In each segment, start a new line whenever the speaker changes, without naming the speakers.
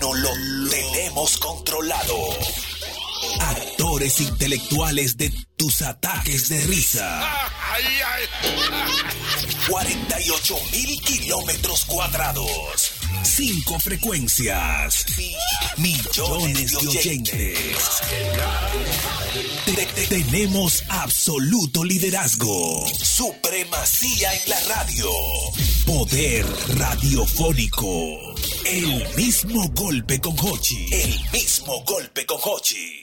lo tenemos controlado. Actores intelectuales de tus ataques de risa. 48 mil kilómetros cuadrados. Cinco frecuencias. Millones de oyentes. Te- te- tenemos absoluto liderazgo. Supremacía en la radio. Poder radiofónico. El mismo golpe con Hochi. El mismo golpe con Hochi.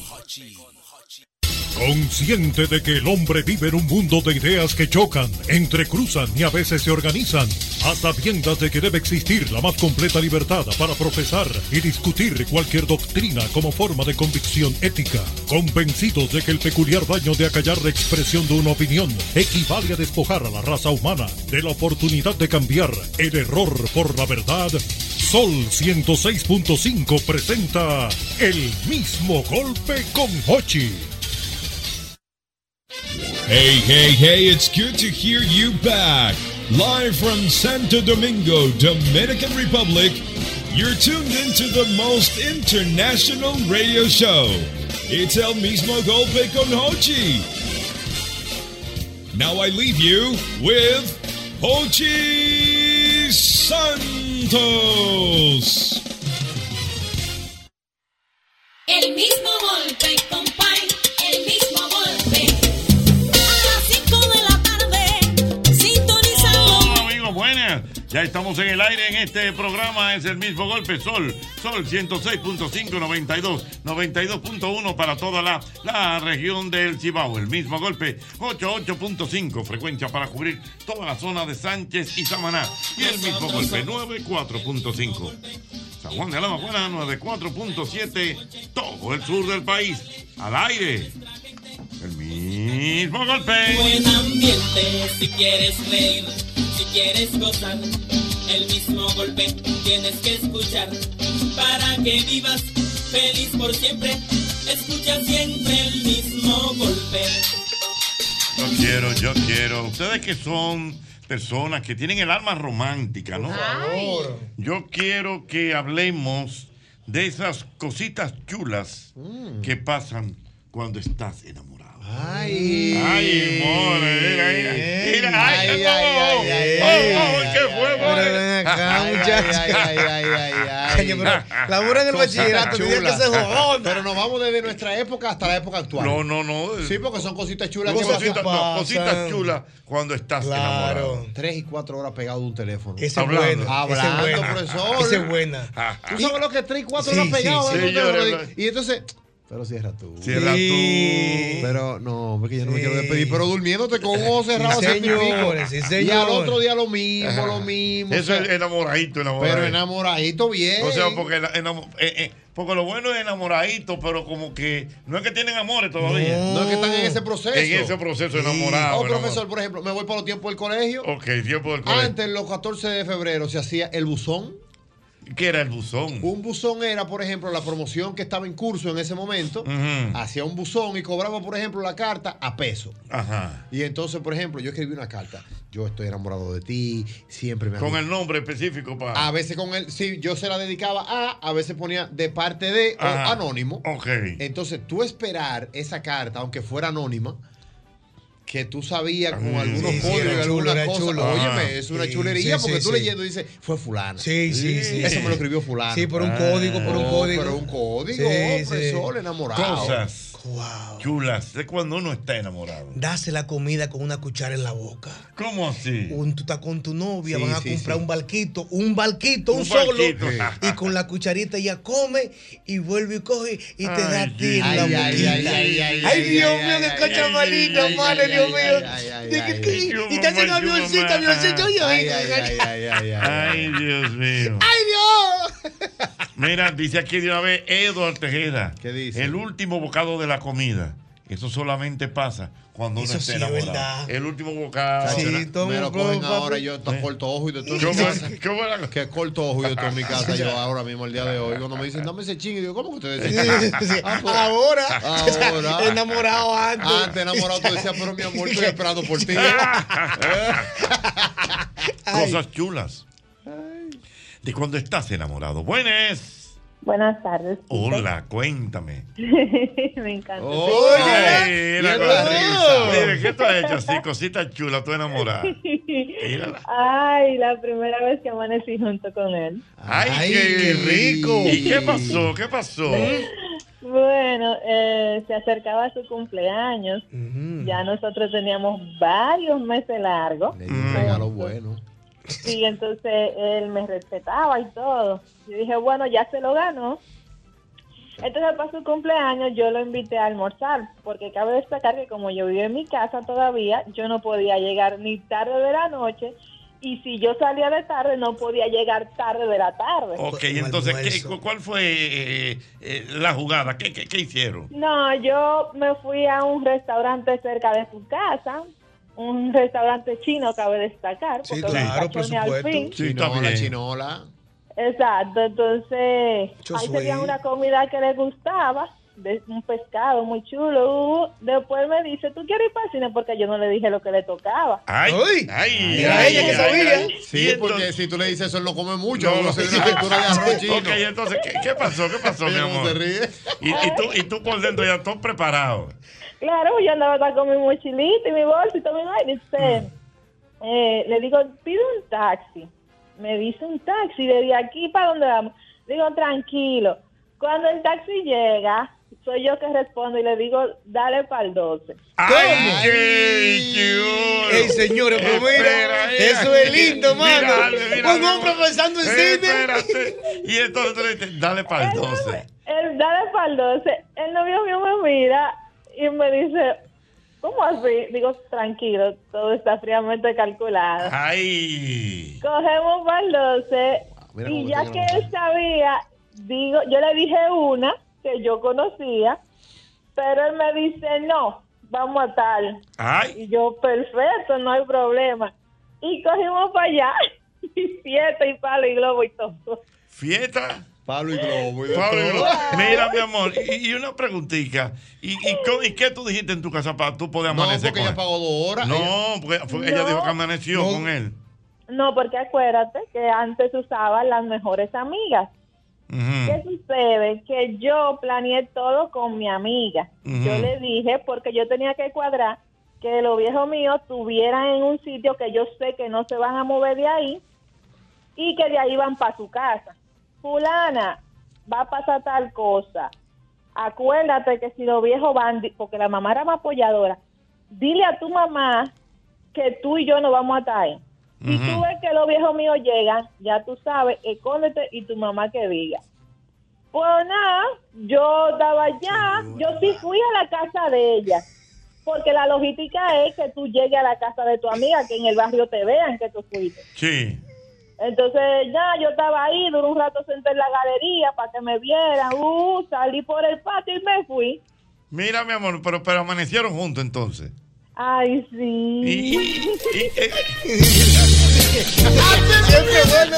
Consciente de que el hombre vive en un mundo de ideas que chocan, entrecruzan y a veces se organizan, a sabiendas de que debe existir la más completa libertad para profesar y discutir cualquier doctrina como forma de convicción ética, convencidos de que el peculiar daño de acallar la expresión de una opinión equivale a despojar a la raza humana de la oportunidad de cambiar el error por la verdad, Sol 106.5 presenta el mismo golpe con Hochi.
Hey, hey, hey, it's good to hear you back. Live from Santo Domingo, Dominican Republic, you're tuned into the most international radio show. It's El Mismo Golpe con Hochi. Now I leave you with Hochi Santos.
El mismo golpe, compay, el mismo golpe. A las 5 de la tarde, sintonizando.
Hola, amigos, buenas. Ya estamos en el aire en este programa. Es el mismo golpe Sol. Sol 106.5, 92, 92.1 para toda la, la región del Cibao. El mismo golpe 88.5, frecuencia para cubrir toda la zona de Sánchez y Samaná. Y el mismo golpe 94.5. San Juan de la Maguana 94.7, todo el sur del país. Al aire. El mismo golpe.
Buen ambiente, si quieres reír, si quieres gozar, el mismo golpe tienes que escuchar para que vivas feliz por siempre. Escucha siempre el mismo golpe.
Yo quiero, yo quiero. Ustedes que son personas que tienen el alma romántica, ¿no? Yo quiero que hablemos de esas cositas chulas
Mm.
que pasan cuando estás enamorado. Ay, ay, more, mira, mira, mira, ay,
Ay,
no.
ay, ay, ay,
Oh,
ay,
oh,
ay,
¿qué
ay,
fue,
ay,
more?
pero ven acá,
Ay, ay,
muchachos.
ay, ay, ay, ay, ay.
Oye, pero la burra en el
Cosa
bachillerato
chula.
diría que se jodó. Pero nos vamos desde nuestra época hasta la época actual.
No, no, no.
Sí, porque son cositas chulas que
Cositas, no,
pasan.
cositas chulas cuando estás enamorado.
Claro. Tres y cuatro horas pegado de un teléfono.
Esa es Hablando. Ah. buena, esa es
Hablando,
buena,
profesor.
esa es buena.
Tú sabes lo que tres y cuatro
Sí,
horas
sí,
pegado
sí.
de un
Señores,
teléfono. Y entonces. Pero cierra tú.
Cierra
Sí. Pero no, porque yo no me quiero despedir. Pero durmiéndote con un ojo cerrado,
Sí,
hace pico.
señores, sí,
Y al
señores.
otro día lo mismo, lo
Ajá.
mismo.
Eso
o sea,
es enamoradito, enamoradito.
Pero enamoradito bien.
O sea, porque, la- enamo- eh, eh, porque lo bueno es enamoradito, pero como que no es que tienen amores todavía.
No, es que están en ese proceso.
En ese proceso enamorado.
Oh,
enamorado.
profesor, por ejemplo, me voy para los tiempos del colegio.
Ok, tiempo del colegio.
Antes, los 14 de febrero, se hacía el buzón.
¿Qué era el buzón?
Un buzón era, por ejemplo, la promoción que estaba en curso en ese momento.
Ujú.
Hacía un buzón y cobraba, por ejemplo, la carta a peso.
Ajá.
Y entonces, por ejemplo, yo escribí una carta. Yo estoy enamorado de ti, siempre me
Con
has
el nombre específico para.
A veces con él, sí, yo se la dedicaba a, a veces ponía de parte de o
Ajá.
anónimo.
Ok.
Entonces, tú esperar esa carta, aunque fuera anónima, que tú sabías con
Ah,
algunos
sí,
códigos
era
y
chulo,
algunas
era
cosas.
chulo. Ajá.
Óyeme, es una
Sí,
chulería
sí,
porque
sí,
tú
sí.
leyendo dices, fue fulana.
Sí, sí, sí,
Eso
sí.
me lo escribió fulano.
Sí, por un código, por un
No,
código.
Pero un código,
Sí, sí.
profesor, enamorado.
Cosas chulas. Es cuando uno está enamorado.
Dase la comida con una cuchara en la boca.
¿Cómo así?
Un- tú estás con tu novia,
Sí,
van a
sí,
comprar
sí.
un barquito, un barquito, un,
Un
solo.
barquito.
Y con la cucharita ella come y vuelve y coge y te da a ti en
ay,
la
ay,
boquita.
ay, ay, ay,
Ay,
ay,
Dios
ay,
mío,
ay,
qué
ay,
cachamalita,
ay, ay,
madre,
ay,
Dios
ay,
mío.
ay, ay,
De que-
ay.
que- Y te hace un avioncito, avioncito. Ay, ay, ay,
Ay, ay, ay, ay, ay.
Ay, Dios mío.
Dios.
Mira, dice aquí de una vez Edward Tejeda. ¿Qué
dice?
El último bocado de la comida. Eso solamente pasa cuando uno
Eso
está
sí es
enamorado.
verdad.
El último bocado.
Chacho, na- me lo cogen ahora,
y
yo hasta corto ojo y de todo en
Eh. ¿Cómo
mi
es?
casa. Que corto ojo y de todo en mi casa. Yo ahora mismo, el día de hoy, cuando me dicen, dame ese ching, y digo, ¿cómo que ustedes dicen?
Sí, sí.
Ah, pues,
Ahora,
ahora.
enamorado antes.
Ah, Antes enamorado, tú decías, pero mi amor, estoy esperando por ti.
Ah. Cosas chulas. De cuando estás enamorado. Buenas.
Buenas tardes.
Hola, cuéntame.
Me encanta.
Oye, mira,
Mira
cosa-
la risa.
Mire, ¿qué tú has hecho así? Cositas chulas, tú enamorada. Mírala.
Ay, la primera vez que amanecí junto con él.
Ay, qué rico. ¿Y qué pasó? ¿Qué pasó?
Bueno, eh, se acercaba su cumpleaños. Ya nosotros teníamos varios meses largos.
Regalo bueno.
Y entonces él me respetaba y todo. Yo dije, bueno, ya se lo ganó. Entonces para su cumpleaños yo lo invité a almorzar, porque cabe destacar que como yo vivía en mi casa todavía, yo no podía llegar ni tarde de la noche, y si yo salía de tarde no podía llegar tarde de la tarde.
Ok, entonces, ¿qué- cu- ¿cuál fue eh, eh, la jugada? ¿Qué, qué, qué hicieron?
No, yo me fui a un restaurante cerca de su casa, un restaurante chino, cabe destacar.
Sí,
porque
claro, por
cachorne al fin.
Sí, chinola, chinola.
Exacto, entonces
Yo
ahí
soy-
tenía una comida que le gustaba, de un pescado muy chulo. Uh, después me dice, ¿tú quieres ir para el cine? Porque yo no le dije lo que le tocaba.
¡Ay!
¡Ay!
Mira ella que sabía.
Sí, porque si tú le dices eso, él no come mucho. No, no,
sí. Ok, entonces, ¿qué, qué pasó? ¿Qué pasó, mi amor? Y, y tú, y tú por dentro ya todo preparado.
Claro, yo andaba acá con mi mochilita y mi bolsa y todo mi vaina. Entonces,
Mm.
eh, le digo, pide un taxi. Me dice un taxi, desde aquí para donde vamos. Digo, tranquilo. Cuando el taxi llega, soy yo que respondo y le digo, dale para el 12.
¡Ay, qué chulo!
Ey, señores, pero mira,
Espera,
eso
eh.
es lindo, mano.
Mira, dale, mira,
Un hombre Pues pensando en cine.
Espérate. Y entonces tú le dices, dale para el 12.
El dale para el 12. El novio mío me mira y me dice, ¿cómo así? Digo, tranquilo, todo está fríamente calculado.
¡Ay!
Cogemos para el 12
mira
y
cómo
ya
te
que él sabía, digo, yo le dije una que yo conocía, pero él me dice, no, vamos a tal.
Ay.
Y yo, perfecto, no hay problema. Y cogimos para allá, y fiesta y palo y globo y todo.
Fiesta.
Pablo y Globo.
Pablo y
todo.
Globo. Mira, mi amor, y, y una preguntita. ¿Y, y, cómo- y qué tú dijiste en tu casa para tú poder
No,
amanecer
porque
con
ella
él?
pagó dos horas.
No, porque fue- ella
No.
dijo que amaneció
No.
con él.
No, porque acuérdate que antes usaban las mejores amigas. ¿Qué sucede? Que yo planeé todo con mi amiga.
Ujú.
Yo le dije, porque yo tenía que cuadrar que los viejos míos estuvieran en un sitio que yo sé que no se van a mover de ahí y que de ahí van para su casa. Fulana, va a pasar tal cosa. Acuérdate que si los viejos van, di- porque la mamá era más apoyadora, dile a tu mamá que tú y yo no vamos a estar ahí. Si
Hmm.
tú ves que los viejos míos llegan, ya tú sabes, escóndete y tu mamá que diga. Pues nada, yo estaba allá, yo sí fui a la casa de ella, porque la logística es que tú llegues a la casa de tu amiga, que en el barrio te vean que tú fuiste.
Sí.
Entonces ya yo estaba ahí, duró un rato senté en la galería para que me vieran, uh, salí por el patio y me fui.
Mira, mi amor, pero, pero amanecieron juntos entonces.
Ay, sí.
Y, y- y- eh,
Ah, pues,
Siempre bueno.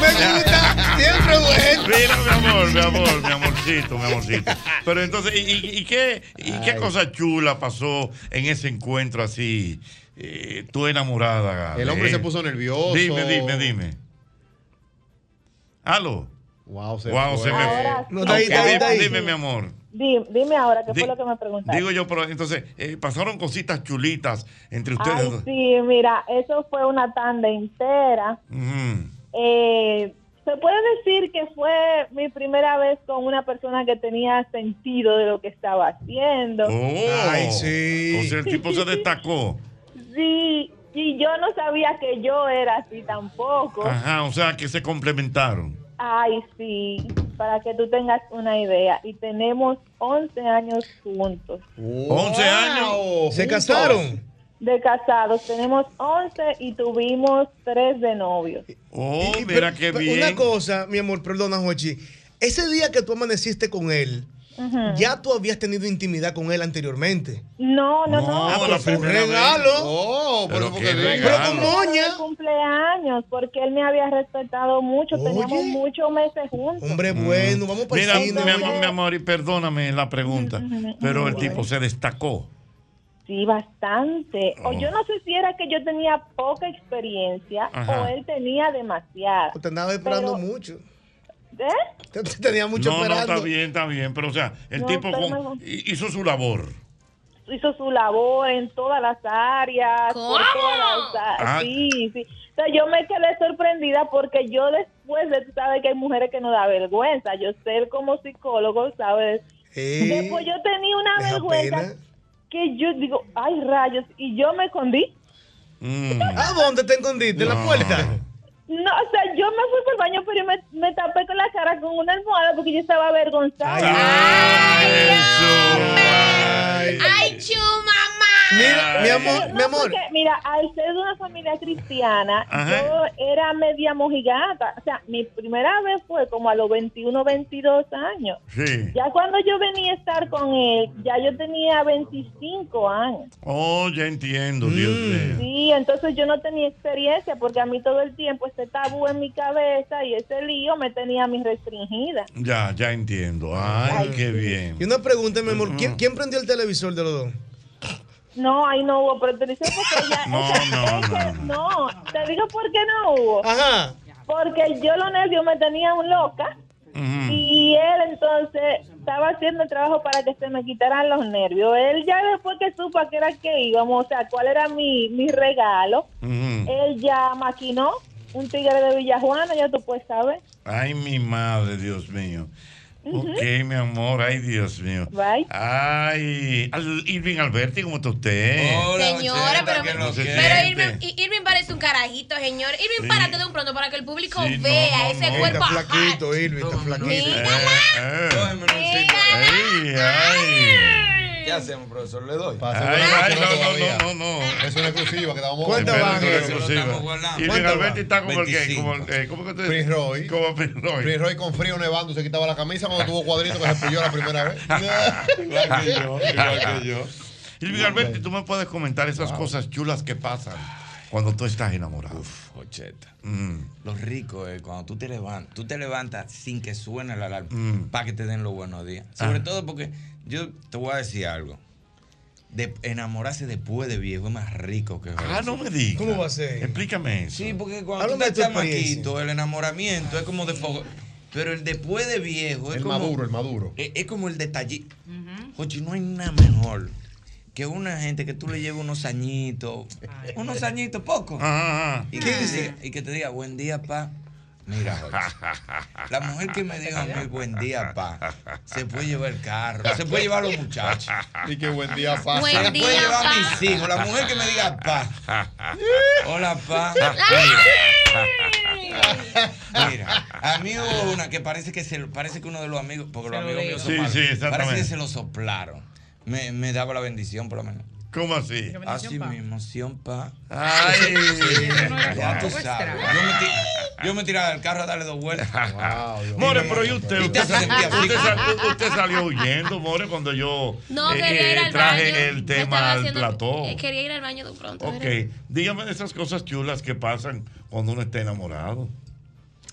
Me gusta. Siempre bueno.
mira, mi amor, mi amor, mi amorcito, mi amorcito. Pero entonces, ¿y, y- y qué, y qué cosa chula pasó en ese encuentro así? eh, tú enamorada.
El
de
hombre
él?
se puso nervioso.
Dime, dime, dime. Aló.
Wow,
se,
fue.
me
Ahora
fue.
sí. No, está ahí,
Ok,
está ahí, está
dime,
ahí.
dime, mi amor.
Di- Dime ahora, ¿qué
Di-
fue lo que me preguntaste?
Digo yo, pero entonces, eh, pasaron cositas chulitas entre ustedes.
Ay,
dos.
sí, mira, eso fue una tanda entera.
Ujú.
Eh, se puede decir que fue mi primera vez con una persona que tenía sentido de lo que estaba haciendo.
Oh. O sea, el tipo se destacó.
Sí, y yo no sabía que yo era así tampoco.
Ajá, o sea, que se complementaron.
Ay, sí, para que tú tengas una idea. Y tenemos 11 años juntos.
Oh.
11 años.
¿Se casaron?
de casados, tenemos 11 y tuvimos 3 de novios.
Oh,
Y-
mira
pero-
qué
pero
bien.
Una cosa, mi amor, perdona, Jochi. Ese día que tú amaneciste con él,
Ujú.
ya tú habías tenido intimidad con él anteriormente.
No, no, no.
Ah,
no.
pues fue un regalo.
Oh, pero qué
Pero con
Fue
moña.
de cumpleaños, porque él me había respetado mucho, teníamos muchos meses juntos.
Hombre bueno, vamos para
Mm. Mira,
el cine.
mi amor, mi amor, y perdóname la pregunta, pero el tipo se destacó.
Sí, bastante.
Oh.
O yo no sé si era que yo tenía poca experiencia
Ajá.
o él tenía demasiada.
Te andaba esperando
Pero-
mucho.
¿Eh?
Te, te tenía mucho
no,
esperando.
no, está bien, está bien, pero o sea, el
No,
tipo
pero
con-
no.
hizo su labor.
Hizo su labor en todas las áreas. por todas las áreas.
Ah.
Sí, sí. O sea, yo me quedé sorprendida porque yo después de, tú sabes que hay mujeres que nos da vergüenza. Yo ser como psicólogo, ¿sabes?
Eh,
Después yo tenía una
deja
vergüenza
pena.
que yo digo, ay rayos, y yo me escondí.
Mm.
¿A dónde te escondiste? ¿En la puerta?
No, o sea, yo me fui por el baño, pero yo me, me tapé con la cara con una almohada porque yo estaba avergonzada.
¡Ay, chumamá!
Mira, mi
No,
amor, mi amor.
porque, mira, al ser de una familia cristiana,
Ajá.
yo era media mojigata. O sea, mi primera vez fue como a los 21, 22 años.
Sí.
Ya cuando yo venía a estar con él, ya yo tenía 25 años.
Oh, ya entiendo, Dios
Mm.
mío.
Sí, entonces yo no tenía experiencia porque a mí todo el tiempo ese tabú en mi cabeza y ese lío me tenía a mí restringida.
Ya, ya entiendo. Ay, qué bien.
Y una pregunta, mi amor. ¿Quién, quién prendió el televisor de los dos?
No, ahí no hubo, pero te dice porque ya...
No, no, no. no.
No, te digo por qué no hubo.
Ajá.
Porque yo los nervios me tenían loca
Ujú.
y él entonces estaba haciendo el trabajo para que se me quitaran los nervios. Él ya después que supo a qué era que íbamos, o sea, cuál era mi, mi regalo,
Ujú.
él ya maquinó un tigre de Villajuana, ya tú puedes saber.
Ay, mi madre, Dios mío. Ok, mi amor, ay, Dios mío.
Bye.
Ay, Al- Irving Alberti, ¿cómo está usted?
Señora, pero,
que no se
pero
siente.
Irving, I- Irving parece un carajito, señor. Irving,
Sí.
párate de un pronto para que el público
Sí, no,
vea
no,
ese
no.
cuerpo.
Está
ajá.
flaquito, Irving, está flaquito.
Mira,
Eh, eh. Ay, ay.
¿Qué hacemos, profesor? ¿Le doy?
Pasa,
Ay,
bueno,
ay,
eso
no, no, no, no, no.
Es una exclusiva que estábamos
¿Cuánto
Espera,
van
Espérate,
eso?
espera,
una
espera.
lo
exclusiva.
estamos guardando.
Irving
¿Cuánto
Alberti está como el que,
25.
como el, eh, ¿cómo que te
Prince Roy.
Como Prince Roy.
Free Roy con frío nevando se quitaba la camisa cuando tuvo cuadrito que se pilló la primera vez.
Igual que yo, igual que yo.
Irving Alberti, tú me puedes comentar esas cosas chulas que pasan cuando tú estás enamorado.
Uf, ocheta.
Mm.
Lo rico es cuando tú te levantas, tú te levantas sin que suene la alarma
Mm.
para que te den los buenos días. Sobre
Ah.
todo porque yo te voy a decir algo. De enamorarse después de viejo es más rico que joder.
Ah, no me digas.
¿Cómo va a ser?
Explícame eso.
Sí, porque cuando
Háblame
tú
de
estás
tu experiencia.
chamaquito, el enamoramiento es como de fogo. Pero el después de viejo es
El
como. e-,
maduro, el maduro.
Es, es como el detallito. Jochi, no hay nada mejor que una gente que tú le lleves unos añitos. Unos añitos poco.
Ah, ah,
Y que, te diga, y que te diga, buen día, pa. Mira, Jochi, la mujer que me diga a mí buen día, pa, se puede llevar el carro, se puede llevar a los muchachos,
Y qué buen día pasa.
Buen
se
día.
puede llevar
pa.
a mis hijos. La mujer que me diga, pa, hola, pa. Mira, a mí hubo una que parece que se lo- parece que uno de los amigos, porque los amigos míos son
Sí,
malos,
sí, exactamente.
parece que se lo soplaron. Me, me daba la bendición por lo menos.
¿Cómo así?
Así mismo, Sion pa.
Ay,
Ya
Pues
tú sabes. Yo me, ti- yo me tiraba del carro a darle dos vueltas.
Wow, Dios
More,
mío.
pero ¿y usted?
Y te
Usted,
hace
sal-
sentir así.
usted sal- usted salió huyendo, More, cuando yo
No,
eh,
quería ir
eh,
al
traje
baño.
el
Yo
tema
estaba
al
haciendo-
plató.
eh, Quería ir al baño de un pronto.
Ok,
era.
dígame de esas cosas chulas que pasan cuando uno está enamorado.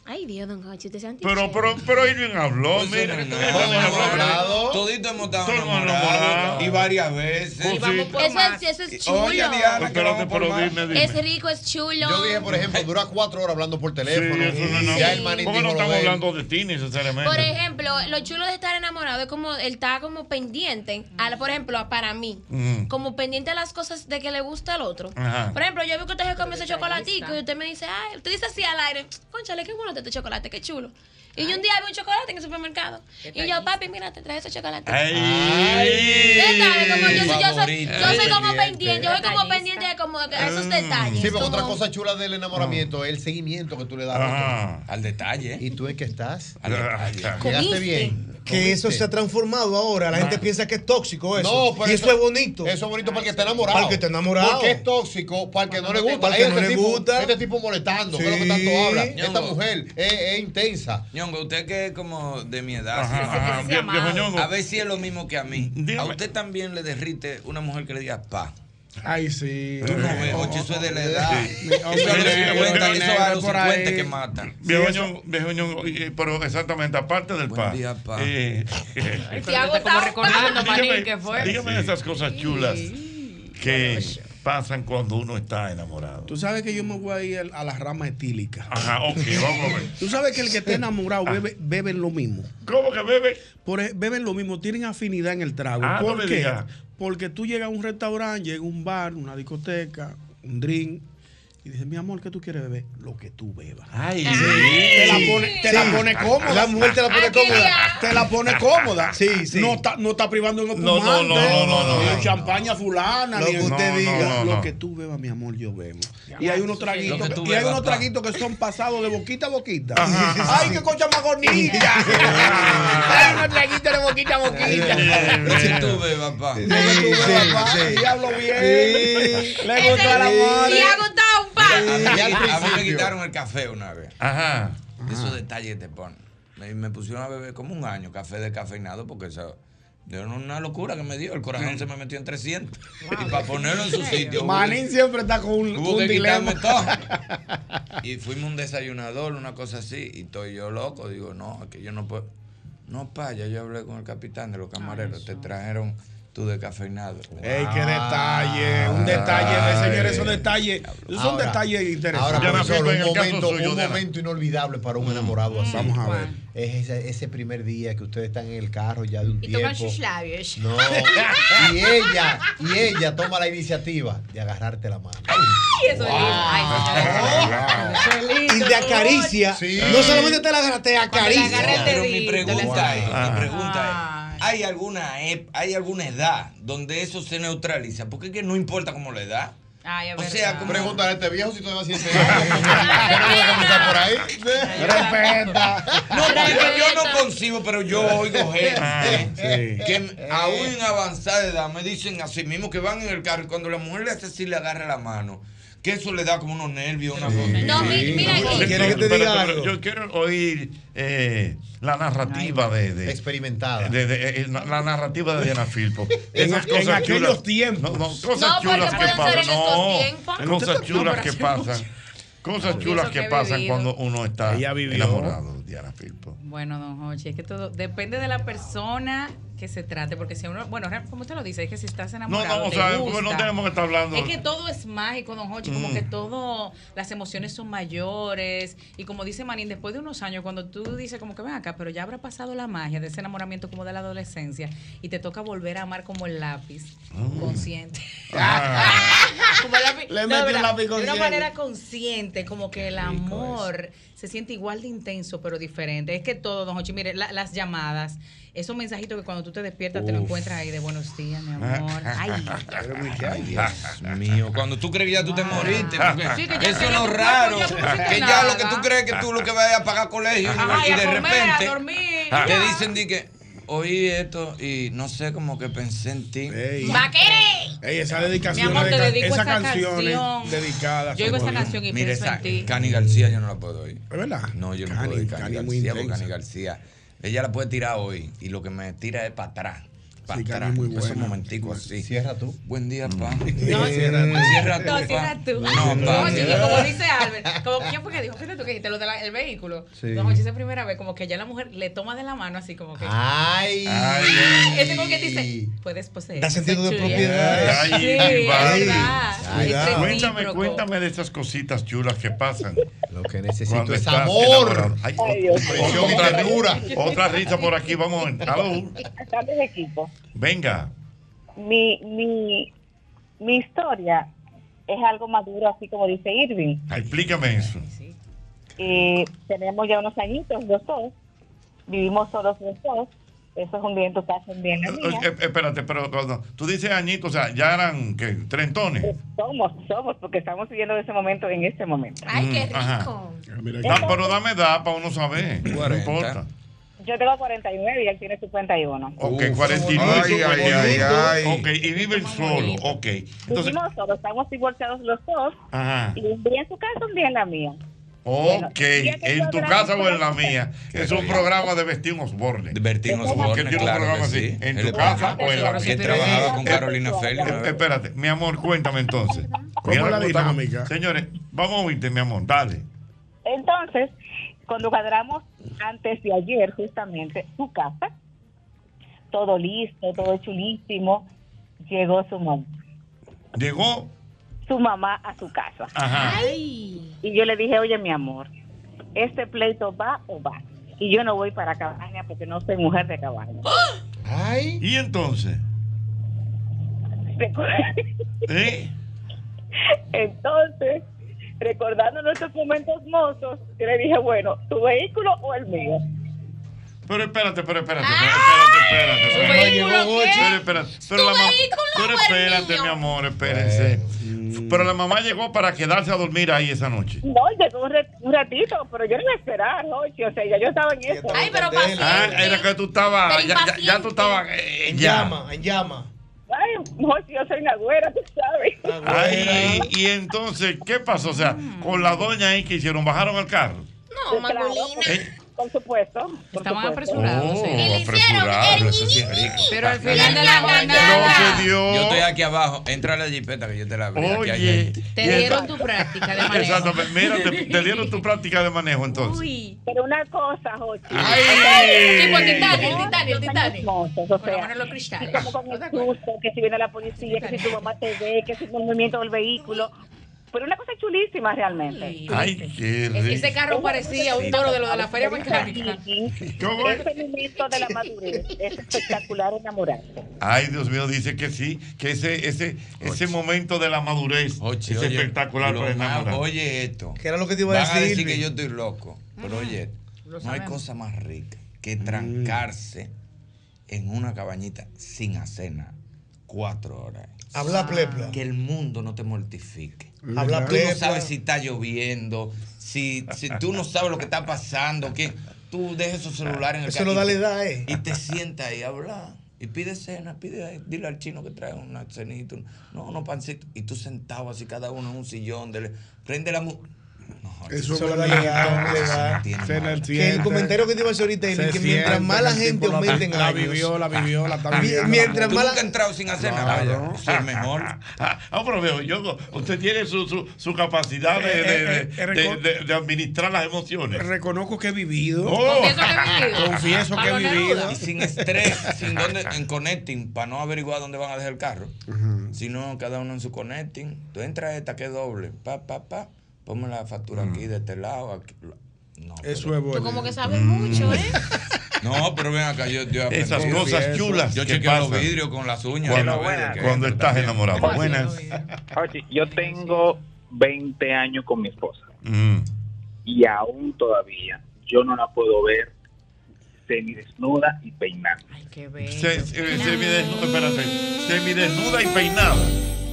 Ay, Dios, don Jochi, usted se han
Pero, pero, pero Irving habló,
Pues,
mira.
no,
Irving
no,
habló,
no,
pero-
no. Todito hemos estado
Todo el mundo enamorado.
enamorados y varias veces.
Y vamos por
Eso es, eso es chulo.
Oye, Diana, que
Espérate,
vamos por
pero
más.
dime, dime.
Es rico, es chulo.
Yo dije, por ejemplo, dura cuatro horas hablando por teléfono.
Sí, eso no es
Ya
nada.
el manito
¿Cómo no
dijo lo
estamos
de él.
hablando de ti necesariamente?
Por ejemplo, lo chulo de estar enamorado es como él está como pendiente, a la- por ejemplo, a- para mí,
Mm.
como pendiente a las cosas de que le gusta al otro.
Ajá.
Por ejemplo, yo vi que usted se comió ese chocolatico y usted me dice, ay, usted dice así al aire, conchale, qué bueno está este chocolate, qué chulo. Y yo un día vi un chocolate en el supermercado. Y yo, papi, mira, te traje ese chocolate.
Ay.
Usted sabe, como yo, soy- yo
Vamos,
soy
favorito.
Yo soy como
Pendiente.
pendiente, yo soy como pendiente de como a
Mm.
esos detalles.
Sí, pero otra
como-
cosa chula del enamoramiento es el seguimiento que tú le das
Ajá.
al detalle. ¿Y tú en qué estás?
Al detalle.
Llegaste bien.
Que eso se ha transformado ahora. La gente piensa que es tóxico eso.
No, pero
y eso, es bonito.
Eso es bonito para el que está enamorado.
Para el que está enamorado.
Porque es tóxico, para el que no le gusta.
Para el que no
este
le
tipo,
gusta.
Este tipo molestando, que es lo que
Sí.
tanto habla.
Ñongo.
Esta mujer es, es intensa.
Ñongo, usted que es como de mi edad.
Ajá,
¿sí?
ajá, Ese sí vie- amado. viejo Ñongo.
A ver si es lo mismo que a mí. A usted también le derrite una mujer que le diga pa.
Ay, sí.
Tú no
Oh,
ves, oye, eso es de la edad.
Sí.
Eso es a los 50,
Hombre, hombre,
eso es a los
por ahí.
50 que matan.
Viejo Ñongo, viejo Ñongo, oye, pero exactamente, aparte del pa. eh,
Te hago
Como
tau-
recordando, Ah, Marín,
dígame,
que fue.
dígame esas cosas chulas que pasan cuando uno está enamorado.
Tú sabes que yo me voy a ir al- a la rama etílica.
Ajá, ok, vamos a ver.
Tú sabes que el que está enamorado bebe, beben lo mismo.
¿Cómo que beben?
beben lo mismo, tienen afinidad en el trago.
Ah,
¿Por
no me
qué?
digas.
Porque tú llegas a un restaurante, llega a un bar, una discoteca, un drink. Y dices, mi amor, ¿qué tú quieres beber? Lo que tú bebas.
Ay,
Te la pone, te la
Sí.
pone cómoda.
La mujer te la pone
Ay, qué
cómoda.
ya. Te la pone cómoda. Sí, sí. No está, no está privando en
No, no, no, no, no, no,
Ni en
no.
champaña fulana.
Lo
ni en-
que usted
No, no,
diga.
no,
Lo
no.
que
tú bebas, mi amor, yo bebo. Y hay unos traguitos,
Lo que tú
y hay
bebas,
unos
pa.
traguitos que son pasados de boquita a boquita.
Ajá, ajá.
¡Ay, qué cocha más gordita! ¡Ay, unos traguitos de boquita a boquita!
Si tú ves, papá.
Diablo bien. Le gustó el amor.
Te hago tau-
Mira, a mí-
Sí,
a,
al
mí, me
principio.
quitaron el café una vez.
Ajá.
Esos detalles te ponen. Me, me pusieron a beber como un año café descafeinado porque eso era una locura que me dio. El corazón se me metió en 300. Y para ponerlo en su sitio. hubo que-
Manín siempre está con un,
Hubo
un
que
dilema.
quitarme todo. Y fuimos a un desayunador, una cosa así, y estoy yo loco. Digo, no, que yo no puedo. No, pa, ya yo hablé con el capitán de los camareros. te trajeron tu descafeinado.
¡Ey, qué detalle! Un detalle, señores, esos detalles. Esos son
Ah, Ahora,
detalles interesantes.
Ahora, profesor, un momento, un momento inolvidable para un enamorado así. Mm. Vamos a ver. Es ese, ese primer día que ustedes están en el carro ya de un
Y tocan
tiempo.
sus labios.
No. Y ella, y ella toma la iniciativa de agarrarte la mano.
Ay, eso es lindo. Ay, señores, eso es lindo.
Y de acaricia.
Sí.
No solamente te la agarra, te
No,
acaricia. Ah.
pero mi pregunta es, mi pregunta es, ¿hay alguna, ep- ¿hay alguna edad donde eso se neutraliza? Porque es que no importa cómo la edad.
Ay, es
O sea,
verdad.
como-
Pregúntale a este viejo si todavía siente algo. Pero no voy a comenzar por ahí. Respeta.
No, porque yo, yo no concibo, pero yo oigo gente que aún en avanzada edad me dicen así mismo que van en el carro y cuando la mujer le hace así le agarra la mano, que eso le da como unos nervios, una cosa.
No, mi- mira aquí.
Quiero que te diga algo. Yo quiero oír eh, la narrativa de, de eh,
experimentada.
la narrativa de Diana Filpo.
En
Esas
a-
cosas
en aquellos
chulas.
tiempos.
No, pues, no,
pues,
No,
cosas
porque
chulas que
pueden ser
pasan.
en estos
No,
tiempos.
cosas
No,
chulas
pero
que
hace
pasan. Cosas
No,
chulas
eso
que
que he
pasan
vivido.
cuando uno está
Ella vivió.
enamorado, Diana Filpo.
Bueno, don Jorge, es que todo depende de la persona que se trate, porque si uno, bueno, real- como usted lo dice, es que si estás
No,
enamorado,
no, o
te
sea,
gusta.
no tenemos que estar hablando.
Es que todo es mágico, don Jorge, como
Mm.
que todo, las emociones son mayores, y como dice Manín, después de unos años, cuando tú dices como que ven acá, pero ya habrá pasado la magia de ese enamoramiento como de la adolescencia, y te toca volver a amar como el lápiz,
Mm.
consciente.
Ah.
Como el lápiz-
Le
no,
metió el
¿verdad?
lápiz
De
consciente.
una manera consciente, como que el amor se siente igual de intenso, pero diferente. Es que todo, don Jochi, mire, la- las llamadas, esos mensajitos que cuando tú te despiertas te lo
Uf.
encuentras ahí de buenos días, mi amor. Ay.
Ay, Dios mío, cuando tú crees que ya tú te moriste, porque
Ah. Sí, que ya
eso es
tenía
lo
tu cuerpo,
raro,
ya tú no hiciste
que ya lo que
nada.
tú crees que tú lo que vas a pagar colegio
Ajá,
y
y a
de
comer,
repente
a dormir,
te
ya.
dicen di que oí esto y no sé como que pensé en ti.
Va a querer.
Ey, esa dedicación,
Mi amor, te
esa,
dedico
esa
esa
canción
canción.
es dedicada.
Yo oigo esa canción y
Mira,
pienso
esa,
en ti.
Cani García yo no la puedo oír.
¿Es verdad?
No, yo no
Cani,
puedo oír Cani,
Cani es muy
García porque
intensa.
Cani García. Ella la puede tirar hoy y lo que me tira es para atrás. Para
Sí, Cani
atrás.
es muy
Pues un
buena.
momentico así.
Cierra tú.
Buen día, pa.
No, Mm. cierra tú.
Cierra tú.
No,
pa.
cierra tú.
No,
Don
pa.
Jochi, que como dice Albert, como, ¿quién fue que dijo? Fíjate tú que dijiste lo del vehículo.
Sí.
Don Jochi, esa primera vez, como que ya la mujer le toma de la mano así como que...
Ay.
Ese como que dice, puedes poseer.
Da sentido de
sexualidad".
propiedad.
Ay,
Sí,
ay,
es
va.
verdad.
Ay,
Es
cuidado. cuéntame,
recíproco.
cuéntame de esas cositas chulas que pasan.
Lo que necesito
Cuando
es
estás
amor.
enamorado. Ay,
Ay, Dios.
otra- otra ternura, otra risa por aquí. Vamos, aló.
Tardes, equipo.
venga.
Mi, mi, mi historia es algo más duro, así como dice Irving.
Explícame eso.
Eh, tenemos ya unos añitos los dos, vivimos solos los dos,
Eso es un viento, está ascendiendo. Mira,
Eh, Espérate, pero cuando tú dices añitos, o sea, ya eran ¿qué? trentones.
somos, somos, porque estamos viviendo ese momento en este momento.
Ay, qué Mm, ajá. rico. Da- Ah, pero dame edad para uno saber. No importa.
Yo tengo 49 y él tiene 51.
Ok, 49
Ay, ay,
ay,
ay,
Ok, y vive el solo. Ok. Entonces,
Vivimos solos, estamos divorciados los dos.
Ajá.
Y un día en su casa, un día en la mía.
ok,
ya que
en
yo
tu
gran-
casa o en la mía.
Qué
Es un
rico.
programa de Vestín Osborne. De Bertín
Osborne,
tiene un
claro
programa
que sí.
así. En
Él
tu
es-
casa o en la mía.
Él trabajaba con Carolina Félix, ¿no?
Eh, Espérate, mi amor, cuéntame entonces.
¿Cómo
Mira
la
dinámica.
dinámica?
Señores, vamos a oírte, mi amor, dale.
Entonces, cuando cuadramos antes de ayer, justamente, su casa, todo listo, todo chulísimo, llegó su mamá.
Llegó.
Su mamá a su casa.
Ajá.
Y yo le dije, oye, mi amor, ¿este pleito va o va? Y yo no voy para cabaña porque no soy mujer de cabaña.
Ay. ¿Y entonces? ¿Eh?
Entonces, recordando nuestros momentos mozos, yo le dije, bueno, ¿tu vehículo o el mío?
Pero espérate, pero espérate, pero espérate, espérate.
¿Su
espérate.
vehículo qué?
Pero espérate, pero
¿Tu
la mamá-
vehículo
pero
o el
espérate, mi amor, espérense. Pero la mamá llegó para quedarse a dormir ahí esa noche.
No, llegó un, re- un ratito, pero yo no iba a esperar, Jochi, o sea, ya yo estaba en eso. Ay, pero
Ah, era que tú estabas,
Pero
ya, ya- ya tú estabas eh, en llama.
en llama. Ay, Jochi, yo soy una güera, tú sabes.
Ay, y entonces, ¿qué pasó? O sea,
Mm.
con la doña ahí que hicieron, bajaron al carro.
No,
¿Eh?
Por supuesto. por
Estaban
supuesto.
apresurados. sí.
Oh, apresurado, eso sí es rico.
Pero al final de la
Lo
jornada
que dio. Yo estoy aquí abajo. Entra a la jipeta que yo te la abrí. Aquí hay
Oye,
gente.
te dieron tu práctica de manejo.
Exacto, mira, te, te dieron tu práctica de manejo entonces.
Pero una cosa, Jochi.
Ay. Tipo el Titanic,
el Titanic, el Titanic.
O sea,
Los cristales.
como con el susto, que si viene la policía, que si tu mamá te ve, que si el movimiento del vehículo. Pero una cosa chulísima realmente.
Ay, qué rico.
Ese carro parecía un toro de lo de la feria mecánica.
Ese momento de la madurez es espectacular enamorarse.
Ay, Dios mío, dice que sí, que ese, ese, ese momento de la madurez es
oye,
espectacular
lo
para
más-
enamorar.
Oye esto.
¿Qué era lo que te iba a
Van
decir,
decir que
Luis?
yo estoy loco. Pero
Ajá.
oye,
Lo
no hay
sabemos.
cosa más rica que trancarse en una cabañita sin acena cuatro horas.
Habla
Ah.
plepla.
Que el mundo no te mortifique.
Habla
Tú no
plepla.
sabes si está lloviendo, si, si tú no sabes lo que está pasando, que tú dejes su celular en el
Eso lo da
carro y-
la edad, ¿eh?
Y te sientas ahí a hablar. Y pide cena, pide, dile al chino que trae una cenita, un- no, unos pancitos. Y tú sentado así, cada uno en un sillón, dele- prende la música.
Eso
Eso
es
no
Ah,
legal,
se
legal.
entiende
Se
mal.
la entiende. Que el comentario que te iba a decir ahorita, Eli, que mientras más la gente aumente en
La
años,
vivió, la vivió, la está
Mi-
viviendo.
mientras
Tú
más
nunca has entrado sin hacer nada.
Claro.
vaya. Eso es mejor.
Ah, pero veo, yo, usted tiene su, su, su capacidad
Eh,
de, de, de- de- de- de administrar las emociones. Oh.
Reconozco que he vivido.
Confieso
que he vivido.
Y sin estrés, sin dónde, en connecting, para no averiguar dónde van a dejar el carro. Sino cada uno en su connecting. Tú entras a esta que es doble. Pa, pa, pa. Ponme la factura aquí de este lado. aquí. No,
Eso es bueno.
Tú como que sabes mucho, ¿eh?
No, pero ven acá, yo, yo aprendí.
Mm. Esas cosas chulas
Yo
que
chequeo los
pasan.
vidrios con las uñas.
Cuando,
a ver de qué
cuando
entra
estás
también.
enamorado. Buenas.
Oye, yo tengo 20 años con mi esposa
Mm,
y aún todavía yo no la puedo ver semidesnuda y peinada.
Se, se- semidesnuda, espérate. Semidesnuda y peinada.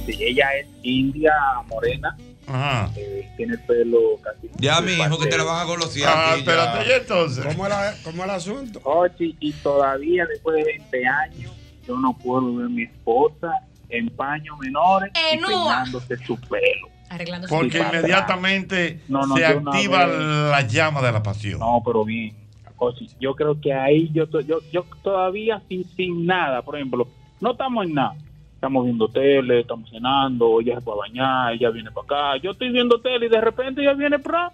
Sí, ella es india morena,
Ajá.
eh, tiene el pelo casi.
Ya, mi hijo, que te la van a golosear. aquí,
Ah,
ya.
espérate, ¿y entonces?
¿Cómo era, cómo era el asunto?
Oye, y todavía después de 20 años yo no puedo ver a mi esposa en paños menores y
En ua.
peinándose su pelo.
Arreglando su
Porque
ropa.
inmediatamente
No, no,
se
yo no
activa
veo.
la llama de la pasión.
No, pero bien. Oye, yo creo que ahí yo, to- yo, yo todavía sin, sin nada, por ejemplo, no estamos en nada. Estamos viendo tele, estamos cenando, ella se va a bañar, ella viene para acá. Yo estoy viendo tele y de repente ella viene para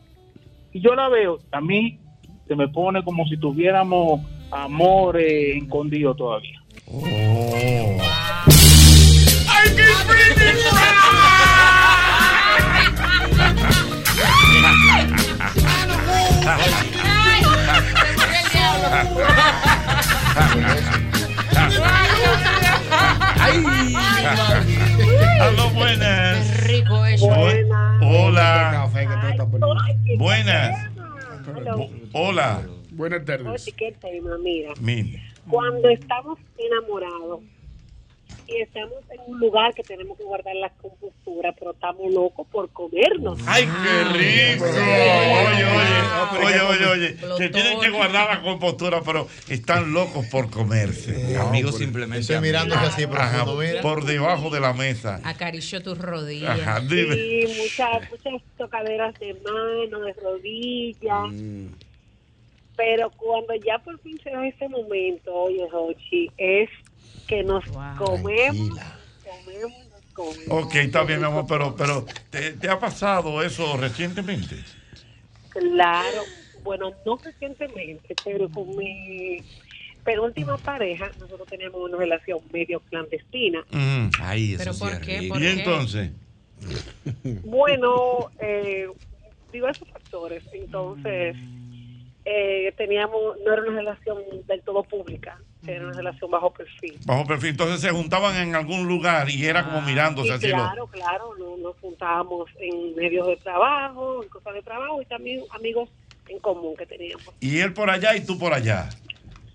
y yo la veo. A mí se me pone como si tuviéramos amor eh, escondido todavía.
Oh. Aló, buenas.
rico eso.
Hola. Buenas.
Hello.
Hola.
Buenas tardes. Oye, qué tema, mira.
Mire.
Cuando estamos enamorados y estamos en un lugar que tenemos que guardar las composturas, pero estamos locos por comernos.
¡Ay, qué rico! Oye, oye, oye, oye, oye. Se tienen que guardar la compostura, pero están locos por comerse. amigos simplemente.
Estoy mirando
amigos.
así por
Ajá,
fondo, mira.
por debajo de la mesa.
Acarició tus rodillas.
Ajá, dime.
Sí, muchas, muchas tocaderas de mano, de rodillas.
Mm.
Pero cuando ya por fin se da ese momento, oye, Jochi, es que nos comemos, comemos, nos comemos.
Ok, está bien, mi amor, pero, pero ¿te, te ha pasado eso recientemente?
Claro, bueno, no recientemente, pero con mi penúltima pareja, nosotros teníamos una relación medio clandestina.
ahí
Mm, eso ¿Pero sí por es qué? rico. ¿Por
¿Y
qué?
entonces? Mm.
Bueno, eh, diversos factores. Entonces, eh, teníamos, no era una relación del todo pública, era una relación bajo perfil.
Bajo perfil, entonces se juntaban en algún lugar y era
Ah,
como mirándose
Y
así. lo-
claro, claro, no- nos juntábamos en medios de trabajo, en cosas de trabajo y también amigos en común que teníamos.
Y él por allá y tú por allá.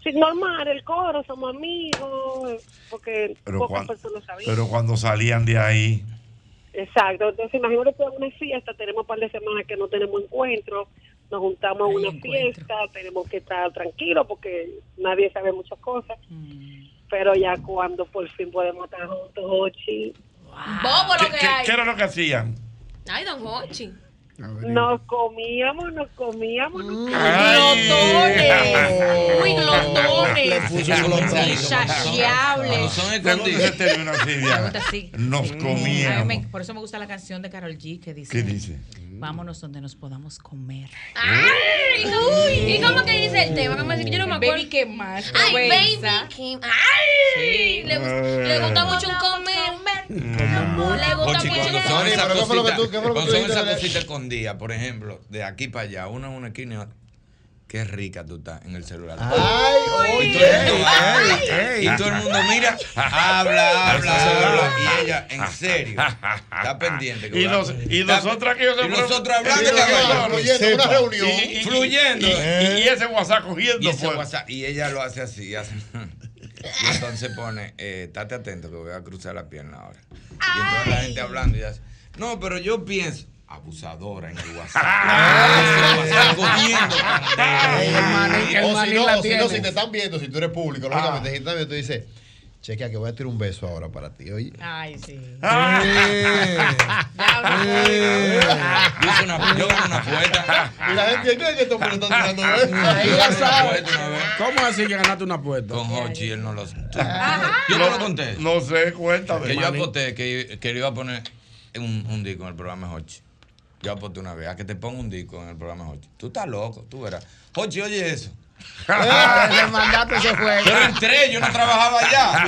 Sí, normal, el coro, somos amigos, porque
Pero
pocas
cuan-
personas sabían.
Pero cuando salían de ahí,
Exacto, entonces imagínate que en una fiesta, tenemos un par de semanas que no tenemos encuentro, nos juntamos a una fiesta, tenemos que estar tranquilos porque nadie sabe muchas cosas, pero ya cuando por fin podemos estar juntos, Ochi,
Bobo lo
¿qué,
que
qué-
hay.
qué era lo que hacían?
Ay, don Hochi.
nos comíamos, nos comíamos,
Mm.
nos
Glotones. Uy, glotones.
Le
puso glotón.
Ah,
Insaciables.
¿De dónde se terminó así,
Me
Diana?
gusta así.
Nos
Ay,
comíamos.
me- por eso me gusta la canción de Carol G que dice,
¿Qué dice?
vámonos donde nos podamos comer.
Ay, uy. ¿Y cómo que dice el tema? ¿Cómo es? Yo no me acuerdo.
Baby, ¿qué más?
Ay, baby.
Provenza.
Kim. Ay.
Sí.
Le gusta, le
Ah.
gusta mucho un comer. Le gusta
Ochi,
mucho
cuando
un
son
comer.
esas
pero ¿qué fue lo que
cositas
tú- qué fue lo que
cuando
tú
son
dijiste
esas
de la-
cositas escondidas, por ejemplo, de aquí para allá, una en una esquina y otra- Qué rica tú estás en el celular.
Ay,
y,
oye.
todo el mundo,
Ey, ey.
y todo el mundo mira, habla, habla, habla. Y ella, en serio, está pendiente.
Y nos- y nosotros aquí, o sea,
y
pero-
nosotros hablando,
y nosotros
caballo.
fluyendo, una
Sepa.
reunión.
Y- y- fluyendo.
Y- y- y ese WhatsApp cogiendo
Y
pues.
ese
fuego.
WhatsApp, y ella lo hace así, hace- Y entonces pone, eh, estate atento que voy a cruzar la pierna ahora. Y entonces la gente hablando y hace, no, pero yo pienso, abusadora en el WhatsApp.
Eh, O si no, o si no, si te están viendo, si tú eres público, lógicamente, si te están viendo, tú dices, chequea que voy a tirar un beso ahora para ti, oye. Eh.
Ay, sí.
Ah.
Yo una, yo gano una puerta.
Y la gente cree que estos hombres están tirando besos.
Ahí
Tú
ya
la sabes.
sabes. ¿Cómo así que ganaste una apuesta? Con Hochi, él no lo sabe. Yo no lo conté.
No sé, cuéntame.
Que yo
Manny.
aposté que, que le iba a poner un, un disco en el programa de Hochi. Yo aposté una vez a que te ponga un disco en el programa de Hochi. Tú estás loco, tú verás. Hochi, oye eso.
Eh,
Le mandaste ese juego.
Yo entré, yo no trabajaba allá.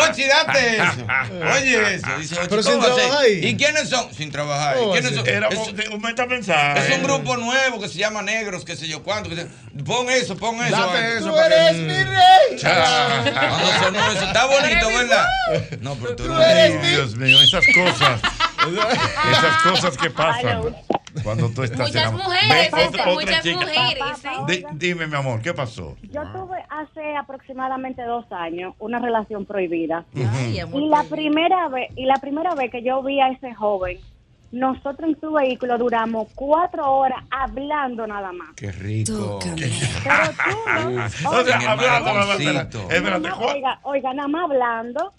Hochi, date eso. Oye eso. Dice Hochi,
Pero sin
¿cómo va a ser?
trabajar ahí.
¿Y quiénes son? Sin trabajar. ahí.
¿Cómo va a
¿Quiénes
ser?
son?
Era
Es-
un- meta mensaje.
es un grupo nuevo que se llama Negros, qué sé yo cuánto. que se- Pon eso, pon eso.
Date
Ay,
eso
tú
para que-
eres
Mm.
mi rey. Ah,
Chao.
Cuando sonó eso, está bonito, ¿verdad? No, pero tú no eres mi-
Dios mío, esas cosas. esas cosas que pasan cuando tú estás
Muchas
enamorado.
mujeres,
Ven, otra-
este,
otra
muchas
chica.
mujeres. ¿sí?
Di- dime, mi amor, ¿qué pasó?
Yo tuve hace aproximadamente dos años una relación prohibida.
Ay, amor
y la primera vez y la primera vez que yo vi a ese joven, nosotros en su vehículo duramos cuatro horas hablando nada más.
Qué rico.
O sea,
Mi
hablando, hablando,
amorcito.
espérate, espérate,
Nada más,
Juan.
oiga, oiga, nada más hablando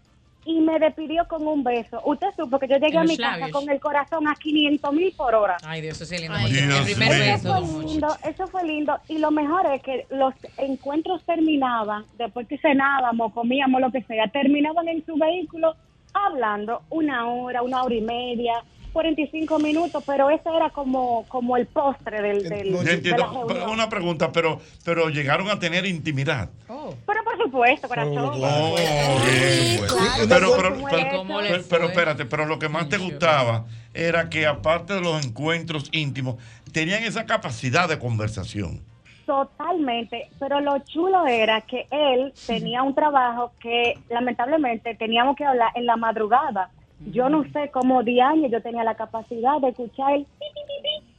y me despidió con un beso. Usted supo que yo llegué
En
a
los
mi casa
labios.
con el corazón a 500 mil por hora.
Ay, Dios, eso sí es lindo.
Ay,
Porque
Dios
el primer
mío.
beso.
Eso fue lindo, eso fue lindo. Y lo mejor es que los encuentros terminaban, después que cenábamos, comíamos, lo que sea, terminaban en su vehículo hablando una hora, una hora y media, 45 minutos, pero eso era como, como el postre del... del
Yo
de la
entiendo,
reunión.
pero una pregunta, pero, pero llegaron a tener intimidad.
Pero por supuesto, corazón.
Oh, bien. pues. Pero, pero, pero, pero- pero- pero espérate, pero lo que más te gustaba era que aparte de los encuentros íntimos, tenían esa capacidad de conversación.
Totalmente, pero lo chulo era que él tenía un trabajo que lamentablemente teníamos que hablar en la madrugada. Yo no sé cómo de años yo tenía la capacidad de escuchar el pi, pi,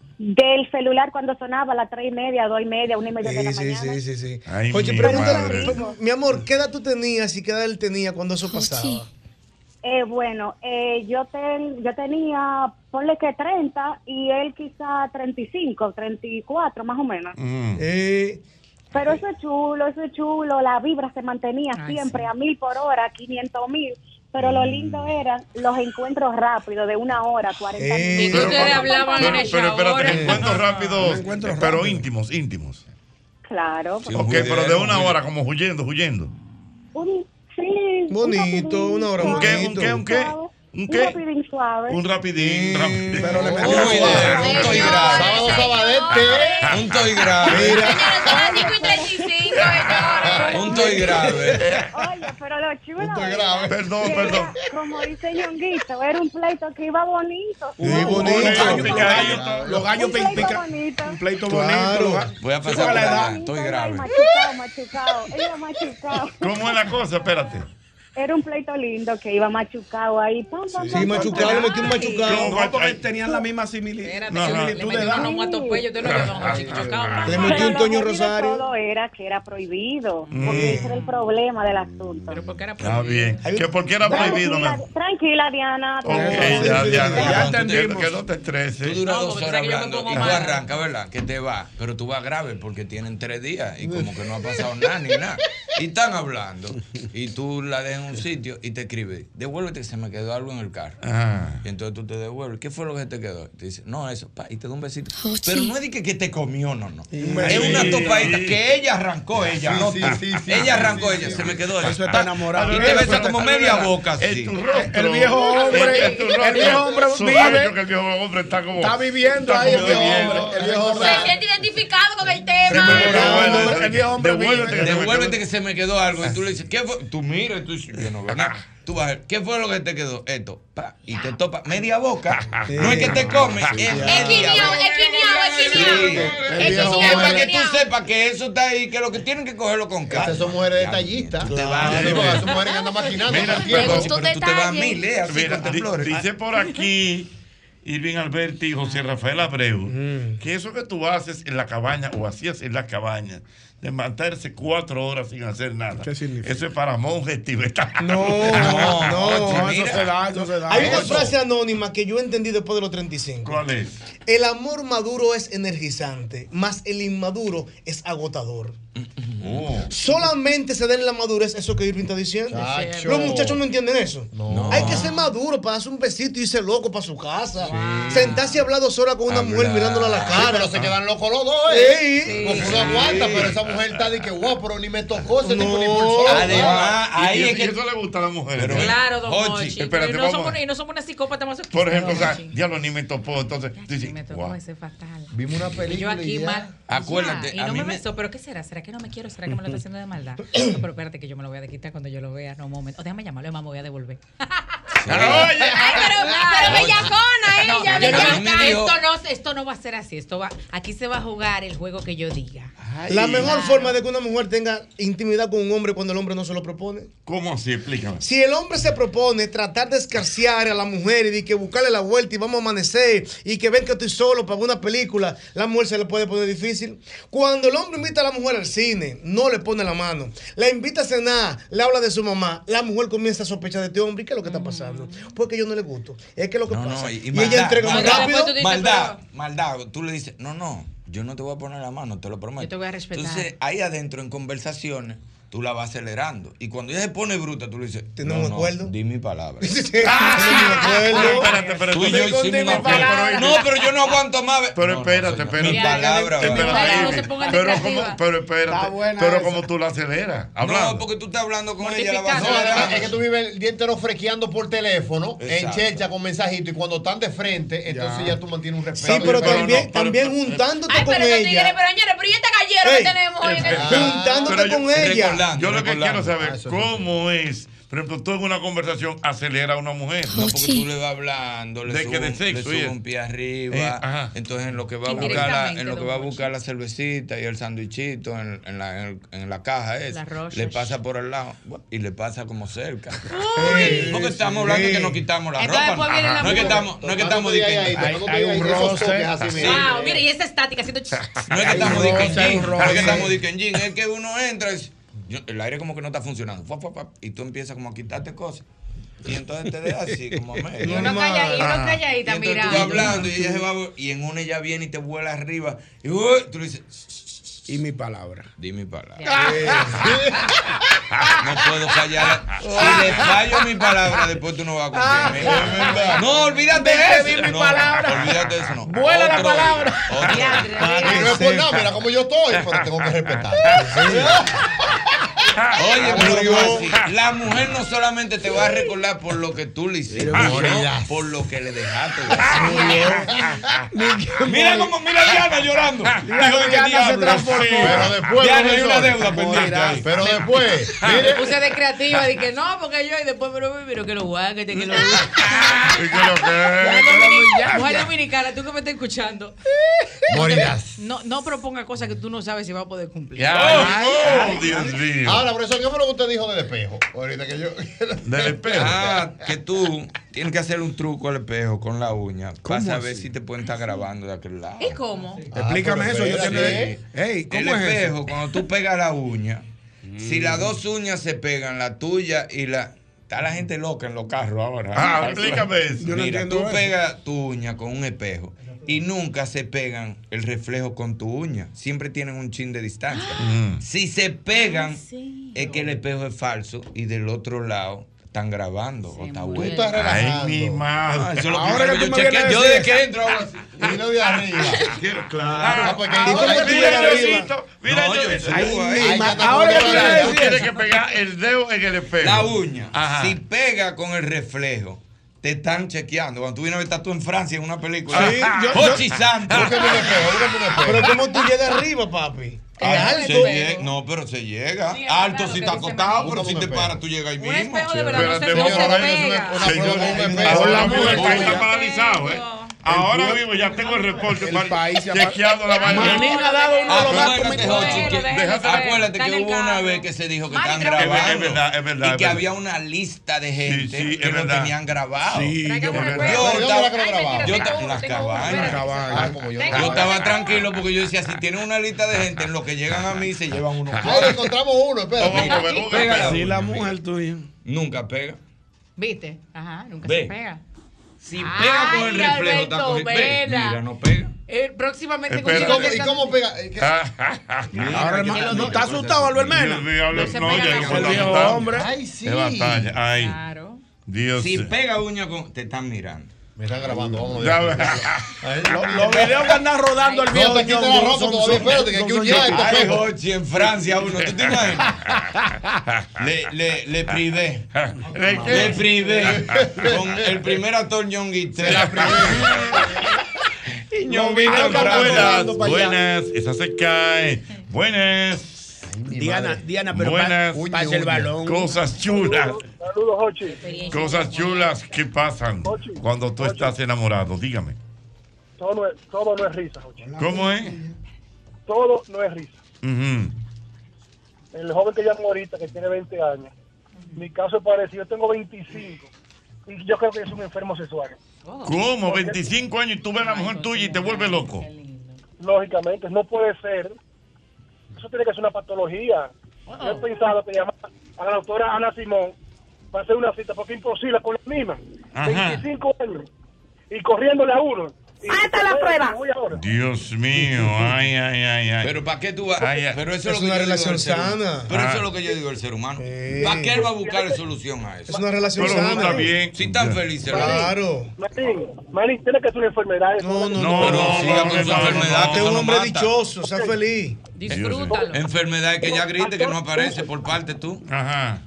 pi, pi del celular cuando sonaba a las tres y media, dos y media, una y media de la
Sí,
mañana.
sí, sí, sí.
Ay,
Jochi,
mi
pregúntale,
madre.
pre- mi amor, ¿qué edad tú tenías y qué edad él tenía cuando eso pasaba?
Eh, bueno, eh, yo, ten, yo tenía, ponle que 30 y él quizá 35, 34 más o menos.
Mm.
Eh,
Pero eso es chulo, eso es chulo, la vibra se mantenía siempre a mil por hora, 500 mil. Pero
Mm.
lo lindo eran los encuentros rápidos de una hora, 40 minutos.
Eh, Pero- pero- pero,
en el
pero
shower.
espérate, encuentros rápidos, pero íntimos, íntimos.
Claro.
ok, pero de una hora, como huyendo, huyendo.
Un, sí, un
Bonito,
rapidín
una hora
suave,
¿Un qué, un qué, un qué?
suave,
¿Un
un
qué?
rapidín suave.
Un rapidín, rapidín. Pero le
metió Uy, la- de- un toy grande. Sábado,
sabadete.
Un toy grave. Un toy grave.
Oye, pero lo chulo. era
Perdón,
que
perdón.
era, Como dice Ñonguito, era un pleito que iba bonito.
Sí, bonito.
Los gallos,
Los gallos, los gallos
Un pleito
pica-
bonito.
un pleito
Claro.
bonito. los ga-
Voy a
Sí,
pasar
con
por
la
acá.
edad.
Estoy grave.
Machucado, machucado. Era machucado.
¿Cómo es la cosa? Espérate.
Era un pleito lindo que iba machucado ahí. Pam, pam,
Sí,
pam, pam,
machucado,
pam.
le metí un machucado.
No,
No, porque
ay.
tenían la misma similitud.
Espérate,
No,
que
no.
le metí una onomatopeya, usted no vio, don Jochi, chocado, pa.
Le metí un
Lo
Toño
jodido
Rosario.
Todo era que era prohibido.
Mm.
Porque ese era el problema del asunto. Pero porque era
Está bien. Que porque era prohibido, me-
Tranquila, tranquila, Diana.
Ok,
tranquila.
ya, ya,
Ya
ya.
entendimos.
Que no te estreses.
Tú duras
No,
dos
porque tú
horas
sabes que yo me
hablando y
pongo
tú
mala.
arrancas, ¿verdad? Que te va. Pero tú vas grave porque tienen tres días y como que no ha pasado nada ni nada. Y están hablando. Y tú la dejas en un sitio y te escribe, devuélvete que se me quedó algo en el carro.
Ah.
Y entonces tú te devuelves. ¿Qué fue lo que te quedó? Y Te dice, no, eso. pa, y te da un besito. Pero no es de que, que te comió, no, no. Es una
Sí.
topadita que ella arrancó, ella.
Sí,
no
sí,
tú.
sí, sí, sí,
ella arrancó,
sí,
ella.
sí,
se
sí.
me quedó.
Eso
Pa,
está enamorado.
Y te besa como media boca. así.
En tu rostro.
El viejo hombre-
En tu rostro.
el viejo hombre
Sabe
vive.
yo que el viejo hombre está como.
Está viviendo
está
ahí el
como
viejo
viviendo.
hombre. El viejo hombre.
Se siente identificado con el tema.
Devuélvete,
El viejo hombre vive.
devuélvete, que se me quedó.
Devuélvete que se me quedó algo. Y tú le dices, ¿qué fue? Tú miras, y tú dices, yo no veo nada. Tú vas a ver, ¿qué fue lo que te quedó? Esto, pa, y te topa media boca. No es que te come, es
Es
media
quiniao,
boca.
es quiniao,
Sí.
es
Eso
quiniao. viejo
sí es para
hombre.
que tú sepas que eso está ahí, que lo que tienen que cogerlo con calma.
Esas son mujeres detallistas.
Te vas
Sí, porque Esas mujeres que andan maquinando.
Mira,
todo el
pero-
tiempo.
gustó
pero tú te vas a
detalle.
mil, ¿eh? Así
Mira,
con tus
di-
flores.
dice por aquí Irving Alberti y José Rafael Abreu que eso que tú haces en la cabaña o hacías en la cabaña de mantenerse cuatro horas sin hacer nada.
¿Qué significa?
Eso es para monjes tibetanos.
No,
No,
no,
no,
no.
Eso se da, eso se da.
Hay una
Eso.
frase anónima que yo entendí después de los 35.
¿Cuál es?
El amor maduro es energizante, más el inmaduro es agotador.
Oh.
Solamente se da en la madurez eso que Irving está diciendo.
Chacho.
Los muchachos no entienden eso.
No.
Hay que ser maduro para darse un besito y irse loco para su casa. Sentarse y hablar dos horas con una mujer mirándola a la
Sí,
cara.
pero se quedan locos los dos,
Ey.
¿eh? Porque uno aguanta, pero esa mujer está de que, wow, pero ni me tocó, ese tipo ni
No.
pulsó.
Además, ahí
y, y
es
eso-
que.
y eso le gusta a las mujeres. ¿eh?
Claro, don
Jochi,
Jochi.
espérate,
y, no
vamos.
somos, y no somos una psicópata más
Por ejemplo, o sea,
Don Jochi.
diablo ni me topó. Entonces, tú dices,
me tocó
"Guau".
ese fatal.
Vimos una película.
Y yo aquí
y ya.
mal.
Ah, Acuérdate,
Ya, y
a
no
mí
me
me-
besó, pero ¿qué será? ¿Será que no me quiero? ¿Será que me lo está haciendo de maldad? No, pero espérate que yo me lo voy a quitar cuando yo lo vea. No, un momento. O déjame llamarlo, mamá, voy a devolver.
Ah, oye,
Ay, pero, pero
eh,
bellacona ella,
No, yo no-
bellaca.
a mí me dijo-
Esto no, esto no va a ser así. Esto va, aquí se va a jugar el juego que yo diga.
La mejor forma de que una mujer tenga intimidad con un hombre cuando el hombre no se lo propone.
¿Cómo así? Explícame.
Si el hombre se propone tratar de escarciar a la mujer y de que buscarle la vuelta y vamos a amanecer y que ven que estoy solo para una película, la mujer se le puede poner difícil. Cuando el hombre invita a la mujer al cine, no le pone la mano, la invita a cenar, le habla de su mamá, la mujer comienza a sospechar de este hombre. ¿Y qué es lo que está pasando? Porque yo no le gusto. Es que es lo que
Mm. No,
pasa.
no, y,
y
y maldad,
ella entrega muy
maldad,
rápido.
tú dices,
maldad, maldad. Tú le dices, no, no, yo no te voy a poner la mano, te lo prometo.
Yo te voy a respetar.
Entonces, ahí adentro, en conversaciones, tú la vas acelerando. Y cuando ella se pone bruta, tú le dices,
Tenemos
no, no,
acuerdo.
di mi palabra. Ah,
Yo no me acuerdo.
Espérate, pero
Tú y yo
entonces-
hicimos
Pero-
una acuerdo. No, pero yo no aguanto más.
Pero
No, no,
espérate,
señor.
espérate.
Mi palabra,
Espérate,
¿verdad?
Para que no
Ivy.
se pongan
pero,
negativa.
como, pero
Está
espérate,
buena
pero
esa.
como tú la aceleras,
No,
hablando.
porque tú estás hablando con ella, la vas
No,
Mortificando.
acelerando.
además, es que tú vives el día entero fresqueando por teléfono, en
Exacto.
checha, con mensajitos, y cuando están de frente, entonces ya, tú mantienes un respeto.
Sí, pero
Pero
también,
no, pero-
eh,
también juntándote
Ay,
con
pero estos tigres,
ella.
pero señores, pero y este gallero
Ey,
que tenemos hoy en el
juntándote
Pero yo-
con ella.
Recordando,
yo lo que
recordando.
quiero saber
Ah, eso sí.
cómo es Por ejemplo, tú en una conversación acelera a una mujer.
No, porque tú le vas hablando, le
De
sube
que de
un-
sexo,
le sube
¿y
un
es?
pie arriba.
Eh, ajá.
entonces en lo que va a buscar la,
Indirectamente,
en lo que
don
va a
Jorge.
buscar la cervecita y el sandwichito en, en la, en, el- en la caja
La
esa,
Rochers.
le pasa por al lado bueno, y le pasa como cerca.
Uy.
Porque estamos hablando de que nos quitamos la
Entonces,
ropa.
pues, viene la
no, es que
mujer.
estamos, no es que estamos
Tomando
diciendo,
ahí,
hay,
tomando
hay
ahí,
un
esos
roce.
toques
Ah,
así.
Wow, mira, y esta estática haciendo.
No es que estamos de
roce, hay
Kenjin,
un
no es que
roce.
estamos de Kenjin, es que uno entra y dice, yo- el aire como que no está funcionando. Fua, fua, fua, y tú empiezas como a quitarte cosas. Y entonces te dejas así, como a medio.
Y uno calla- y uno
Ajá.
calladita,
Y entonces
mira.
tú vas hablando y ella se va, y en una ella viene y te vuela arriba. Y uy, tú le dices. Y mi palabra. Di mi palabra. No puedo callar. Si le fallo mi palabra, después tú no vas a confiar en mí. No, olvídate
Dije,
de eso.
di mi
No,
palabra.
Olvídate de eso, no.
Vuela la palabra.
Ah,
Y no es por nada, mira cómo yo estoy, pero tengo que respetar.
Oye, pero yo así, la mujer no solamente te va a recordar por lo que tú le hiciste, sino por lo que le dejaste. de hacer. mira cómo mira a Diana llorando. Dijo, ¿de qué diablo? Sí.
Pero después,
Diana, hay una
profesor,
deuda pendiente. ahí.
Pero después,
Me
mire,
puse de creativa, dije, no, porque yo, y después, pero, pero que lo guáquete, que lo Mujer dominicana, mujer dominicana, tú que me estás escuchando.
Morirás.
No, no proponga cosas que tú no sabes si vas a poder cumplir.
Ya.
Oh, Dios mío.
ahora, profesor, ¿qué fue lo que usted dijo del espejo? Ahorita que yo.
Del espejo. Ah, que tú tienes que hacer un truco al espejo con la uña para
¿Cómo
saber
así? Ah,
si te pueden estar grabando de aquel lado.
¿Y cómo?
Ah,
Explícame eso, yo siempre-
Sí.
Ey, ¿cómo
El
es eso?
espejo, cuando tú pegas la uña, si las dos uñas se pegan, la tuya y la. Está la gente loca en los carros ahora.
Ah, explícame eso. Yo no
Mira, tú
entiendo eso.
pegas tu uña con un espejo y nunca se pegan el reflejo con tu uña. Siempre tienen un chin de distancia.
Mm.
Si se pegan, es que el espejo es falso y del otro lado están grabando. o está bueno.
estás relajando. Ay, mi madre.
Ah, eso es lo
Ahora que
primero
tú
yo
me
chequeo.
vienes a
Yo
decir
desde que
eso.
entro hago así.
Miro de arriba.
Claro.
Ah, porque
Ahora,
ahora que tú
mira,
vienes arriba.
Diosito, mira,
No, yo-
Diosito.
Ay,
Ay,
mi
ya
ma-
está
ahora que
como
tú
que
le
tú
decías.
tienes que pegar el dedo en el espejo.
La uña.
Ajá.
Si pega con el reflejo, te están chequeando. Cuando tú vienes a ver, estás tú en Francia en una película.
Sí, yo-
Jochi
yo-
Santos.
Búscame un espejo, Pero como tú llegas arriba, papi.
Ah,
Es
se
alto.
llega- no, pero se llega.
Sí, es
Alto
verdad,
si
lo
está
que dice
acostado,
Manny.
pero si te paras, tú llegas ahí mismo.
espejo de verdad,
verdad
no se- no se pega. Ahora mismo el país está paralizado, ¿eh? Ahora mismo ya tengo el reporte para chequeado la vaina. Ah,
Acuérdate, Jochi, que- acuérdate que hubo una vez que se dijo que
Mani,
estaban
creo que-
grabando.
Es verdad, es verdad,
Y
es
que
verdad.
había una lista de gente
sí, es
que no
verdad.
tenían grabado.
Sí,
yo,
Traigamos es verdad.
estaba-
recuerdo.
yo
Ay, mentira,
estaba- yo
tengo
estaba-
uno,
las
tengo uno,
cabañas.
espérate.
cabañas.
Ah, como yo
Yo
estaba.
estaba tranquilo porque yo decía, si tienen una lista de gente, en lo que llegan a mí se llevan unos
Ahora encontramos uno,
Mira,
espérate.
pega la
Si la
uña,
mujer tuya.
Nunca pega.
¿Viste? Ajá, nunca
Ve.
se pega.
Si
Ah,
pega con el reflejo, está
Alberto
cogido. Ve,
Vera.
Mira, no pega.
Eh, próximamente
Espera.
contigo
¿Y cómo-
que-
y
¿Cómo pega? Eh,
Ah.
Ahora, hermano, ¿no está asustado, Albert Mena?
No, ya hay que
El
botar
viejo
batalla.
hombre.
Ay,
Es batalla. Ay. Dios.
Si pega uña con. Te están mirando.
Me están grabando, vamos.
Ya ve-
Los videos que andan rodando el
No,
viejo
te quites la ropa todavía, espérate, que aquí un
son- pues.
llanto,
Ay,
pejo.
joder.
Si en Francia uno, ¿tú te imaginas? Le, le, le privé.
qué?
Le privé. Con el primer actor John Guitté. Y John Guitté hablando.
Buenas, buenas, esa se cae. Buenas.
Diana, Diana, pero
buenas.
pa- pasa el balón.
Cosas chulas,
Saludos, Jochi.
cosas chulas que pasan cuando tú estás enamorado. Dígame.
Todo no es, todo no es risa, Jochi.
¿Cómo es?
Todo no es risa.
Ujú.
El joven que llamo ahorita, que tiene 20 años, mi caso es parecido. Yo tengo 25 y yo creo que es un enfermo sexual.
Oh. ¿Cómo? 25 años y tú ves a la mujer tuya y te vuelves loco.
Lógicamente, no puede ser. Eso tiene que ser una patología. Yo he pensado que llamar a la doctora Ana Simón para hacer una cita, porque es imposible con la misma.
Ajá.
25 años y corriéndole a uno. ¡Hasta la prueba!
Dios mío, ay, ay, ay, ay.
Pero ¿para qué tú vas?
Ay, ay.
Pero eso es,
Es
lo que
una
yo digo
relación
del ser humano.
sana.
Pero
Ah.
eso es lo que yo digo del ser humano. ¿Para qué él va a buscar solución a eso?
Es una relación
Pero uno
sana.
está bien. Si están felices. los dos.
Marín, Marín, tiene que ser una enfermedad.
No,
No,
no, siga con su enfermedad. que
Este es
eso
un
lo
hombre
mata.
dichoso, sea feliz.
Disfrútalo. Enfermedad que ya grite que no aparece por parte tú.
Ajá.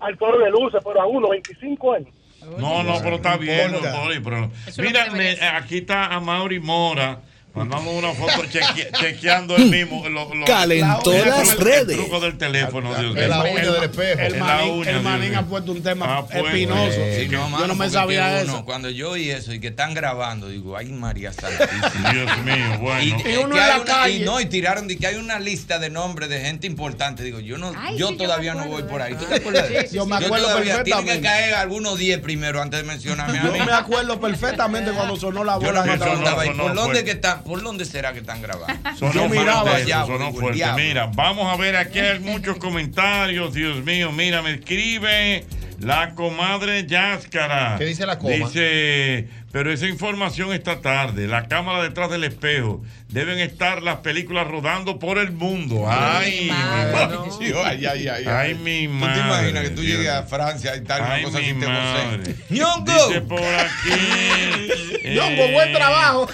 Al toro de luces, pero a uno, 25 años.
Ah, No, no, pero está bien. no, Poli, pero- Mira, me- aquí está a Mauri Mora Mandamos una foto cheque- chequeando el mismo. lo- lo-
Calentó
el
las
truco-
redes.
El truco del teléfono. Dios mío.
El ma- el ma- El
Es la
manín,
uña,
el
Dios
manín
mío.
ha puesto un tema
Ah, pues,
espinoso.
eh,
Sí, no,
yo no
mano,
me
porque
sabía
que uno,
eso.
Cuando yo oí eso y que están grabando, digo, ay María Santísima.
Dios mío, bueno.
Y,
Y
eh,
uno
que
en
hay
la
una-
calle.
y no, y tiraron de que hay una lista de nombres de gente importante. Digo, yo no,
Ay,
yo
sí, yo
todavía
me
no voy
acuerdo
por ahí. ¿Tú
de
te
eso.
acuerdas de
Sí, sí,
eso?
sí. Yo me acuerdo
todavía tienen que
perfectamente.
caer algunos 10 primero antes de mencionarme a
Yo
mí.
me acuerdo perfectamente cuando sonó la
Yo
bola.
no pues, me
de Maradona.
preguntaba, ¿y por
sonó
dónde que están, por dónde será que están grabando?
Sonó
yo
fuerte
miraba
eso,
allá.
sonó
digo, el
fuerte.
diablo.
Mira, vamos a ver, aquí hay muchos comentarios, Dios mío. Mira, me escribe la comadre Yáscara.
¿Qué dice la coma?
Dice, pero esa información está tarde. La cámara detrás del espejo. Deben estar las películas rodando por el mundo. Ay, mi madre.
Ay, ay, ay, ay.
Ay, mi
¿Tú te
madre.
imaginas que tú llegues a Francia y tal, una
Ay,
cosa
mi
así te
madre.
posee? ¡Ñongo!
Dice por aquí.
eh,
Ñongo, buen trabajo.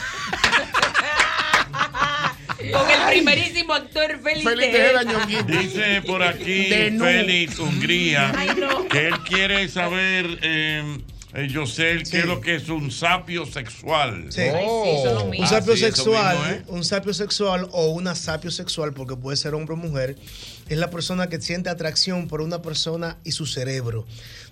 Con el primerísimo actor Félix, Tejeda.
Dice por aquí
De nu.
Félix Hungría
Ay, no.
que él quiere saber, eh, eh, Yosel, qué es lo que es un sapio sexual. Ah,
Sí.
Oh.
Ah,
Un sapio sexual,
¿eh?
¿eh?
un sapio sexual o una sapio sexual, porque puede ser hombre o mujer, es la persona que siente atracción por una persona y su cerebro.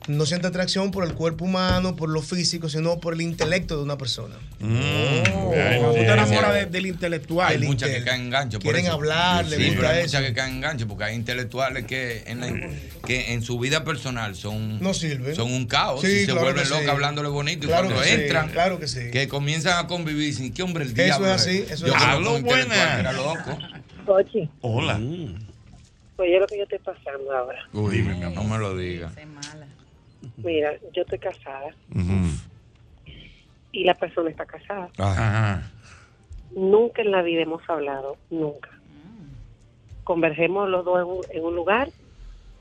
No siente atracción por el cuerpo humano, por lo físico, sino por el intelecto de una persona.
Oh,
Cuando tú te enamoras de- del intelectual.
Hay muchas que caen en gancho. por
Quieren
eso.
hablar,
Sí,
les
pero
gusta
hay
eso.
muchas que caen en gancho porque hay intelectuales que en, la- que en su vida personal son,
No sirve.
son un caos
Sí,
y se
claro
vuelven
que
locas
sí.
hablándole bonito.
Claro
y cuando
que sí,
entran,
claro que sí.
comienzan a convivir sin que hombre el
Eso
diablo.
es así, eso
yo
es así.
conozco un
Aló,
intelectual
buenas.
que era loco.
Cochi,
Hola.
pues yo lo que yo estoy pasando ahora.
Uy, no me lo digas.
Mira, yo estoy casada y la persona está casada.
Ajá.
Nunca en la vida hemos hablado, nunca. Convergemos los dos en un, en un lugar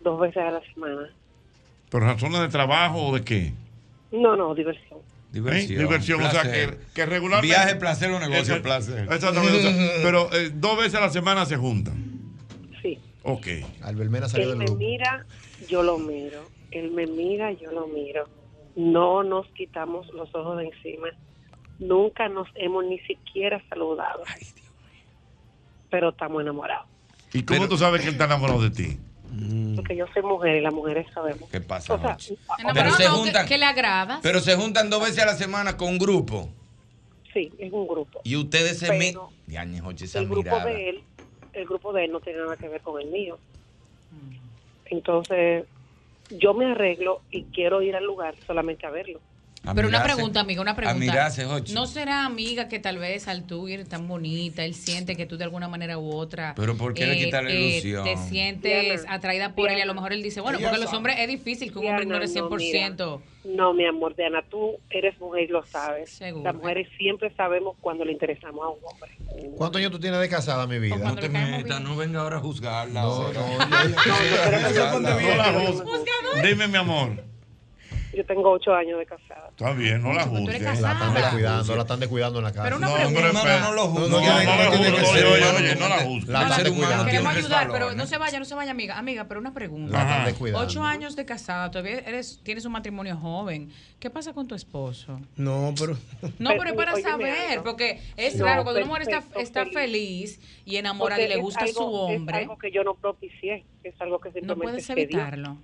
dos veces a la semana.
¿Por razones de trabajo o de qué?
No, no, diversión.
Diversión.
¿Eh? Diversión, o sea, que,
placer.
que regularmente.
Viaje, placer o negocio,
Esa-
placer.
Exactamente. o sea, pero eh, dos veces a la semana se juntan.
Sí.
Ok.
Albermena
Él me mira, yo lo miro. Él me mira, yo lo miro. No nos quitamos los ojos de encima. Nunca nos hemos ni siquiera saludado. Pero estamos enamorados.
¿Y cómo tú sabes que él está enamorado de ti?
Porque yo soy mujer y las mujeres sabemos.
¿Qué pasa?
O sea,
Pero se
no, que-
juntan.
que, le agrada.
Pero se juntan dos veces a la semana con un grupo
sí, es un grupo.
y ustedes se
Pero
miran. Diañez, Jochi, esa
el grupo
mirada.
de él, el grupo de él no tiene nada que ver con el mío. Entonces, yo me arreglo y quiero ir al lugar solamente a verlo.
A
Pero una
mirarse.
pregunta, amiga, una
A
pregunta.
mirarse, Jochi.
¿No será amiga que tal vez al tú ir tan bonita, él siente que tú de alguna manera u otra. eh,
Pero ¿por qué le quita la ilusión?
Te sientes
Diana,
atraída por él y a lo mejor él dice, bueno,
Ella
porque los
sabe.
hombres es difícil que un hombre
Diana,
ignore 100%.
No, mira. No, mi amor, Diana, tú eres mujer y lo sabes. Las mujeres siempre sabemos cuando le interesamos a un hombre.
¿Cuántos años tú tienes de casada, mi vida?
No te metas, no venga ahora a juzgarla.
No,
ahora.
no,
No la juzgues. Dime, mi amor.
Yo tengo ocho años de casada.
Está bien, no la juzgues.
La están descuidando, la están descuidando en la casa.
Pero una
No,
pregunta.
hombre, espera.
no lo juzgues.
No, no, no,
Tiene
la
que
juzgues.
ser
Oye,
humano
oye,
como
no la
te-
juzgues.
La
El
están
ser humano
descuidando.
tiene
Queremos
que ¿eh?
ayudar, pero
valorar.
no se vaya, no se vaya, amiga. Amiga, pero
La
una
están
pregunta.
descuidando.
Ocho años de casada, todavía eres, tienes un matrimonio joven. ¿Qué pasa con tu esposo?
No, pero.
No, pero es para
Óyeme
saber,
algo.
porque es
No,
raro, cuando una mujer
perfecto,
está, está feliz y enamorada
Porque
y le
es
gusta
algo-
su hombre,
Es algo que yo no propicié, es algo que
no
simplemente
puedes
se dio.
evitarlo.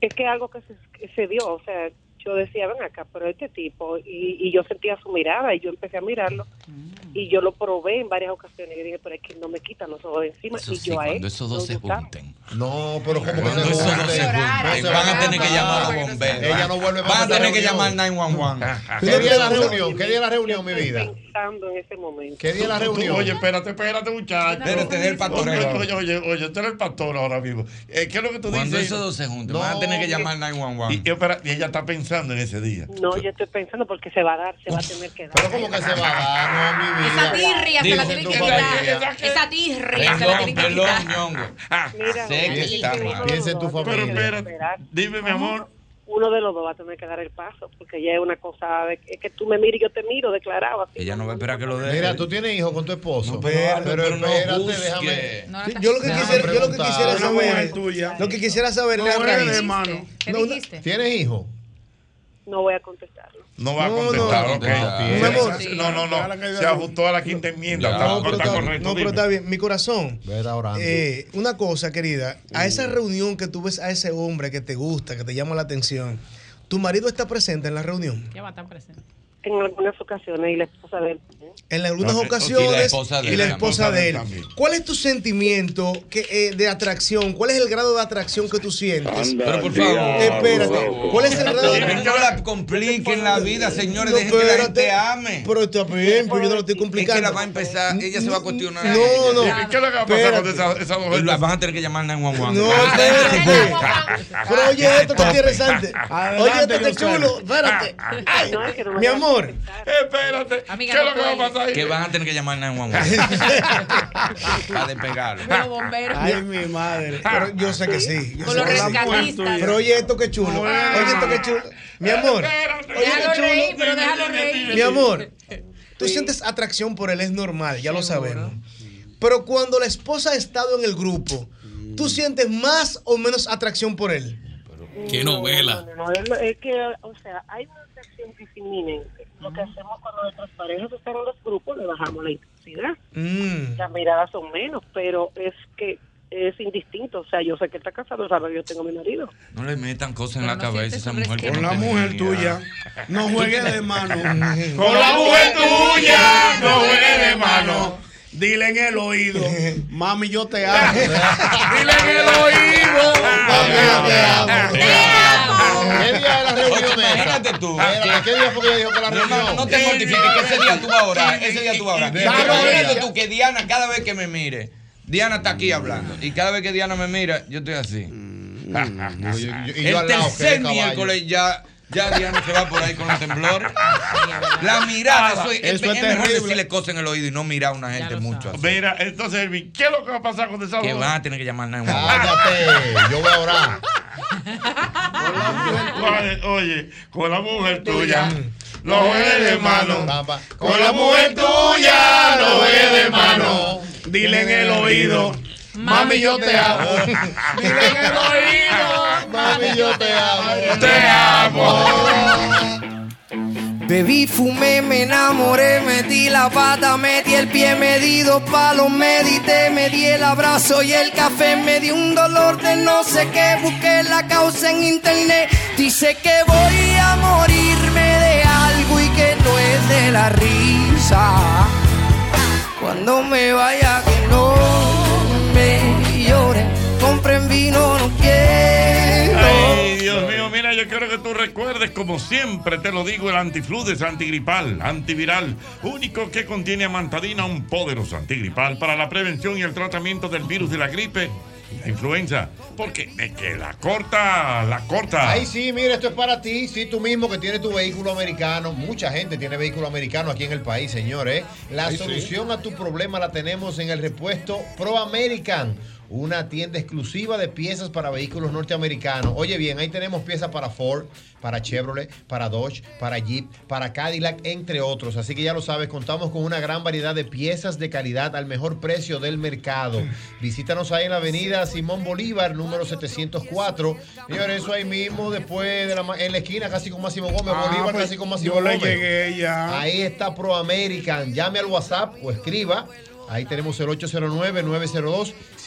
Es que algo que se, que se dio, o sea, yo decía, ven acá, pero este tipo, y, y yo sentía su mirada y yo empecé a mirarlo
Mm.
y yo lo probé en varias ocasiones y dije, pero es que no me quitan los ojos de encima
Eso
y
sí,
yo a él.
cuando esos dos
nos
se
gustamos.
junten.
No, pero como que
Cuando esos dos se
se
junten, van a tener que llamar a los bomberos.
Ella no vuelve
Van a tener que llamar al
nada.
911.
¿Qué día es la reunión? ¿Qué día es la reunión, mi vida?
pensando en ese momento.
¿Qué día es la
Tú- tú-
reunión?
Oye, espérate, espérate, muchacho.
Espérate, este es el pastoreo.
Oye, oye, oye, oye, tú eres el pastor ahora mismo. Eh, ¿Qué es lo que tú
Cuando
dices? eh,
esos dos se junten, van a tener que llamar al 911.
Y, y espera, y ella está pensando en ese día.
No, yo estoy pensando porque se va a dar, se va a tener que dar.
Pero como que se va a dar, no, mi vida.
Esa tirria se la
Digo,
tiene
tu
que
familia.
quitar. Esa tirria se la tiene que
Perdón, perdón,
quitar.
ñongo.
Ah,
Mira,
Sé que
sí,
está
sí,
mal.
uno
Piensa
de
en
los
tu
dos
familia.
tiene que
Pero
esperar.
Dime, mi amor.
Uno de los dos va a tener que dar el paso, porque ya es una cosa de que, es que tú me mires y yo te miro, declarado. Así.
Ella no va a esperar que lo deje.
Mira, tú tienes hijos con tu esposo.
Pero,
pero
pero no
espérate,
juzgue.
déjame.
No,
Sí, yo lo que
no,
quisiera, yo lo que
preguntaba.
quisiera
Una mujer
saber.
tuya.
Lo que quisiera saber
No
es
eres,
raíz.
hermano.
¿Qué
No, no.
dijiste?
¿Tienes hijos?
No voy a contestarlo.
No va a
No,
contestar,
no,
ok.
no, no, no,
Sí. No, no, no. Se
no.
ajustó a la quinta enmienda. Está-
no, pero
Ah, está
está,
correcto,
no, pero
dime.
está bien. Mi corazón.
Vera orando.
eh, una cosa, querida. A esa reunión que tú ves a ese hombre que te gusta, que te llama la atención, ¿tu marido está presente en la reunión?
Ya va a estar presente.
En algunas ocasiones y la esposa de él.
En algunas
No,
ocasiones.
y la esposa de
y
él
la
también.
esposa de él.
También.
¿Cuál es tu sentimiento que, eh, de atracción? ¿Cuál es el grado de atracción que tú sientes?
Pero por favor.
Espérate. ¿Cuál es el grado de
No la compliquen la vida, señores.
No,
Dejen que la
espérate.
gente ame.
Pero está bien, pero yo no lo estoy complicando.
Es que la va a empezar, ella se va a cuestionar.
No, no.
¿Y ¿Qué le va a pasar
Espérate.
con esa, esa mujer? La van a tener que llamar 911.
No, espérate. Pero oye esto que interesante.
Ah.
Oye esto que chulo. Espérate.
Ah,
Ay, mi amor.
Espérate.
Amiga, ¿Qué es lo que va a pasar
Que van a tener que llamar 911. Para despegarlo.
Los bomberos.
Ay, mi madre. Pero yo sé que sí. Yo
Con
sé
los
que sí.
rescatistas.
Pero oye esto que chulo. Oye esto que chulo. Mi amor. Oye
Déjalo
qué
reír,
chulo.
pero déjalo reír.
Mi amor, tú sientes atracción por él, es normal, ya lo sabemos. Pero cuando la esposa ha estado en el grupo,
Mm.
¿tú sientes más o menos atracción por él? Eh.
Qué novela.
No, no, es lo- es que, o sea, hay una atracción que se miden. Lo que hacemos cuando nuestras parejas están en los grupos, le bajamos la intensidad.
Mm.
Mm.
Las miradas son menos, pero es que es indistinto. O sea, yo sé que él está casado, sabe que yo tengo mi marido.
No le metan cosas en la cabeza a esa mujer. que
Con
no
la
tenía.
mujer tuya. No juegues de mano.
Con la mujer tuya, no juegues de
mano. Dile en el oído, mami, yo te amo. Dile en el oído, mami, yo te amo.
¿Qué día de la reunión
Imagínate tú. eh.
¿A Ah, qué día fue que ella dijo que la
No,
reunión?
no, no te mortifiques, que ese día tú vas a orar. Ese día tú vas a orar.
De-
Pero
de-
imagínate
de-
tú que Diana, cada vez que me mire, Diana está aquí hablando. Y cada vez que Diana me mira, yo estoy así.
y Mm, yo
El
al lado, que
tercer
de caballo.
miércoles ya. Ya Diana se va por ahí con los temblores. La
Ah,
mirada, eso, es-
Eso
es,
es
mejor
terrible.
decirle cosas en el oído y no mirar a una gente mucho así.
Mira, entonces, Elvin, ¿qué es lo que va a pasar con esa
Que
mujer?
van a tener que llamar a nadie.
Ah, Cállate, yo voy a orar.
Oye, Oye, con la mujer tuya, no juegues de mano. Con la mujer tuya, no juegues de mano. Dile en el oído, mami, yo te amo. Dile en el oído, mami, yo te amo. Te amo.
Bebí, fumé, me enamoré, metí la pata, metí el pie, me di dos palos, medité, me di el abrazo y el café, me di un dolor de no sé qué, busqué la causa en internet, dice que voy a morirme de algo y que no es de la risa. Cuando me vaya que no me lloren, compren vino, no quiero.
Ay, Dios mío, mira, yo quiero que tú recuerdes, como siempre te lo digo, el antifludes antigripal, antiviral, único que contiene amantadina, un poderoso antigripal para la prevención y el tratamiento del virus de la gripe y la influenza. Porque de que la corta, la corta.
Ahí sí, mira, esto es para ti. Sí, tú mismo que tienes tu vehículo americano. Mucha gente tiene vehículo americano aquí en el país, señores. La
Ahí sí.
solución a tu problema la tenemos en el repuesto Pro American. Una tienda exclusiva de piezas para vehículos norteamericanos. Oye bien, ahí tenemos piezas para Ford, para Chevrolet, para Dodge, para Jeep, para Cadillac, entre otros. Así que ya lo sabes, contamos con una gran variedad de piezas de calidad al mejor precio del mercado. Visítanos ahí en la avenida Simón Bolívar, número 704. Señores, eso ahí mismo, después de la, ma- en la esquina, casi con Máximo Gómez,
Ah,
Bolívar,
pues,
casi con Máximo
yo le
Gómez.
llegué ya.
Ahí está Pro American. Llame al WhatsApp o escriba. Ahí tenemos el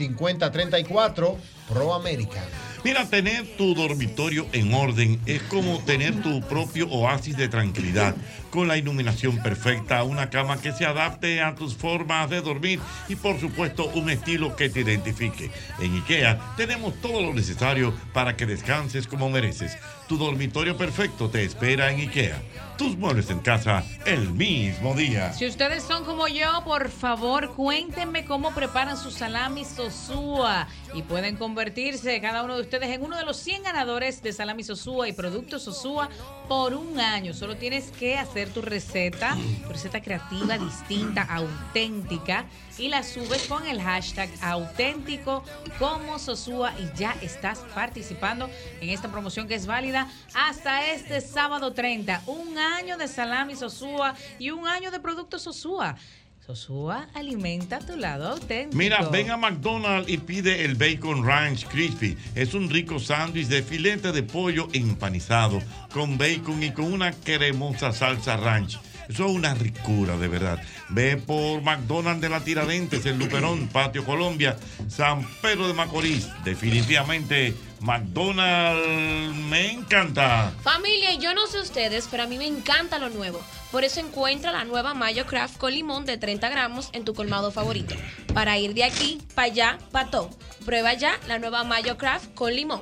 809-902-5034. Pro American.
Mira, tener tu dormitorio en orden es como tener tu propio oasis de tranquilidad, con la iluminación perfecta, una cama que se adapte a tus formas de dormir y por supuesto un estilo que te identifique. En IKEA tenemos todo lo necesario para que descanses como mereces. Tu dormitorio perfecto te espera en IKEA. Tus muebles en casa el mismo día.
Si ustedes son como yo, por favor, cuéntenme cómo preparan su salami Sosúa y pueden convertirse cada uno de ustedes en uno de los 100 ganadores de salami Sosúa y productos Sosúa por un año. Solo tienes que hacer tu receta, tu receta creativa, distinta, auténtica y la subes con el hashtag auténtico como Sosúa y ya estás participando en esta promoción que es válida hasta este sábado 30. Un año de salami Sosúa y un año de productos Sosúa. Sosúa alimenta tu lado auténtico.
Mira, ven a McDonald's y pide el Bacon Ranch Crispy. Es un rico sándwich de filete de pollo empanizado con bacon y con una cremosa salsa ranch. Eso es una ricura, de verdad. Ve por McDonald's de la Tiradentes, el Luperón, Patio Colombia, San Pedro de Macorís. Definitivamente, McDonald's me encanta.
Familia, yo no sé ustedes, pero a mí me encanta lo nuevo. Por eso encuentra la nueva Mayo Craft con limón de 30 gramos en tu colmado favorito. Para ir de aquí, para allá, para todo. Prueba ya la nueva Mayo Craft con limón.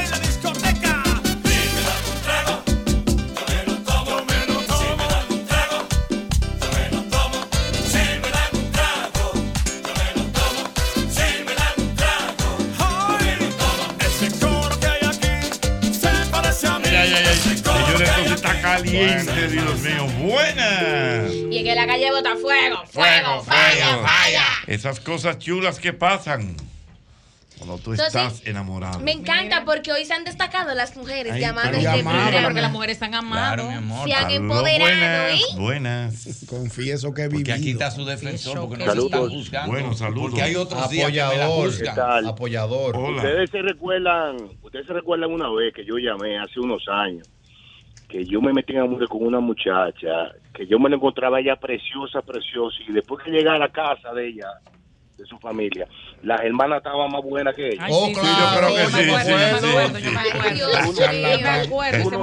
Ya, ya, ya. Señores, esto está caliente, Dios mío. Buenas.
Y es que la calle bota fuego,
Fuego,
fuego,
fuego.
fuego, fuego.
Esas cosas chulas que pasan cuando tú
Entonces,
estás enamorado.
Me encanta porque hoy se han destacado las mujeres
Ay,
llamadas
pero
de
llamadas,
programa.
porque las
mujeres están
Claro, mi amor.
Se han
Aló,
empoderado, ¿eh?
Buenas.
Confieso que he vivido.
aquí está su defensor, porque no se está
Saludos.
juzgando.
Bueno, saludos.
Porque hay otros días que me la
Apoyador.
juzgan.
Apoyador.
Ustedes se recuerdan, ustedes se recuerdan una vez que yo llamé hace unos años que yo me metí en amor con una muchacha, que yo me la encontraba ella preciosa, preciosa y después que llegué a la casa de ella de su familia, las hermanas estaban más buenas que ella.
Ay, Oh, sí, claro, sí, yo creo que yo me sí, acuerdo, sí, yo me sí. acuerdo, yo me acuerdo. Yo me acuerdo, ese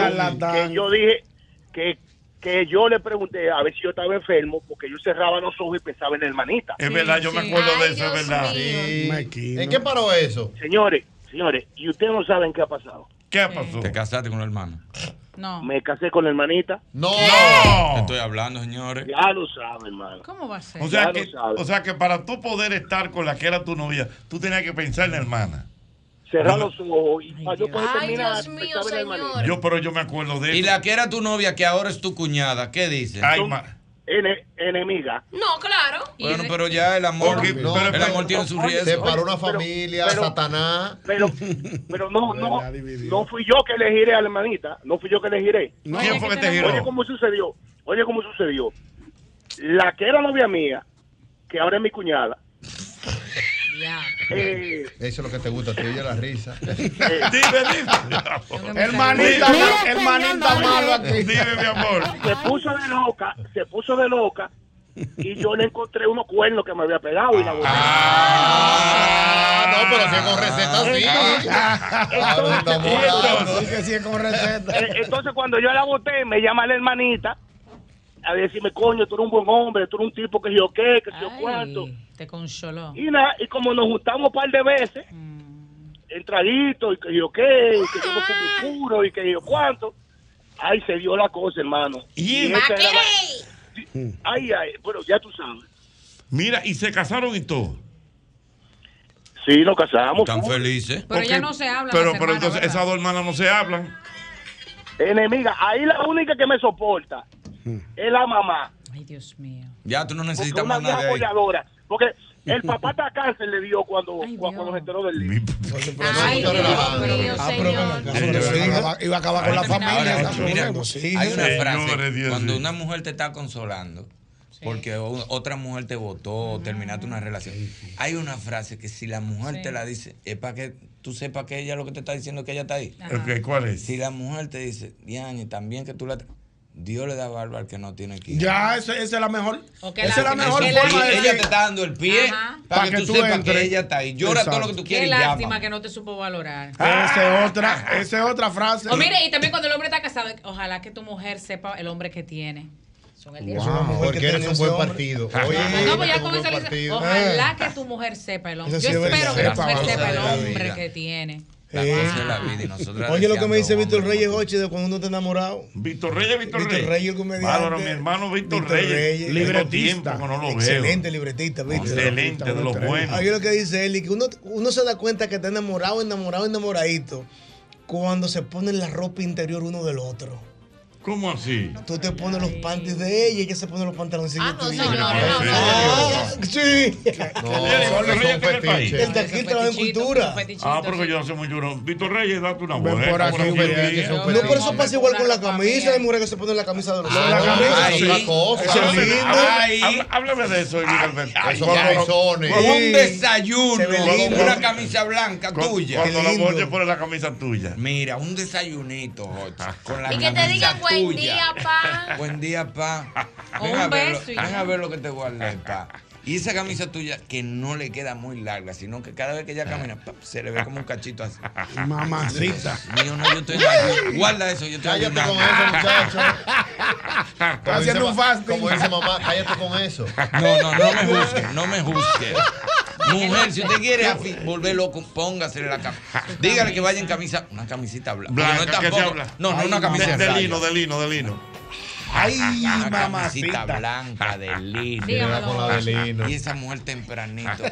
malvado.
Que yo- que yo dije que que yo le pregunté a ver si yo estaba enfermo porque yo cerraba los ojos y pensaba en el hermanita.
Es verdad, yo me acuerdo de eso, es verdad.
¿En qué paró eso?
Señores, señores, y ustedes no saben qué ha pasado.
¿Qué pasó?
Te casaste con la hermana.
No.
Me casé con la hermanita.
No.
Te estoy hablando, señores.
Ya lo saben, hermano.
¿Cómo va a ser?
O sea, que, o sea que para tú poder estar con la que era tu novia, tú tenías que pensar en la hermana.
Cerrar los ojos y para yo poder
Ay,
terminar.
Dios mío,
pensaba en la
señor.
hermanita.
Yo, pero yo me acuerdo de
Y la que era tu novia, que ahora es tu cuñada, ¿qué dice?
Son ene- enemiga.
No, claro.
Bueno, pero ya el amor,
No,
el amor tiene su riesgo.
Separó una familia, Satanás.
Pero, pero no, no, no fui yo que le giré a la hermanita, no fui yo que le giré.
¿Quién fue que te giró?
Oye, cómo sucedió, oye, cómo sucedió. La que era novia mía, que ahora es mi cuñada, eh,
Eso es lo que te gusta, te oye la risa.
Hermanita,
Mira,
hermanita
malo aquí.
Dime, mi amor.
Se puso de loca, se puso de loca y yo le encontré unos cuernos que me había pegado y la boté.
Ah, no, pero que con
Ah,
receta sí.
Eh, Entonces, cuando yo la boté, me llama la hermanita a decirme, coño, tú eres un buen hombre, tú eres un tipo que yo qué, que yo cuánto.
Te consoló.
Y nada, y como nos juntamos un par de veces,
Mm.
el traguito, y que yo qué, y que yo no soy puro, y que yo cuánto, ahí se dio la cosa, hermano.
Y
esa era la- Ay, ay, bueno, ya tú sabes.
Mira, y se casaron y todo.
Sí, nos casamos.
Tan felices.
Pero ya no se hablan
Pero,
las
pero
hermanas,
entonces
¿verdad?
esas dos hermanas no se hablan.
Enemiga, ahí la única que me soporta es la mamá.
Ay, Dios mío.
Ya tú no
Porque
necesitas
una
más
vieja
nada de ahí.
apoyadora. Porque el papá está cáncer le dio cuando, cuando, se enteró del lío.
Ay, Dios mío,
Ah,
señor.
Iba a acabar
con la familia,
Ahora,
está
mira,
problema, sí.
hay una
Señores,
frase,
Dios
cuando
mío.
una mujer te está consolando, porque o- otra mujer te votó, terminaste una relación, hay una frase que si la mujer
Sí.
te la dice, es para que tú sepas que ella lo que te está diciendo es que ella está ahí.
Ajá. Ok, ¿cuál es?
Si la mujer te dice, Diane, también que tú la... Dios le da barba al que no tiene que ir".
Ya, esa, esa es la mejor.
Que
esa es la
que
mejor
que
forma de
ella te está dando el pie
Ajá.
para, que, tú, sepas que ella está ahí. Llora todo lo que tú
Qué
quieres y
lástima
llama.
que no te supo valorar.
Ah,
Esa es otra, esa es otra frase.
O mire, y también cuando el hombre está casado, ojalá que tu mujer sepa el hombre que tiene. Son el
Wow, porque eres un buen partido. Oye,
No, pues ya
eres un
con
buen
eso le dice,
partido.
Ah.
Ah.
ojalá que tu mujer sepa el hombre.
Eso
Yo
sí es
espero que tu
verdad.
mujer
Sepa,
sepa el
vamos a ver la
hombre
vida.
que tiene. Ah.
La
Eh.
cosa de la vida y nosotros
Oye, lo que me
deseando-
dice Víctor Reyes Hochi de cuando uno está enamorado.
Víctor Reyes, Víctor
Víctor
Reyes.
Reyes, el comediante.
Bárbaro, mi hermano Víctor,
Víctor
Reyes.
Reyes.
Tengo
Libretista.
tiempo que no lo veo.
Excelente libretista, Víctor.
Excelente, de los buenos.
Ahí lo que dice él, y que uno, uno se da cuenta que está enamorado, enamorado, enamoradito, cuando se ponen la ropa interior uno del otro.
¿Cómo así?
Tú te pones los panties de ella y ella se pone los pantaloncillos
no,
tuyos.
señores, no,
Ah, sí.
El
El taquito la cultura.
Ah, porque yo hace mucho no. Víctor Reyes, date una buena.
por
como
aquí,
la
ven,
mayoría.
No, pero eso pasa igual con la camisa. Hay mujeres que se ponen la camisa de los
Ah,
hombres.
ahí.
Otra cosa.
Eso es
Eso es
lindo.
lindo.
Háblame- háblame- Háblame de eso, Luis Alberto.
Eso
Cuando-
calzones.
cuando-
Un desayuno,
Se ve lindo.
una camisa blanca
Cuando-
tuya.
Cuando la
Qué lindo.
mujer pone la camisa tuya.
Mira, un desayunito, Jochi, con la
Y que te
camisa
digan buen
tuya.
día, pa.
Buen día, pa.
O
Ven
un
a, ver,
beso y
ven
ya.
a ver lo que te guardé, pa. Y esa camisa tuya que no le queda muy larga, sino que cada vez que ella camina, pa, se le ve como un cachito así.
Mamacita.
Mío, no, yo estoy en ayuno. Guarda eso, yo estoy
Cállate
ayunando.
con eso, muchacho. Como dice
haciendo un
ma-
fasting.
Como dice mamá, cállate con eso.
No, no, no me juzgue, no me juzgue. Mujer, si usted quiere afi- volver loco, póngasele la camisa. Dígale que vaya en camisa, una camisita blanca.
Blanca,
no,
que
tampoco-
sea blanca.
no, no
Ay,
una camisa
de, de
raya.
lino, de lino, de lino.
Ay, una
mamacita.
camisita blanca de lino.
Dígamelo. Con la de lino.
Y esa mujer tempranito.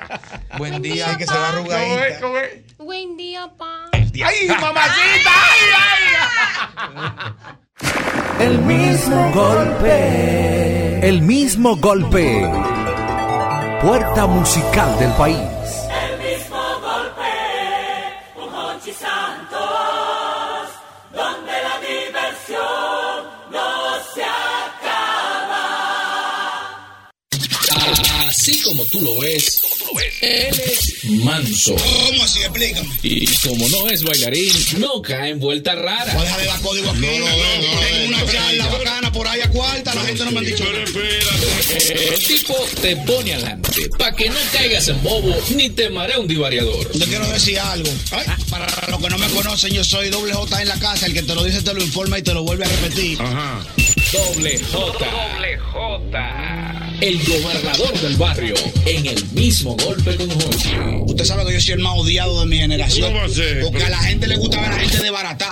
Buen día.
Sí, que se va arrugadita. ¿Cómo es?
Buen día, pa.
¡Ay, mamacita!
El mismo golpe. El mismo golpe. Puerta musical del país.
El mismo golpe, un Hochi Santos, donde la diversión no se acaba.
Así como tú lo ves, él es manso.
¿Cómo así? Explícame.
Y como no es bailarín, no cae en vuelta rara.
Pues déjame dar código aquí. Tengo una charla bacana por ahí a cuarta. La gente no me ha dicho nada.
El tipo te pone adelante para que no caigas en bobo ni te marea un divariador.
Te quiero decir algo. Ay, para los que no me conocen, yo soy doble J en la casa. El que te lo dice te lo informa y te lo vuelve a repetir. Ajá.
Doble J. Doble J. El gobernador del barrio en el mismo golpe con Jorge.
Usted sabe que yo soy el más odiado de mi generación.
¿Cómo va a ser?
Porque a la gente le gusta ver a la gente de baratá.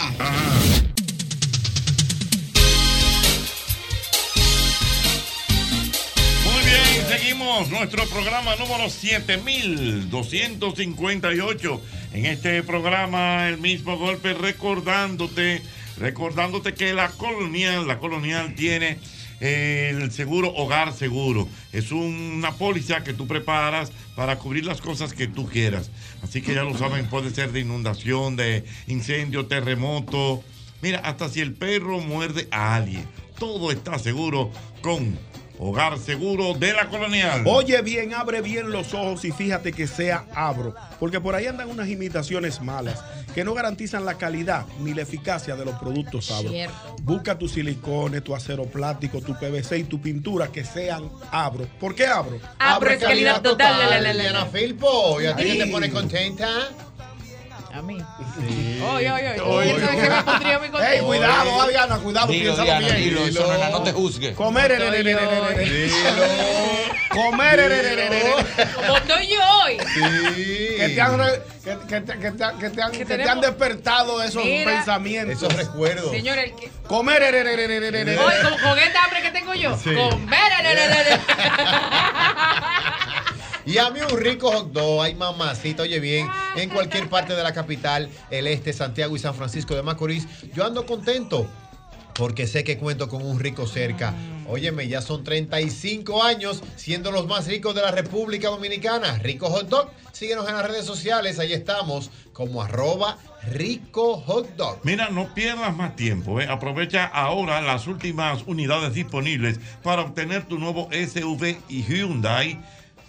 Muy bien, seguimos nuestro programa número 7258. En este programa, el mismo golpe, recordándote, recordándote que la colonial, la colonial tiene eh, el seguro hogar seguro. Es una póliza que tú preparas para cubrir las cosas que tú quieras. Así que ya lo saben, puede ser de inundación, de incendio, terremoto. Mira, hasta si el perro muerde a alguien, todo está seguro con Hogar Seguro de la Colonial.
Oye bien, abre bien los ojos y fíjate que sea abro, porque por ahí andan unas imitaciones malas que no garantizan la calidad ni la eficacia de los productos abro.
Cierto.
Busca tus silicones, tu acero plástico, tu PVC y tu pintura que sean abro. ¿Por qué abro?
Abro es calidad total.
la, la, la, la.
Diana Filpo, ¿y a ti que te
Sí.
pone contenta?
A mí.
Oye, oye,
Oye. Ey, cuidado, ah,
Adrián.
Diana, cuidado,
Dilo,
piénsalo
Diana,
bien.
dilo, eso, nena, no te juzgues.
Comer,
Estoy
ere, ere, ere, ere, ere. Comer, eh, ere, ere, ere, ere.
Como estoy yo hoy.
eh. Que te han, re- que, que te- que te han- que te han- que te han
tenemos-
despertado esos
Mira.
pensamientos. Esos recuerdos.
Señor, el que.
Comer, eh, ere, ere, ere, ere, ere.
Hoy, con, con esta hambre que tengo yo.
Sí.
Comer. ere, ere, ere, ere.
Y a mí un rico hot dog, ay mamacita, oye bien, en cualquier parte de la capital, el este, Santiago y San Francisco de Macorís, yo ando contento porque sé que cuento con un rico cerca. Óyeme, ya son 35 años siendo los más ricos de la República Dominicana. Rico Hot Dog, síguenos en las redes sociales, ahí estamos como arroba rico hot dog.
Mira, no pierdas más tiempo. ¿eh? Aprovecha ahora las últimas unidades disponibles para obtener tu nuevo SUV y Hyundai.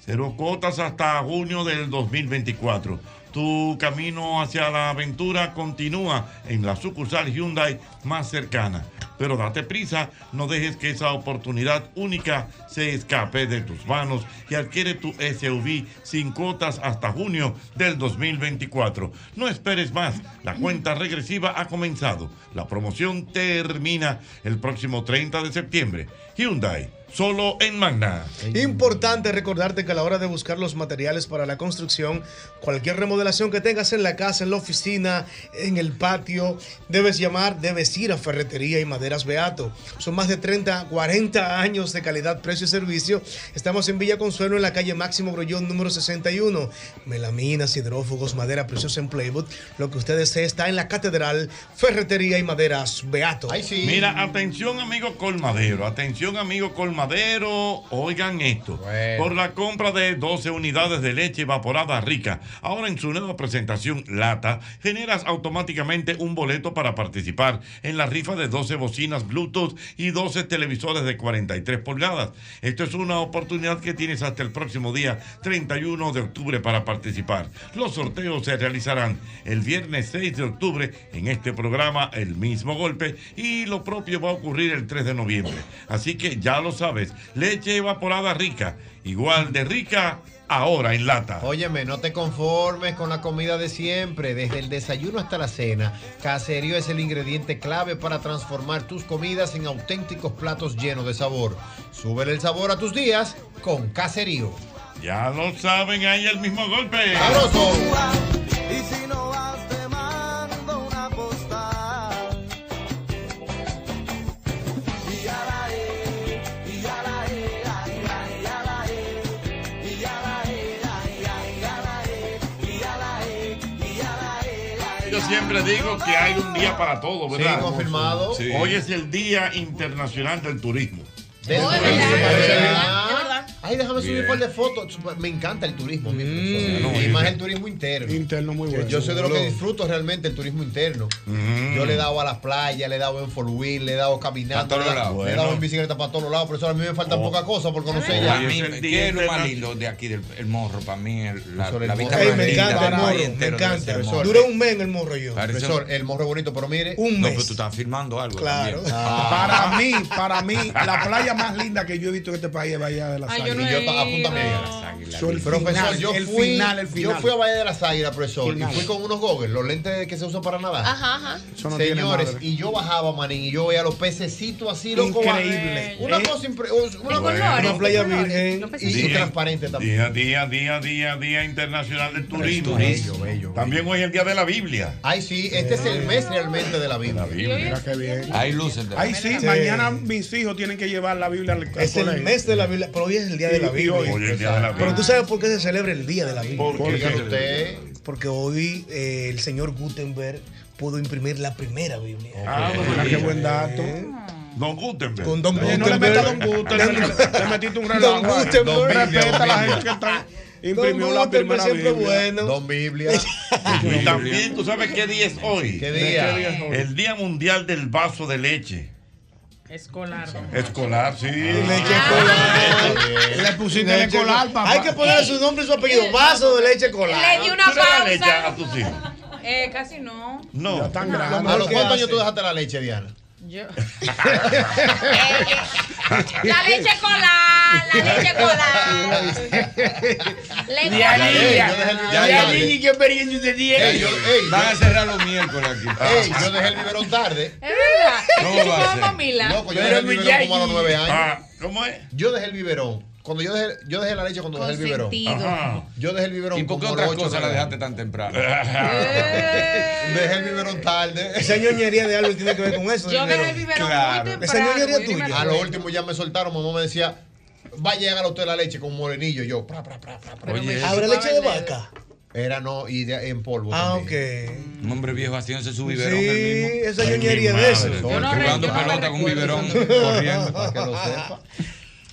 Cero cuotas hasta junio del 2024. Tu camino hacia la aventura continúa en la sucursal Hyundai más cercana. Pero date prisa, no dejes que esa oportunidad única se escape de tus manos y adquiere tu SUV sin cuotas hasta junio del 2024. No esperes más, la cuenta regresiva ha comenzado. La promoción termina el próximo 30 de septiembre. Hyundai solo en Magna.
Importante recordarte que a la hora de buscar los materiales para la construcción, cualquier remodelación que tengas en la casa, en la oficina, en el patio, debes llamar, debes ir a Ferretería y Maderas Beato. Son más de 30, 40 años de calidad, precio y servicio. Estamos en Villa Consuelo, en la calle Máximo Grollón, número 61. Melaminas, hidrófugos, madera preciosa en Playwood. Lo que usted desee está en la Catedral Ferretería y Maderas Beato.
Mira, atención amigo colmadero, atención amigo colmadero, oigan esto. Por la compra de 12 unidades de leche evaporada rica, ahora en su nueva presentación lata, generas automáticamente un boleto para participar en la rifa de 12 bocinas Bluetooth y 12 televisores de 43 pulgadas. Esto es una oportunidad que tienes hasta el próximo día 31 de octubre para participar. Los sorteos se realizarán el viernes 6 de octubre en este programa El mismo golpe y lo propio va a ocurrir el 3 de noviembre. Así que ya lo sabes, leche evaporada rica, igual de rica ahora en lata.
Óyeme, no te conformes con la comida de siempre, desde el desayuno hasta la cena. Caserío es el ingrediente clave para transformar tus comidas en auténticos platos llenos de sabor. Súbele el sabor a tus días con Caserío.
Ya lo saben, ahí el mismo golpe.
Y si no vas, te mando una postal. Y ya la he, y ya la he, ay, ay, ya la he. Y ya la he, ay, ay, ya la he. Y ya la he, y ya la he, ay,
Yo siempre digo que hay un día para todo, ¿verdad?
Sí, confirmado. Sí.
Hoy es el Día Internacional del Turismo.
Del
Hoy,
turismo.
¿verdad?
Sí.
Es verdad,
Ah, Ay, déjame subir
Bien.
un par de fotos. Me encanta el turismo. mi profesor.
No,
y más
yo-
el turismo interno.
Interno muy bueno.
Yo soy de los que disfruto realmente el turismo interno. Yo
Mm.
le he dado a las playas, le he dado en four wheel, le he dado
Pa'
caminando,
todos
le, he dado-
lados.
le he dado
Bueno.
en bicicleta para todos lados. Por eso a mí me
Oh.
faltan pocas cosas por conocer ya.
Para mí, ¿qué es lo más lindo de aquí del el morro? Para mí, el- la,
Profesor, el
la
morro.
vista
Ey,
más
me
linda
encanta el
del
morro,
país
me
entero debe
encanta,
ser el
profesor.
morro.
Duré un mes en el morro yo.
Parece-
Profesor, el morro bonito, pero mire.
No, pero tú estás firmando algo.
Claro. Ah.
también.
Para mí, para mí, la playa más linda que yo he visto en este país es Bahía de las
Ay, yo
Águilas.
no he Y yo pa- apúntame ido. ahí.
So, el
profesor,
final,
yo,
el
fui,
final, el final.
yo fui a Valle de las Águilas, profesor,
Final.
y fui con unos goggles, los lentes que se usan para nadar.
Ajá, ajá.
Eso no tiene
Señores,
madre.
y yo bajaba, manín, y yo veía los pececitos así, loco.
Increíble.
Una
Eh.
cosa impre- una, una
Los colores,
playa
los colores,
virgen
los pececitos.
y, y transparente también.
Día, día, día, día, día internacional del turismo.
turismo.
También hoy es el día de la Biblia.
Ay, sí, este es el mes realmente de la Biblia.
Mira qué bien.
Hay luces. de-
Ahí sí,
Sí.
mañana mis hijos tienen que llevar la Biblia al al
Es el
colegio.
mes de la Biblia, pero hoy es el día de la
Y
Biblia.
hoy. Hoy es el día de la Biblia.
Pero tú sabes por qué se celebra el día de la Biblia.
¿Por qué?
Porque,
Porque usted-
porque hoy eh, el señor Gutenberg pudo imprimir la primera Biblia. Eh,
Ah, pues mira, qué buen dato.
Don Gutenberg.
Con Don
Oye, no le
Gutenberg.
metas a Don Gutenberg. le- Le metiste un relajo.
Don Gutenberg.
Don Respeta a la
Biblia.
gente que está.
Don
Imprimió la
Gutenberg
primera
siempre
Biblia.
bueno.
Don Biblia.
Y también, ¿tú sabes qué día es hoy?
¿Qué día?
es hoy? El Día Mundial del Vaso de Leche.
Escolar.
Escolar, sí.
Ah, Le pusiste el escolar, papá.
Hay que poner su nombre y su apellido. Vaso de leche colada.
Le di una ¿Tú le das pausa. leche a
tus hijos?
Eh, casi no.
No.
No.
¿A los cuántos años tú dejaste la leche, Diana?
Yo. Eh, La leche cola, la leche cola.
Le
Ya,
colé.
ya, ya, ya, ya.
¿qué experiencia usted tiene?
Ey, yo- Ah. ey, Van a cerrar los miércoles aquí.
Ey, yo dejé el biberón tarde.
Es verdad.
¿Cómo
Yo
va a
estaba
ser?
mamila.
Loco, yo dejé el biberón como a los nueve años.
Ah, ¿Cómo es?
Yo dejé el biberón. Cuando yo dejé, yo dejé la leche cuando dejé el biberón.
Consentido. Ajá.
Yo dejé el biberón.
¿Y por qué
como a
otra
los ocho
cosa la
nueve años.
dejaste tan temprano?
Dejé el biberón tarde.
Esa ñoñería de algo tiene que ver con eso.
Yo
ñoñero.
dejé el biberón muy temprano,
Esa ñoñería
yo ni me
tuya.
A lo último ya me soltaron. Mamá me decía, vaya a llegar usted la leche con morenillo. Yo, pra, pra, pra, pra, pra.
Oye,
¿Habrá leche de vaca?
Era no, y de- en polvo.
Ah,
ok. Un hombre viejo haciéndose su biberón
Sí,
él mismo.
esa ñoñería de eso.
Yo no re-
Jugando
yo no
pelota
me
con un biberón
recuerdo.
corriendo.
Para que lo sepa.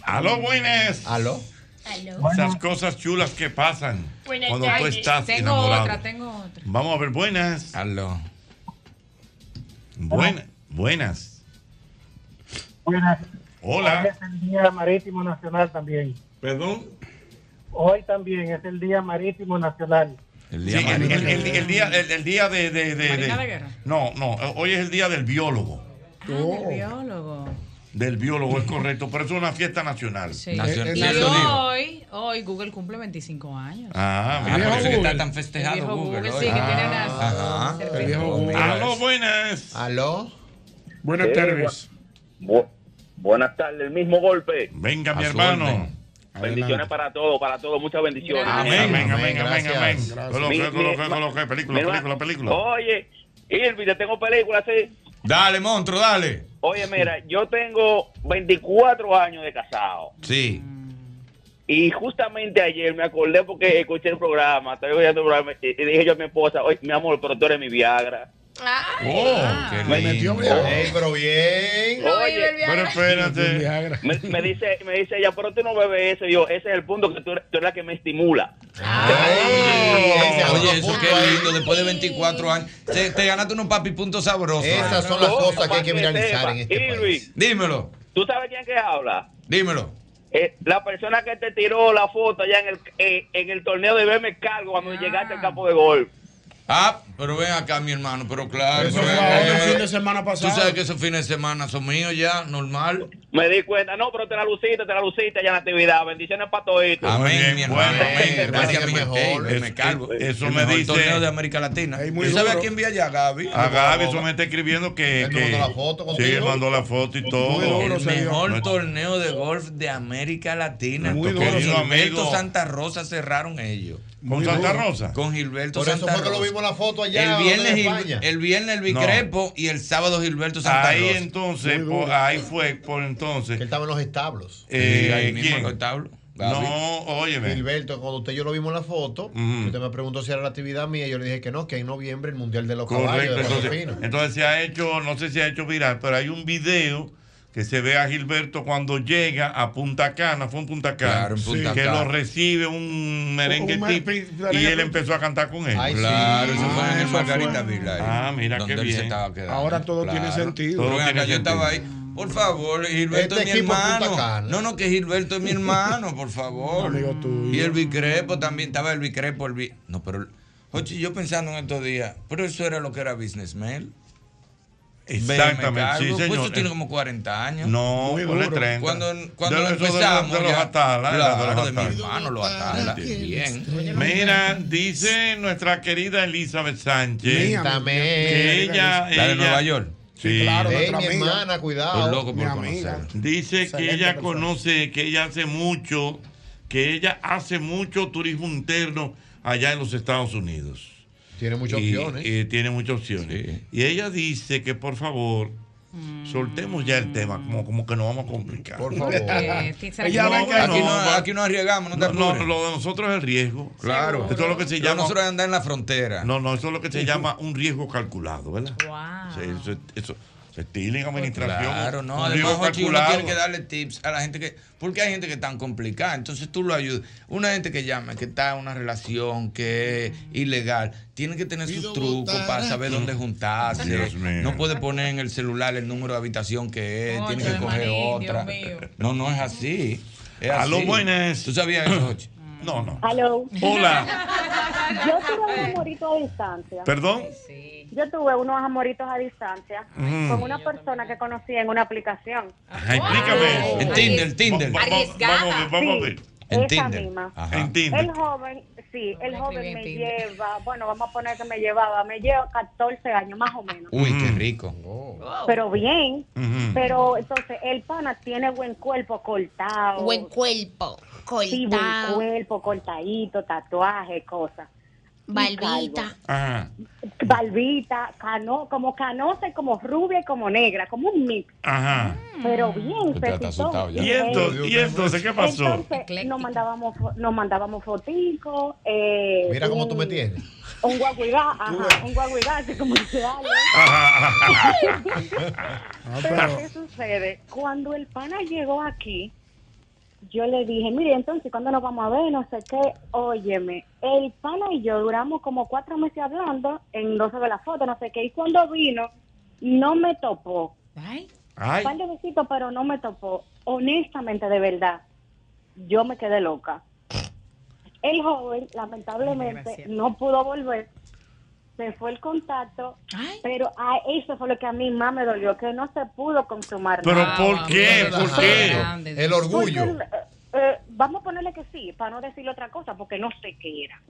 Aló, buenas.
Aló.
Esas cosas chulas que pasan
Buenas
cuando tú
tardes.
estás
Tengo
enamorado.
otra, tengo otra.
Vamos a ver, buenas.
Aló.
Buenas. Buenas.
Buenas. Hoy
Hola.
es el Día Marítimo Nacional también.
Perdón.
Hoy también es el Día Marítimo Nacional.
El
día, el, el- el- el día, el, el día de, de, de-
Marina
de-
de guerra.
No, no. Hoy es el día del biólogo. Oh.
Oh.
Ah, biólogo.
Del biólogo, es correcto. Pero eso es una fiesta nacional.
Sí. Y hoy, hoy Google cumple 25 años.
Ah,
Ah,
mira.
por eso que está tan festejado
El viejo
Google.
Google,
hoy.
sí, que tiene
Ah,
las-
ajá.
pues.
Aló, buenas.
Aló.
Buenas
Sí,
tardes.
bu-
Buenas tardes, el mismo golpe.
Venga, mi hermano.
Bendiciones para todos, para todos, muchas bendiciones.
Amén, amén, amén, amén, amén. Coloque, coloque, coloque, película, película, película.
Oye, Irving, te tengo películas, sí.
Dale, monstruo, dale.
Oye, mira, yo tengo 24 años de casado.
Sí.
Y justamente ayer me acordé porque escuché el programa, estaba oyendo el programa, y y dije yo a mi esposa, oye, mi amor, pero tú eres mi Viagra.
Me metió Ey, pero bien.
Oye, Me, me dice, me dice ella, pero tú no bebes eso. Y yo, ese es el punto que tú eres, tú eres la que me estimula.
Oye, eso qué lindo, después de 24 años. Te, te ganaste unos papi puntos sabrosos.
Esas son las No, cosas que hay que para que viralizar sepa, en este Irving. país.
Dímelo,
¿Tú sabes quién que habla?
dímelo.
Eh, la persona que te tiró la foto allá en el, eh, en el torneo de verme cargo cuando llegaste al campo de golf.
Ah, pero ven acá, mi hermano, pero claro.
Eso
pero,
fue ahora
eh,
el fin de semana
Tú
pasado.
sabes que esos fines de semana son míos ya, normal.
Me di cuenta, no, pero te la luciste, te la luciste allá en la actividad. Bendiciones para toditos.
Amén, mi hermano. Amén. Gracias,
Gracias,
mi mejor. me calvo.
eso
el
me
mejor
dice-
torneo de América Latina.
muy
¿Tú sabes
duro.
a quién vi allá, Gaby?
A Gaby, eso me está escribiendo que.
Ah, Él
que
mandó la foto
Sí,
contigo.
él mandó la foto y todo.
el mejor torneo de golf de América Latina.
Muy
Con
duro,
Gilberto
amigo.
Santa Rosa cerraron ellos.
¿Con Muy Santa duro. Rosa?
Con Gilberto
Por eso
Santa
fue que lo
Rosa.
vimos la foto allá,
El viernes,
en
Gil-
España.
el, viernes el
No.
Vicrepo y el sábado Gilberto Santa
Ahí
Rosa.
entonces,
Muy
por-
duro.
ahí fue, por entonces. Él
estaba en los establos.
Eh,
Sí, ahí mismo
¿quién?
en los Gaby.
No, óyeme.
Gilberto, cuando usted y yo lo vimos en la foto, usted me preguntó si era la actividad mía. Yo le dije que no, que en noviembre el Mundial de los
Correcto,
Caballos. de
entonces,
Josefino.
entonces se ha hecho, no sé si ha hecho viral, pero hay un video que se ve a Gilberto cuando llega a Punta Cana, fue en Punta Cana,
Claro, en Punta
que
Cana.
lo recibe un merengue
Un- un
tipo
merengue-
y él empezó a cantar con él.
claro, eso fue en el Margarita Vila.
Ah, mira
donde
qué
él se
bien.
estaba quedando.
Ahora todo tiene sentido.
Pero acá yo estaba ahí. Por favor, Gilberto
Este
es mi
equipo es Punta
hermano.
Cana.
No, no, que Gilberto es mi hermano, por favor. Y el Vicrepo también, estaba el Vicrepo. El Vi- No, pero. Oye, yo pensando en estos días, pero eso era lo que era Business Mail.
Exactamente, sí,
Pues
señor.
eso tiene como 40 años.
No,
Muy
ponle
duro.
30.
Cuando, cuando
De lo- eso de lo-
empezamos.
de los
ya-
Atala, era de los
Claro, de mi
Atala.
hermano, los Atala. Ah, Bien.
Mira, dice nuestra querida Elizabeth Sánchez
Mía, mi-
que
mi-
ella,
La de
ella-
Nueva York.
Sí.
Ey, mi hermana, cuidado.
Dice que
Excelente
ella
persona.
conoce, que ella hace mucho, que ella hace mucho turismo interno allá en los Estados Unidos.
Tiene muchas
Y-
opciones.
y tiene muchas opciones. Y ella dice que por favor soltemos ya el tema, como, como que nos vamos a complicar. Por
favor.
Eh, ti- será
Ella
que-
ve que- Aquí no- aquí no arriesgamos, no te apures.
lo de nosotros es el riesgo.
Claro.
Esto es lo que se
Lo
llama.
nosotros es andar en la frontera.
No, no, eso es lo que se llama un riesgo calculado, ¿verdad? Sí, Eso, eso se estila en administración.
Pues Claro, no.
un
Además,
riesgo
Jochi, uno
calculado.
tiene que darle tips a la gente que. Porque hay gente que es tan complicada. Entonces tú lo ayudas. Una gente que llama, que está en una relación que es ilegal, tiene que tener sus trucos para saber dónde juntarse.
Dios mío.
No puede poner en el celular el número de habitación que es, tiene que
Óyeme,
coger
Marín, Dios
otra. No, no es así. Es
A lo
así.
buenas.
¿Tú sabías eso, Jochi?
No, no.
Hello.
Hola.
Yo tuve unos amoritos a distancia.
¿Perdón?
Yo tuve unos amoritos a distancia
Mm.
con una persona que conocí en una aplicación.
Ah,
Ajá, explícame eso.
En Tinder, en Tinder.
Va- va- Vamos, a ver, vamos a ver.
Esa misma.
Ajá.
En Tinder.
El joven, sí, el joven me
escribí en Tinder.
lleva, bueno, vamos a poner que me llevaba, me lleva 14 años más o menos.
Uy,
Mm.
qué rico.
Pero bien,
Ujú.
pero entonces el pana tiene buen cuerpo cortado.
Buen cuerpo,
Sí, buen
cortado.
cuerpo, cortadito, tatuaje, cosas. Y
Barbita.
calvo.
Ajá.
Barbita, cano, como canosa y como rubia y como negra, como un mix.
Ajá.
Pero
Mm.
bien, pepitón.
¿Y entonces, y entonces qué pasó?
Entonces, nos mandábamos, fo- nos mandábamos foticos. Eh,
Mira cómo
un-
tú me tienes.
Un guaguigá, ajá, un guaguigá, así como se vale.
Ah,
Pero, ¿qué sucede? Cuando el pana llegó aquí, yo le dije, mire, entonces, ¿cuándo nos vamos a ver? No sé qué. Óyeme, el pana y yo duramos como cuatro meses hablando, en no se ve la foto, no sé qué. Y cuando vino, no me topó.
Ay.
Un par de besitos, pero no me topó. Honestamente, de verdad, yo me quedé loca. El joven, lamentablemente, no pudo volver. Se fue el contacto, pero a eso fue lo que a mí más me dolió, que no se pudo consumar.
Pero
nada.
¿por qué? ¿Por qué?
El Porque, eh, eh, vamos a ponerle que sí, para no decir otra cosa, porque no sé qué era.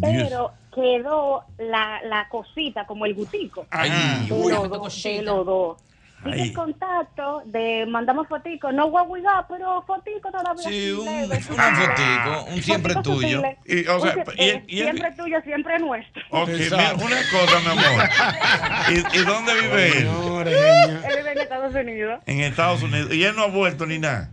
Pero quedó la, la cosita, como el gutico.
Ay.
de los dos, de los dos. Dice el contacto de mandamos fotico, no what we got, pero fotico todavía.
Sí, un,
leve,
un fotico, un siempre tuyo.
posible.
Y, o sea,
Un sie-
y-
eh,
y-
siempre tuyo, siempre nuestro.
Ok, mira, una cosa, mi amor. ¿Y, y dónde vive él?
Él vive en Estados Unidos.
En Estados Unidos. Y él no ha vuelto ni nada.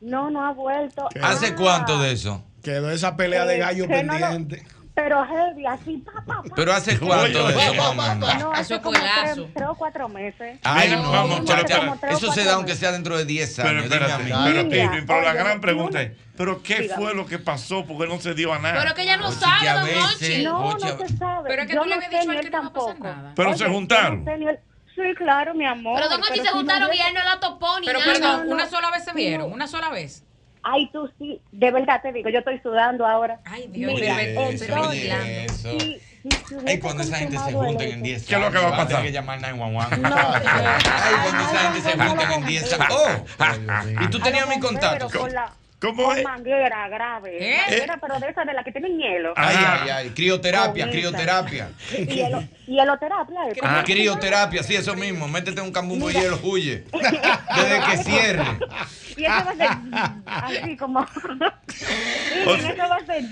No, no ha vuelto. Ah,
¿Hace cuánto de eso?
Quedó esa pelea de gallo
Que no lo-
pendiente.
Pero heavy, así, pa, pa, pa.
Pero hace cuánto de eso.
Ah,
No, hace como tres, tres o cuatro meses.
Ay,
Miren,
no,
vamos,
pero
pero-
espera,
pero-
eso se da aunque sea dentro de 10
Pero
años.
espérate,
dime a mí.
pero,
Mira,
Pipo, pero la
oye,
gran pregunta es, ¿pero qué fue lo que pasó? Porque no se dio a nada.
Pero que ella no
Oye,
sabe,
que a
don
veces,
Hochi.
No,
oye, a-
no se sabe.
Pero es que
Yo
tú le
no
habías
sé
dicho
ni
a él
él
que no iba a pasar
tampoco.
nada.
Pero se
Oye, yo no
juntaron.
sé ni él- Sí, claro, mi amor.
Pero don Hochi se
si
juntaron
no,
y él no la topó ni
Pero
nada.
perdón, una sola vez se vieron, una sola vez.
Ay, tú sí, de verdad te digo, yo estoy sudando ahora. Ay,
Dios,
Oye, eso, oye,
entonces,
eso.
sí, sí, sí,
Ay, cuando esa gente se
consumado
junten
el
en 10 años.
¿Qué es lo que va a
tener
pasar?
que llamar 911. Ay, cuando esa gente se junten en 10 años. Oh, y tú tenías mi contacto.
pero con la
¿Cómo
con
es?
manguera grave.
¿Eh?
Manguera, pero de esas de las que tienen hielo.
Ay, ay, ay. Crioterapia,
Bonita.
crioterapia.
Y hielo, hieloterapia. ¿eh?
Ah, crioterapia, sí, eso mismo. Métete un cambumbo y él huye. Desde que cierre.
Y eso va a ser así como. y
O
en eso va a ser.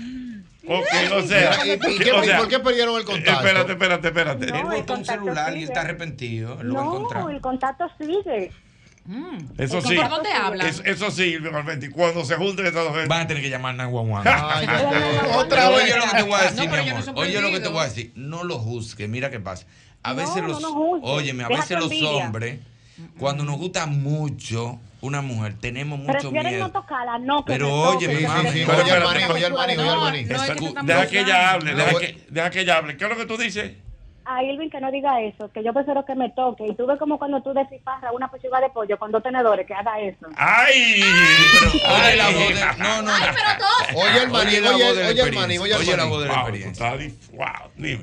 Ok, o sea,
¿Y- y- y qué-
o sea-
por qué perdieron el contacto?
Espérate, espérate, espérate.
Él botó un celular y
sigue.
está arrepentido. Él Lo va a
No,
encontrar.
el contacto sigue.
Mm.
Eso
El
sí.
contacto sigue.
Es- eso sí, realmente. Y Cuando se junten esas dos
Van a tener que llamar 911.
Otra vez.
Oye lo que te voy a decir,
No,
mi
pero ellos no
amor.
son
Oye lo que te
prohibidos.
voy a decir. No lo juzgues, mira qué pasa. A veces
no
los.
lo juzgues.
óyeme, a
Deja
veces
tu
los
envidia.
hombres, cuando nos gusta mucho una mujer, tenemos mucho
Prefieren
miedo.
no tocarla, no. que
Pero
se
oye,
toque.
mami,
Que se
pero
toque.
oye al maní, oye al maní, oye al
No,
maní.
no, ellos
Escu-
están
Deja que ella
buscando.
hable, deja que, deja que ella hable. ¿Qué es lo que tú dices?
A Irving que no diga eso, que yo prefiero que me toque. Y tú ves como cuando tú desciparras una pechuga de pollo con dos tenedores, que haga eso.
¡Ay!
Oye la voz de- No, no.
Oye el maní,
la
oye
voz
el-
de la
oye el
experiencia.
maní, oye el
la
maní.
voz de la
Wow,
experiencia.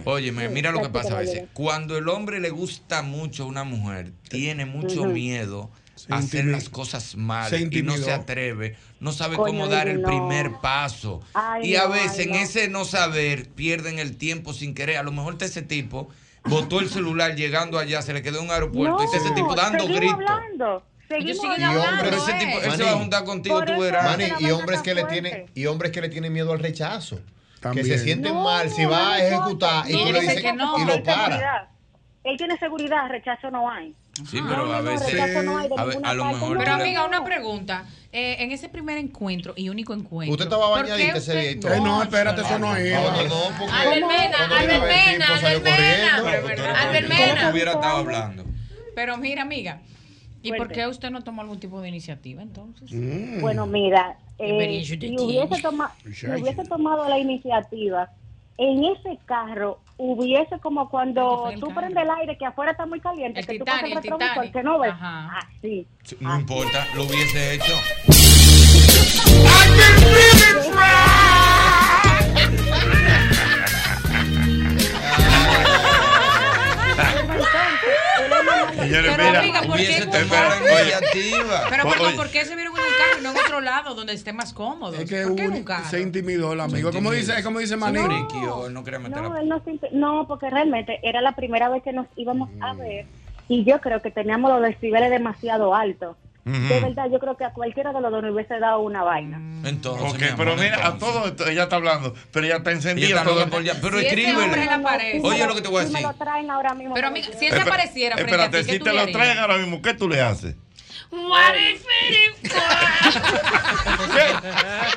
Óyeme, mira lo que pasa a veces. Cuando el hombre le gusta mucho a una mujer, tiene mucho
Ujú.
miedo
Se
a hacer
intimidó.
las cosas
Se
mal y no se
intimidó.
atreve, no sabe
Coño,
cómo dar
oye,
el
no.
primer paso.
Ay,
y a
no,
veces
ay,
en
no.
ese no saber pierden el tiempo sin querer. A lo mejor está ese tipo botó el celular llegando allá, se le quedó en un aeropuerto y está Pues ese tipo dando
seguimos
gritos.
hablando. Seguimos
siguen
hablando.
Y hombre, hablando, pero ese eh. tipo- él se va a juntar contigo,
Por tú eso verás. es que
Manny,
la
y
vaina
hombres
está
que le
fuerte.
tienen y hombres que le tienen miedo al rechazo.
También.
Que se sienten
No,
mal si va a
no,
ejecutar y
no,
tú
no,
le dices
porque
y
él
lo
tiene
para.
seguridad. Él tiene seguridad, rechazo no hay.
Sí, pero
No, no,
a
no,
veces
rechazo no hay de
a, ve-
ninguna
a lo
parte,
mejor
Pero
tú le-
amiga, una pregunta. Eh, en ese primer encuentro y único encuentro.
Usted estaba
¿por qué
bañadita ese
usted-
día y todo.
Eh,
Ay, no, espérate, eso no es. No, no, no, porque-
Albert Mena,
Cuando
Albert
iba a ver el tipo,
pues,
Mena,
salió
Albert Mena.
corriendo.
Pero verdad,
Todo
Albert
el
Mena.
mundo
hubiera estado hablando.
Pero mira, amiga, ¿y por
Fuerte.
qué usted no tomó algún tipo de iniciativa entonces?
Mm.
Bueno, mira, eh,
Experiencia de
si,
tiempo.
hubiese toma- si
Ya,
hubiese tomado la iniciativa, en ese carro hubiese como cuando tú prendes el aire, que afuera está muy caliente, que
Titanic,
tú
el
pasas retrovisor,
Titanic.
que no ves. Ah, Así.
No importa, lo hubiese hecho.
Señores,
Pero,
mira.
amiga, ¿por qué
hubiese
culpar?
tomado la
Oye,
iniciativa.
Pero
Oye,
perdón, ¿por qué se vieron en el carro y no en otro lado donde esté más cómodo?
Es que
¿Por qué en
un-
un carro?
se intimidó el amigo. Como dice, es como dice Maní.
No, friquio, no quería meter
No,
la...
él no, se inter- no, porque realmente era la primera vez que nos íbamos
Mm.
a ver y yo creo que teníamos los decibeles demasiado altos. De verdad, yo creo que a cualquiera de los dos nos hubiese dado una vaina.
Entonces,
ok,
mi amor,
pero mira, a todo esto, ella está hablando, pero ella está encendida.
Ella está
todo
loca por ya- pero
Si ese escríbele. hombre la aparece.
Oye lo que te voy a
Si me
decir.
lo traen ahora mismo.
Pero, amiga, si él se apareciera frente a ti,
Espérate,
¿qué
si
tú
te
le
lo
harías?
traen ahora mismo, ¿qué tú le haces?
What if it is-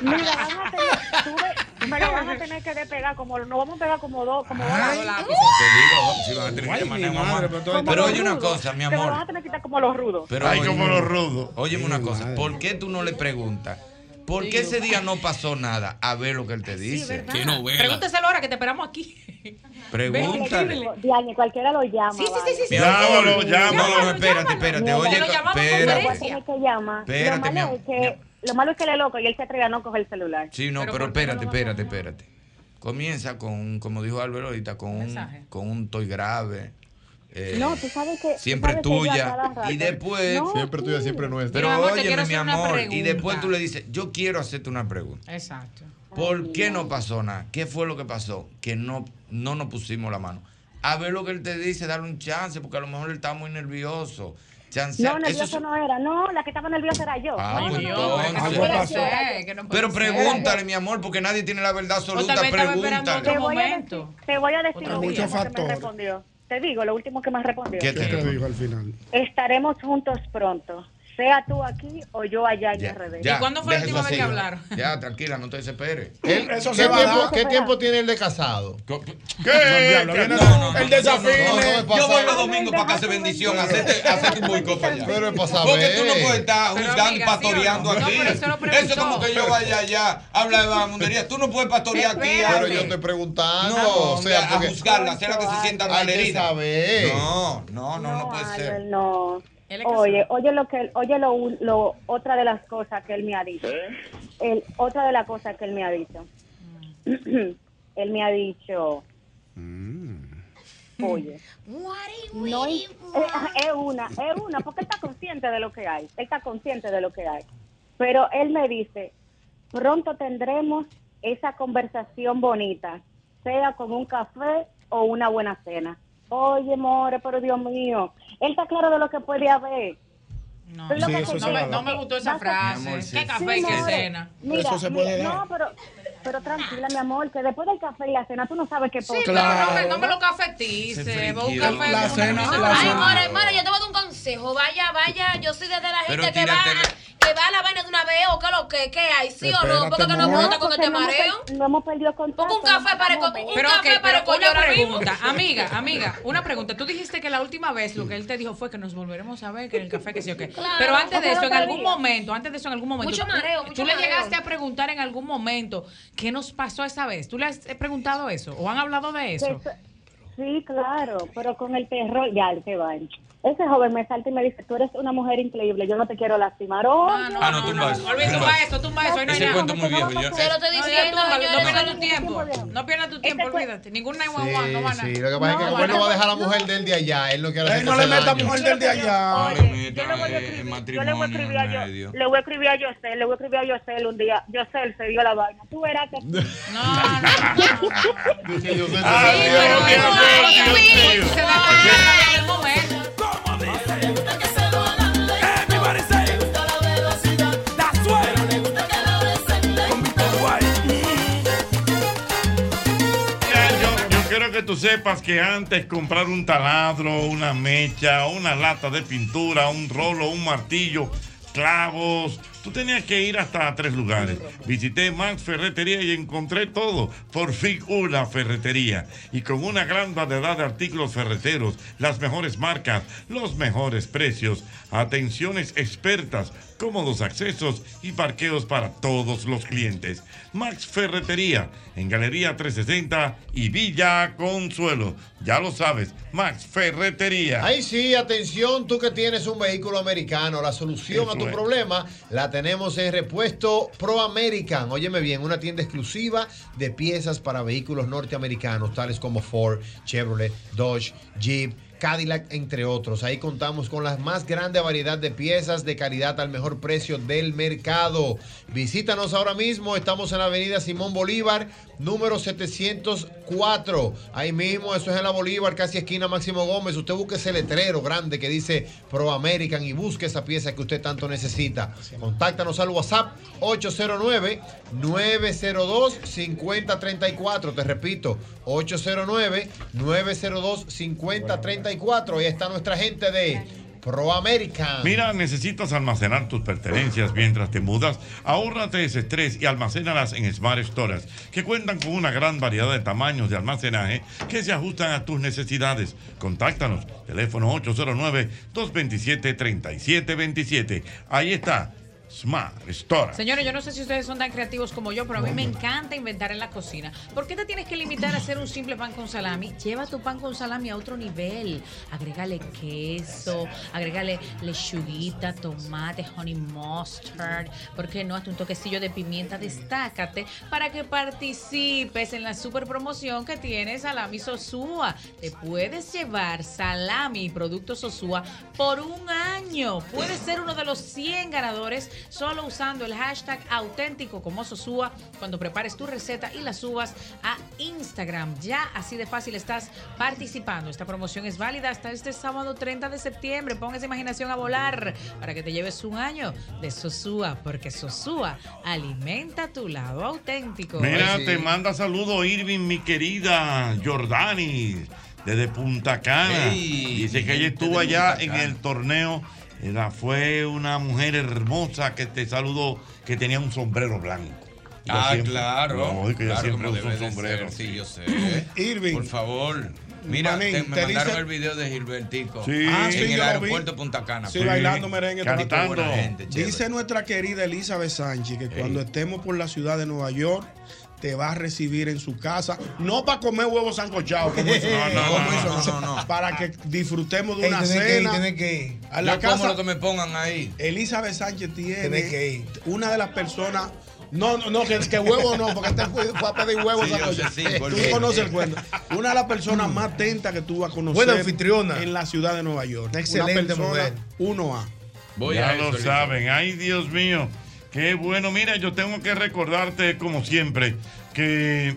Mira, van a tener, tú ve- pero van a tener que despegar, como nos vamos a pegar como dos, como dos
Ay,
lápices.
Te digo, si vas a tener que llamar a mamá.
Como
Pero
los
oye una
rudos.
cosa, mi
Te lo vas
amor.
a tener que quitar como los rudos.
Pero
Ay,
oye,
como los rudos.
Óyeme una cosa, ¿por qué tú no le preguntas? ¿Por qué ese día no pasó nada? A ver lo que él te dice.
¿verdad? Pregúnteselo ahora que te esperamos aquí.
Pregúntale.
Diane, cualquiera lo llama.
Sí, sí, sí, sí, sí.
Mi amor,
Llámalo,
No,
llámalo,
no, espérate, espérate.
llámalo.
Oye,
Lo llamamos
espérate.
Voy a tener que llamar.
Espérate,
lo,
mi
malo
am-
es que, lo malo es que él es loco y él se atreve a no coger el celular.
Sí, no, pero, espérate, espérate, espérate. Comienza con, como dijo Álvaro ahorita, con un, con un toy grave. eh,
No, tú sabes que. tú
siempre
sabes que yo a cada
tuya.
rato-
Y después.
No,
tuya, siempre nuestra.
Pero, amor,
Pero
te quiero
óyeme, mi
hacer una
amor. Y
pregunta.
después tú le dices, yo quiero hacerte una pregunta.
Exacto.
¿Por qué no pasó nada? ¿Qué fue lo que pasó? Que no, no nos pusimos la mano. A ver lo que él te dice, darle un chance, porque a lo mejor él está muy nervioso. Chancea-
No,
eso
nervioso
es-
no era. No, la que estaba nerviosa era yo.
Ah,
No,
pues
no, no.
entonces.
Algo pasó.
Pero pregúntale, mi amor, porque nadie tiene la verdad absoluta.
Te voy a
Pregúntale.
decir- Te voy a decir
Otro
lo
día.
último
Muchos
que me
factores.
respondió. Te digo lo último que me respondió.
¿Qué te digo al final?
Estaremos juntos pronto. Sea tú aquí o yo allá en RD.
Ya, déjelo así.
hablar?
Ya, tranquila, no te desesperes.
Eso ¿Qué, tiempo, ¿Qué tiempo tiene el de casado?
¿Qué?
el desafío.
Yo voy los domingos para que hace bendición, hacerte, hacerte un boicot allá. Pero es
saber.
Porque tú no puedes estar
Pero,
juzgando y
amiga,
pastoreando
¿sí o no? No,
aquí.
pero eso lo
es
preguntó.
como que yo vaya allá, habla de vagabundería. Tú no puedes pastorear aquí.
Pero
Ale.
yo estoy preguntando.
No,
o sea,
a
porque-
juzgarla, hacerla que se sienta
Hay que
malherida.
saber.
No, no, no, no puede ser.
Albert, no. Oye, oye lo que él- oye lo, un- lo- otra de las cosas que él me ha dicho. El, otra de las cosas que él me ha dicho. él me ha dicho, oye, no im- es una, es una, porque él está consciente de lo que hay, él está consciente de lo que hay. Pero él me dice, pronto tendremos esa conversación bonita, sea con un café o una buena cena. Oye, more, pero Dios mío, él está claro de lo que puede haber. No,
Sí, eso se va a dar.
No me gustó esa frase.
Mi amor, sí.
¿Qué café,
Sí,
qué
more.
cena?
Mira,
Eso se puede
mira,
dar.
No, pero, pero tranquila, mi amor, que después del café y la cena tú no sabes qué pasa.
Claro. pero no me-
No me lo cafetice. Va un
friqueó.
café.
La
no,
cena-
no, no.
la
Ay,
cena-
more,
Ahora, hermano, yo te voy a dar un consejo. Vaya, vaya, yo soy desde la
Pero
gente que va,
tíratele.
a, que va a la vaina de una vez o que lo que, que hay, sí o no,
Espérate,
porque que no
amor.
puedo cuando te
No, porque no hemos
mareo.
No hemos perdido contacto.
Porque un café para con un
Pero ok,
café para
pero
con
una
ahora mismo.
pregunta, amiga, amiga, una pregunta. Tú dijiste que la última vez lo que él te dijo fue que nos volveremos a ver, que en el café, que sí o qué.
Claro,
pero antes de
ojalá
eso, en
otro
algún
día.
momento, antes de eso, en algún momento.
Mucho
tú-
mareo,
Tú,
mucho
le
mareo.
llegaste a preguntar en algún momento qué nos pasó esa vez. ¿Tú le has eh, preguntado eso? ¿O han hablado de eso?
Pues, Sí, claro, pero con el terror, ya, él se va. Ese joven me salta y me dice, tú eres una mujer increíble, yo no te quiero lastimar. Oye,
Ah, no, tumba eso.
Olvídate,
tumba
tumba eso, tumba eso. Ahí no hay
Ese
nada.
cuento muy viejo. ya.
Se lo
No,
estoy diciendo,
ya,
señores,
túmbalo,
no
no
pierdas
pierdas
tu tiempo. No pierdas tu tiempo, olvídate. Ningún 911, no van a.
Sí, sí, lo que pasa es que
No,
Rafael no va a dejar a la
no.
mujer del de allá. Él no quiere hacer
Él no le meta a mujer del de
allá.
No le metan
Eh,
el
yo le voy a
matrimonio
escribir a
en
yo,
medio.
le voy a escribir a Yosel, le voy a escribir a Yosel un día. Yosel se dio la vaina. Tú verás que
Dice yo,
Yo quiero que tú sepas que antes comprar un taladro, una mecha, una lata de pintura, un rolo, un martillo, clavos, tú tenías que ir hasta tres lugares. Visité Max Ferretería y encontré todo. Por fin una ferretería. Y con una gran variedad de artículos ferreteros, las mejores marcas, los mejores precios, atenciones expertas, cómodos accesos y parqueos para todos los clientes. Max Ferretería en Galería 360 y Villa Consuelo. Ya lo sabes, Max Ferretería.
Ahí sí, atención, tú que tienes un vehículo americano, la solución
Eso
a tu
es.
problema la tenemos en Repuesto Pro American. Óyeme bien, una tienda exclusiva de piezas para vehículos norteamericanos, tales como Ford, Chevrolet, Dodge, Jeep. Cadillac, entre otros. Ahí contamos con la más grande variedad de piezas de calidad al mejor precio del mercado. Visítanos ahora mismo. Estamos en la avenida Simón Bolívar, número 704. Ahí mismo, eso es en la Bolívar, casi esquina Máximo Gómez. Usted busque ese letrero grande que dice Pro American y busque esa pieza que usted tanto necesita. Contáctanos al WhatsApp 809-902-5034. Te repito, 809-902-5034. Ahí está nuestra gente de Pro American.
Mira, necesitas almacenar tus pertenencias mientras te mudas. Ahórrate ese estrés y almacénalas en Smart Storage, que cuentan con una gran variedad de tamaños de almacenaje que se ajustan a tus necesidades. Contáctanos, teléfono 809-227-3727. Ahí está, Smart Storage.
Señores, yo no sé si ustedes son tan creativos como yo, pero a mí me encanta inventar en la cocina. ¿Por qué te tienes que limitar a hacer un simple pan con salami? Lleva tu pan con salami a otro nivel. Agrégale queso, agrégale lechuguita, tomate, honey mustard. ¿Por qué no? Haz un toquecillo de pimienta. Destácate para que participes en la super promoción que tiene Salami Sosúa. Te puedes llevar salami y productos Sosúa por un año. Puedes ser uno de los 100 ganadores solo usando el hashtag auténtico como Sosúa cuando prepares tu receta y la subas a Instagram. Ya así de fácil estás participando. Esta promoción es válida hasta este sábado 30 de septiembre. Pon esa imaginación a volar para que te lleves un año de Sosúa, porque Sosúa alimenta tu lado auténtico.
Mira,
Pues
te manda saludos Irving, mi querida Jordani, desde Punta Cana.
Ey,
Dice que ella
gente
estuvo
de
allá
Punta
en
Cana.
el torneo. Era- fue una mujer hermosa que te saludó, que tenía un sombrero blanco. Yo
Ah,
siempre-
claro.
No, y que yo
claro,
siempre
como
uso un
debe de
sombrero.
ser, sí, yo sé. Irving. ¿eh? Por favor. Mira,
Manín,
te, me
te
mandaron
dice-
el video de Gilbertico.
Sí. Ah, sí,
en
yo
el
lo vi.
aeropuerto de Punta Cana.
Sí, bailando merengue. todo.
Cantando. Buena gente, chévere.
Dice nuestra querida Elizabeth Sánchez que cuando estemos por la ciudad de Nueva York, te va a recibir en su casa, no para comer huevos sancochados, como eso,
No, no,
como
no,
eso,
no, no, no, no.
para que disfrutemos de
Ey,
una
tenés que ir,
cena.
tenés que ir.
A la
Yo como
casa,
lo que me pongan ahí.
Elizabeth Sánchez tiene
Tenés que ir.
una de las personas. No, no, no, que, que huevo no, porque este fue, fue a pedir huevos.
Sí, yo
sancochados.
sé, sí,
tú
porque-
conoces el cuento. Una de las personas más atentas que tú vas a conocer.
Buena anfitriona.
En la ciudad de Nueva York.
Una excelente mujer.
1A.
Voy
ya
a
lo
eso, Lito.
saben. Ay, Dios mío. Qué bueno. Mira, yo tengo que recordarte, como siempre, que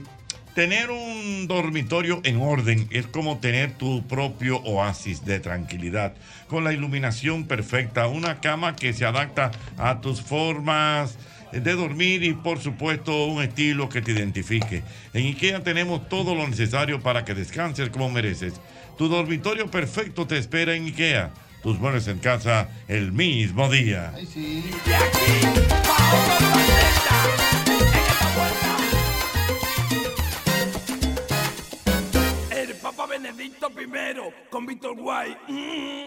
tener un dormitorio en orden es como tener tu propio oasis de tranquilidad, con la iluminación perfecta, una cama que se adapta a tus formas de dormir y por supuesto un estilo que te identifique. En IKEA tenemos todo lo necesario para que descanses como mereces. Tu dormitorio perfecto te espera en IKEA. Tus muebles en casa el mismo día.
El Papa Benedicto I con Víctor Guay. Mm.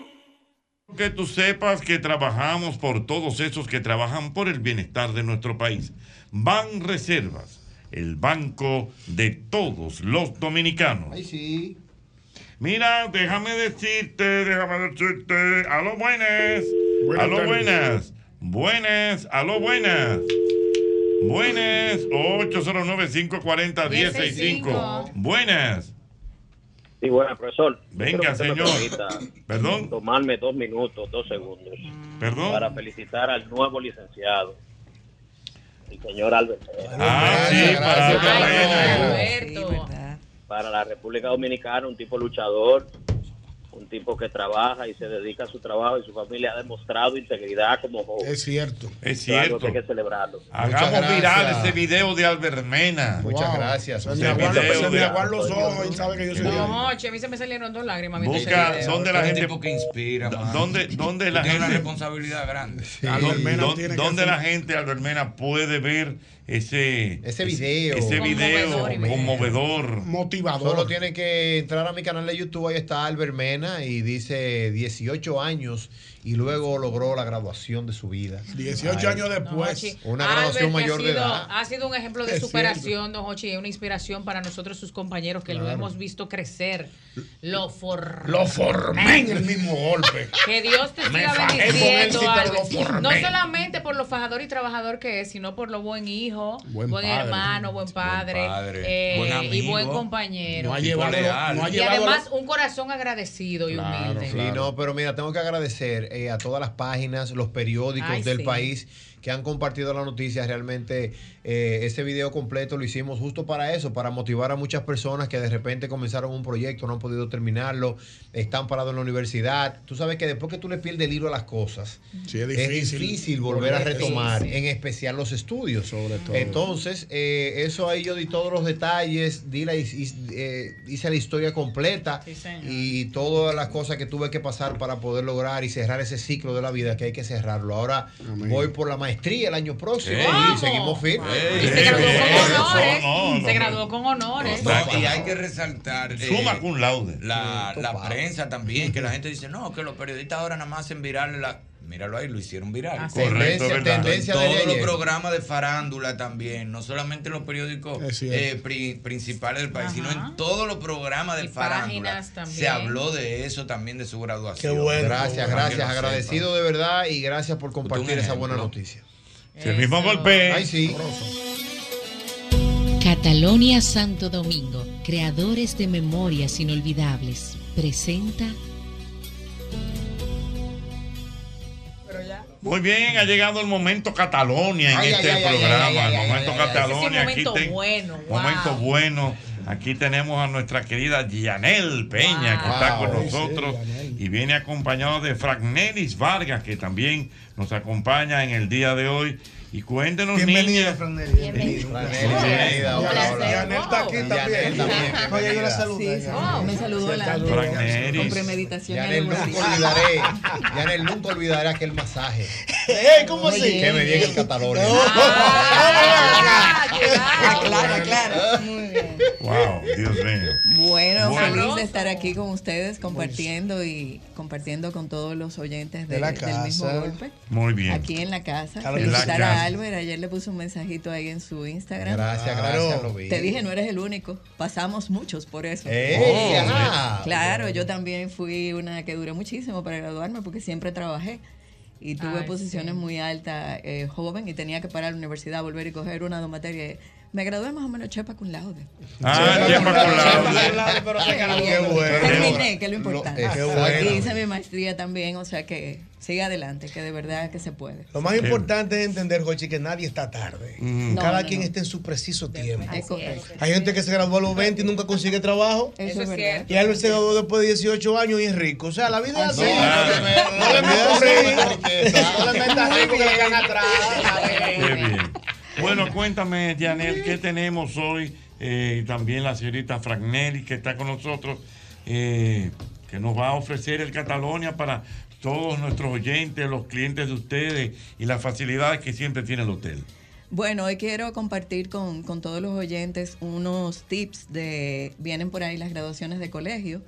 Que tú sepas que trabajamos por todos esos que trabajan por el bienestar de nuestro país. Ban Reservas, el banco de todos los dominicanos. Ay, sí. Mira, déjame decirte, déjame decirte. Aló, buenas.
Buenas
aló,
tardes.
buenas. Buenas, aló, buenas. Buenas, 809-540-1065. Buenas.
Sí, bueno, profesor.
Venga,
Espero que usted me
señor.
permita
Perdón.
Tomarme dos minutos, dos segundos.
Perdón.
Para felicitar al nuevo licenciado, el señor Albert. Pérez.
Ah, sí, para Albert
Para la República Dominicana, un tipo luchador, un tipo que trabaja y se dedica a su trabajo y su familia ha demostrado integridad como joven.
Es cierto.
Es
Eso algo
cierto.
que Hay que celebrarlo.
Hagamos
gracias.
viral ese video de Albermena.
Muchas
Wow.
gracias.
Ese
Se me aguan-
video
se me
de-
aguan
los ojos y sabe que yo soy.
No, che, a mí se me salieron dos lágrimas. mientras hice el
Busca,
video.
¿dónde la
Es un
gente?
tipo que inspira, mano.
¿Dónde, dónde
Tú
la
tienes una
gente?
responsabilidad grande.
¿Dónde, dónde-
tiene que
dónde
hacer-
la gente, Albermena, puede ver ese,
Ese video.
Ese video
Conmovedor y bello.
conmovedor.
Motivador.
Solo tienen que entrar a mi canal de YouTube, ahí está Albert Mena y dice 18 años y luego logró la graduación de su vida.
18 años después.
Jochi.
Pues, Una
Albert,
graduación
que ha
mayor de
sido-
edad.
Ha sido un ejemplo de
Es
superación, don Hochi, una inspiración para nosotros, sus compañeros, que lo
Claro.
hemos visto crecer. Lo formé.
Lo formé en el mismo golpe.
Que Dios te
Me
siga
fajé con él,
bendiciendo,
sí, pero
Albert.
lo formé.
No solamente por lo fajador y trabajador que es, sino por lo buen hijo, buen,
Buen padre.
hermano, buen padre,
padre,
eh,
buen
y
amigo.
buen compañero.
No ha llevado- Leal. no ha
y
llevado
además, un corazón agradecido y humilde.
Sí, no, pero mira, tengo que agradecer eh, a todas las páginas, los periódicos
Ay,
del
sí.
país que han compartido la noticia. Realmente eh, ese video completo lo hicimos justo para eso, para motivar a muchas personas que de repente comenzaron un proyecto, no han podido terminarlo, están parados en la universidad. Tú sabes que después que tú le pierdes el hilo a las cosas,
Sí, es difícil.
difícil volver a
Volver,
retomar,
sí,
en especial los estudios.
Sobre todo.
Entonces, eh, eso ahí yo di todos los detalles, di la, his- his- eh, hice la historia completa y todas las cosas que tuve que pasar para poder lograr y cerrar ese ciclo de la vida que hay que cerrarlo. Ahora voy por la maestría el año próximo
Ey.
y seguimos firmes.
Ey. Y se graduó con
Eso.
Honores,
No, no,
se
no.
graduó con honores.
No, y hay que resaltar. eh,
Suma cum laude.
La, la prensa también, que la gente dice, no, que los periodistas ahora nada más hacen viral. La... Míralo ahí, lo hicieron viral.
Así es. Correcto, es verdad.
En
tendencia de
Todos los
ayer.
programas de farándula también, no solamente en los periódicos eh, pri- principales del país, sino en todos los programas de farándula.
páginas también.
Se habló de eso también, de su graduación.
Gracias,
Para que
gracias.
lo
Agradecido de verdad y gracias por compartir esa buena noticia.
el mismo golpe.
Ay, sí.
Catalonia Santo Domingo, creadores de memorias inolvidables, presenta
Muy
Muy bien, ha llegado el momento Catalonia en
Ay,
este
ay, ay,
programa.
ay, ay, ay,
el momento Catalonia.
Ese es un
aquí
momento
te-
bueno. wow.
Momento bueno. Aquí tenemos a nuestra querida Gianel Peña, que está con nosotros y viene acompañado de Fragnelis Vargas, que también nos acompaña en el día de hoy. Y cuéntenos, niña.
Bienvenido.
Bienvenida. Hola, hola.
Yanel está aquí también. Oye, yo la saludé.
Me saludó la
Frank
con
Neris.
premeditación. y
Yanel, nunca
alevosía.
olvidaré. Yanel, nunca olvidaré aquel masaje.
¿Cómo así?
Que me di en el Catalonia.
Claro, claro.
Wow, Dios mío.
Bueno,
Bueno.
feliz de estar aquí con ustedes compartiendo y compartiendo con todos los oyentes de-
De la
del mismo
casa.
golpe.
Muy bien.
Aquí en la casa.
Claro que sí. En
Felicitar
la casa.
a Albert. Ayer le puse un mensajito ahí en su Instagram.
Gracias,
Claro.
gracias, lo vi.
Te dije, no eres el único. Pasamos muchos por eso.
¡Ey!
Oh,
Ajá.
Claro, yo también fui una que duró muchísimo para graduarme porque siempre trabajé. Y tuve Ay, posiciones muy altas eh, joven y tenía que parar a la universidad, volver y coger una o dos materias. Me gradué más o menos chepa con laude.
Ah, Chepa con laude.
Qué
bueno.
Terminé, que es lo importante.
Lo- qué bueno.
Y hice mi maestría también, o sea que siga adelante, que de verdad que se puede.
Lo más importante es entender, Jochi, que nadie está tarde.
No,
Cada
no,
quien
no.
está en su preciso tiempo.
Así es.
Hay gente que se graduó a los 20 y nunca consigue trabajo.
Eso es verdad.
Y Albert se graduó después de 18 años y es rico. O sea, la vida es
Así
así.
es.
No le metas rico. No le metas rico que le dan atrás.
Qué bien. Bueno, cuéntame, Janel, ¿qué tenemos hoy? Eh, también la señorita Fragnelli, que está con nosotros, eh, que nos va a ofrecer el Catalonia para todos nuestros oyentes, los clientes de ustedes y las facilidades que siempre tiene el hotel.
Bueno, hoy quiero compartir con, con todos los oyentes unos tips de, vienen por ahí las graduaciones de colegio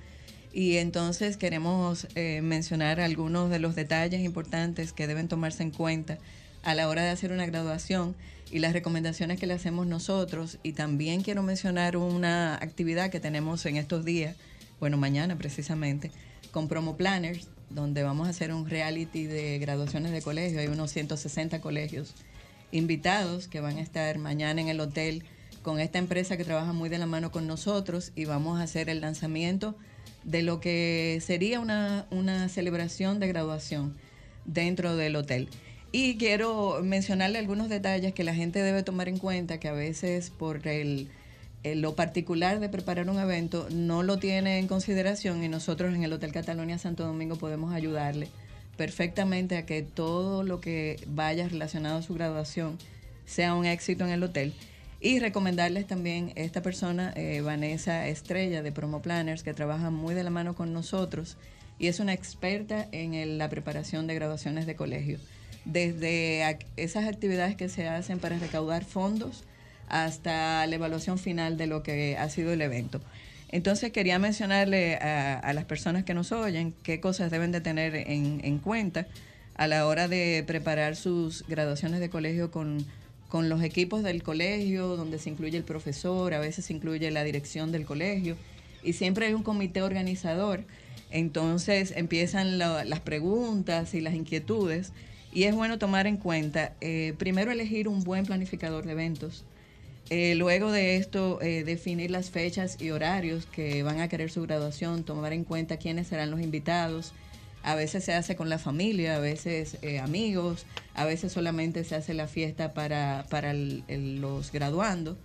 y entonces queremos eh, mencionar algunos de los detalles importantes que deben tomarse en cuenta a la hora de hacer una graduación y las recomendaciones que le hacemos nosotros y también quiero mencionar una actividad que tenemos en estos días, bueno mañana precisamente, con Promo Planners, donde vamos a hacer un reality de graduaciones de colegio, hay unos 160 colegios invitados que van a estar mañana en el hotel con esta empresa que trabaja muy de la mano con nosotros y vamos a hacer el lanzamiento de lo que sería una, una celebración de graduación dentro del hotel. Y quiero mencionarle algunos detalles que la gente debe tomar en cuenta que a veces por el, eh, lo particular de preparar un evento no lo tiene en consideración y nosotros en el Hotel Catalonia Santo Domingo podemos ayudarle perfectamente a que todo lo que vaya relacionado a su graduación sea un éxito en el hotel. Y recomendarles también esta persona, eh, Vanessa Estrella de Promo Planners, que trabaja muy de la mano con nosotros y es una experta en el- la preparación de graduaciones de colegio. Desde ac- esas actividades que se hacen para recaudar fondos hasta la evaluación final de lo que ha sido el evento. Entonces quería mencionarle a, a las personas que nos oyen qué cosas deben de tener en, en cuenta a la hora de preparar sus graduaciones de colegio con, con los equipos del colegio, donde se incluye el profesor, a veces se incluye la dirección del colegio, y siempre hay un comité organizador. Entonces empiezan la- las preguntas y las inquietudes, y es bueno tomar en cuenta, eh, primero elegir un buen planificador de eventos, eh, luego de esto, eh, definir las fechas y horarios que van a querer su graduación, tomar en cuenta quiénes serán los invitados. A veces se hace con la familia, a veces eh, amigos, a veces solamente se hace la fiesta para, para el- el- los graduandos.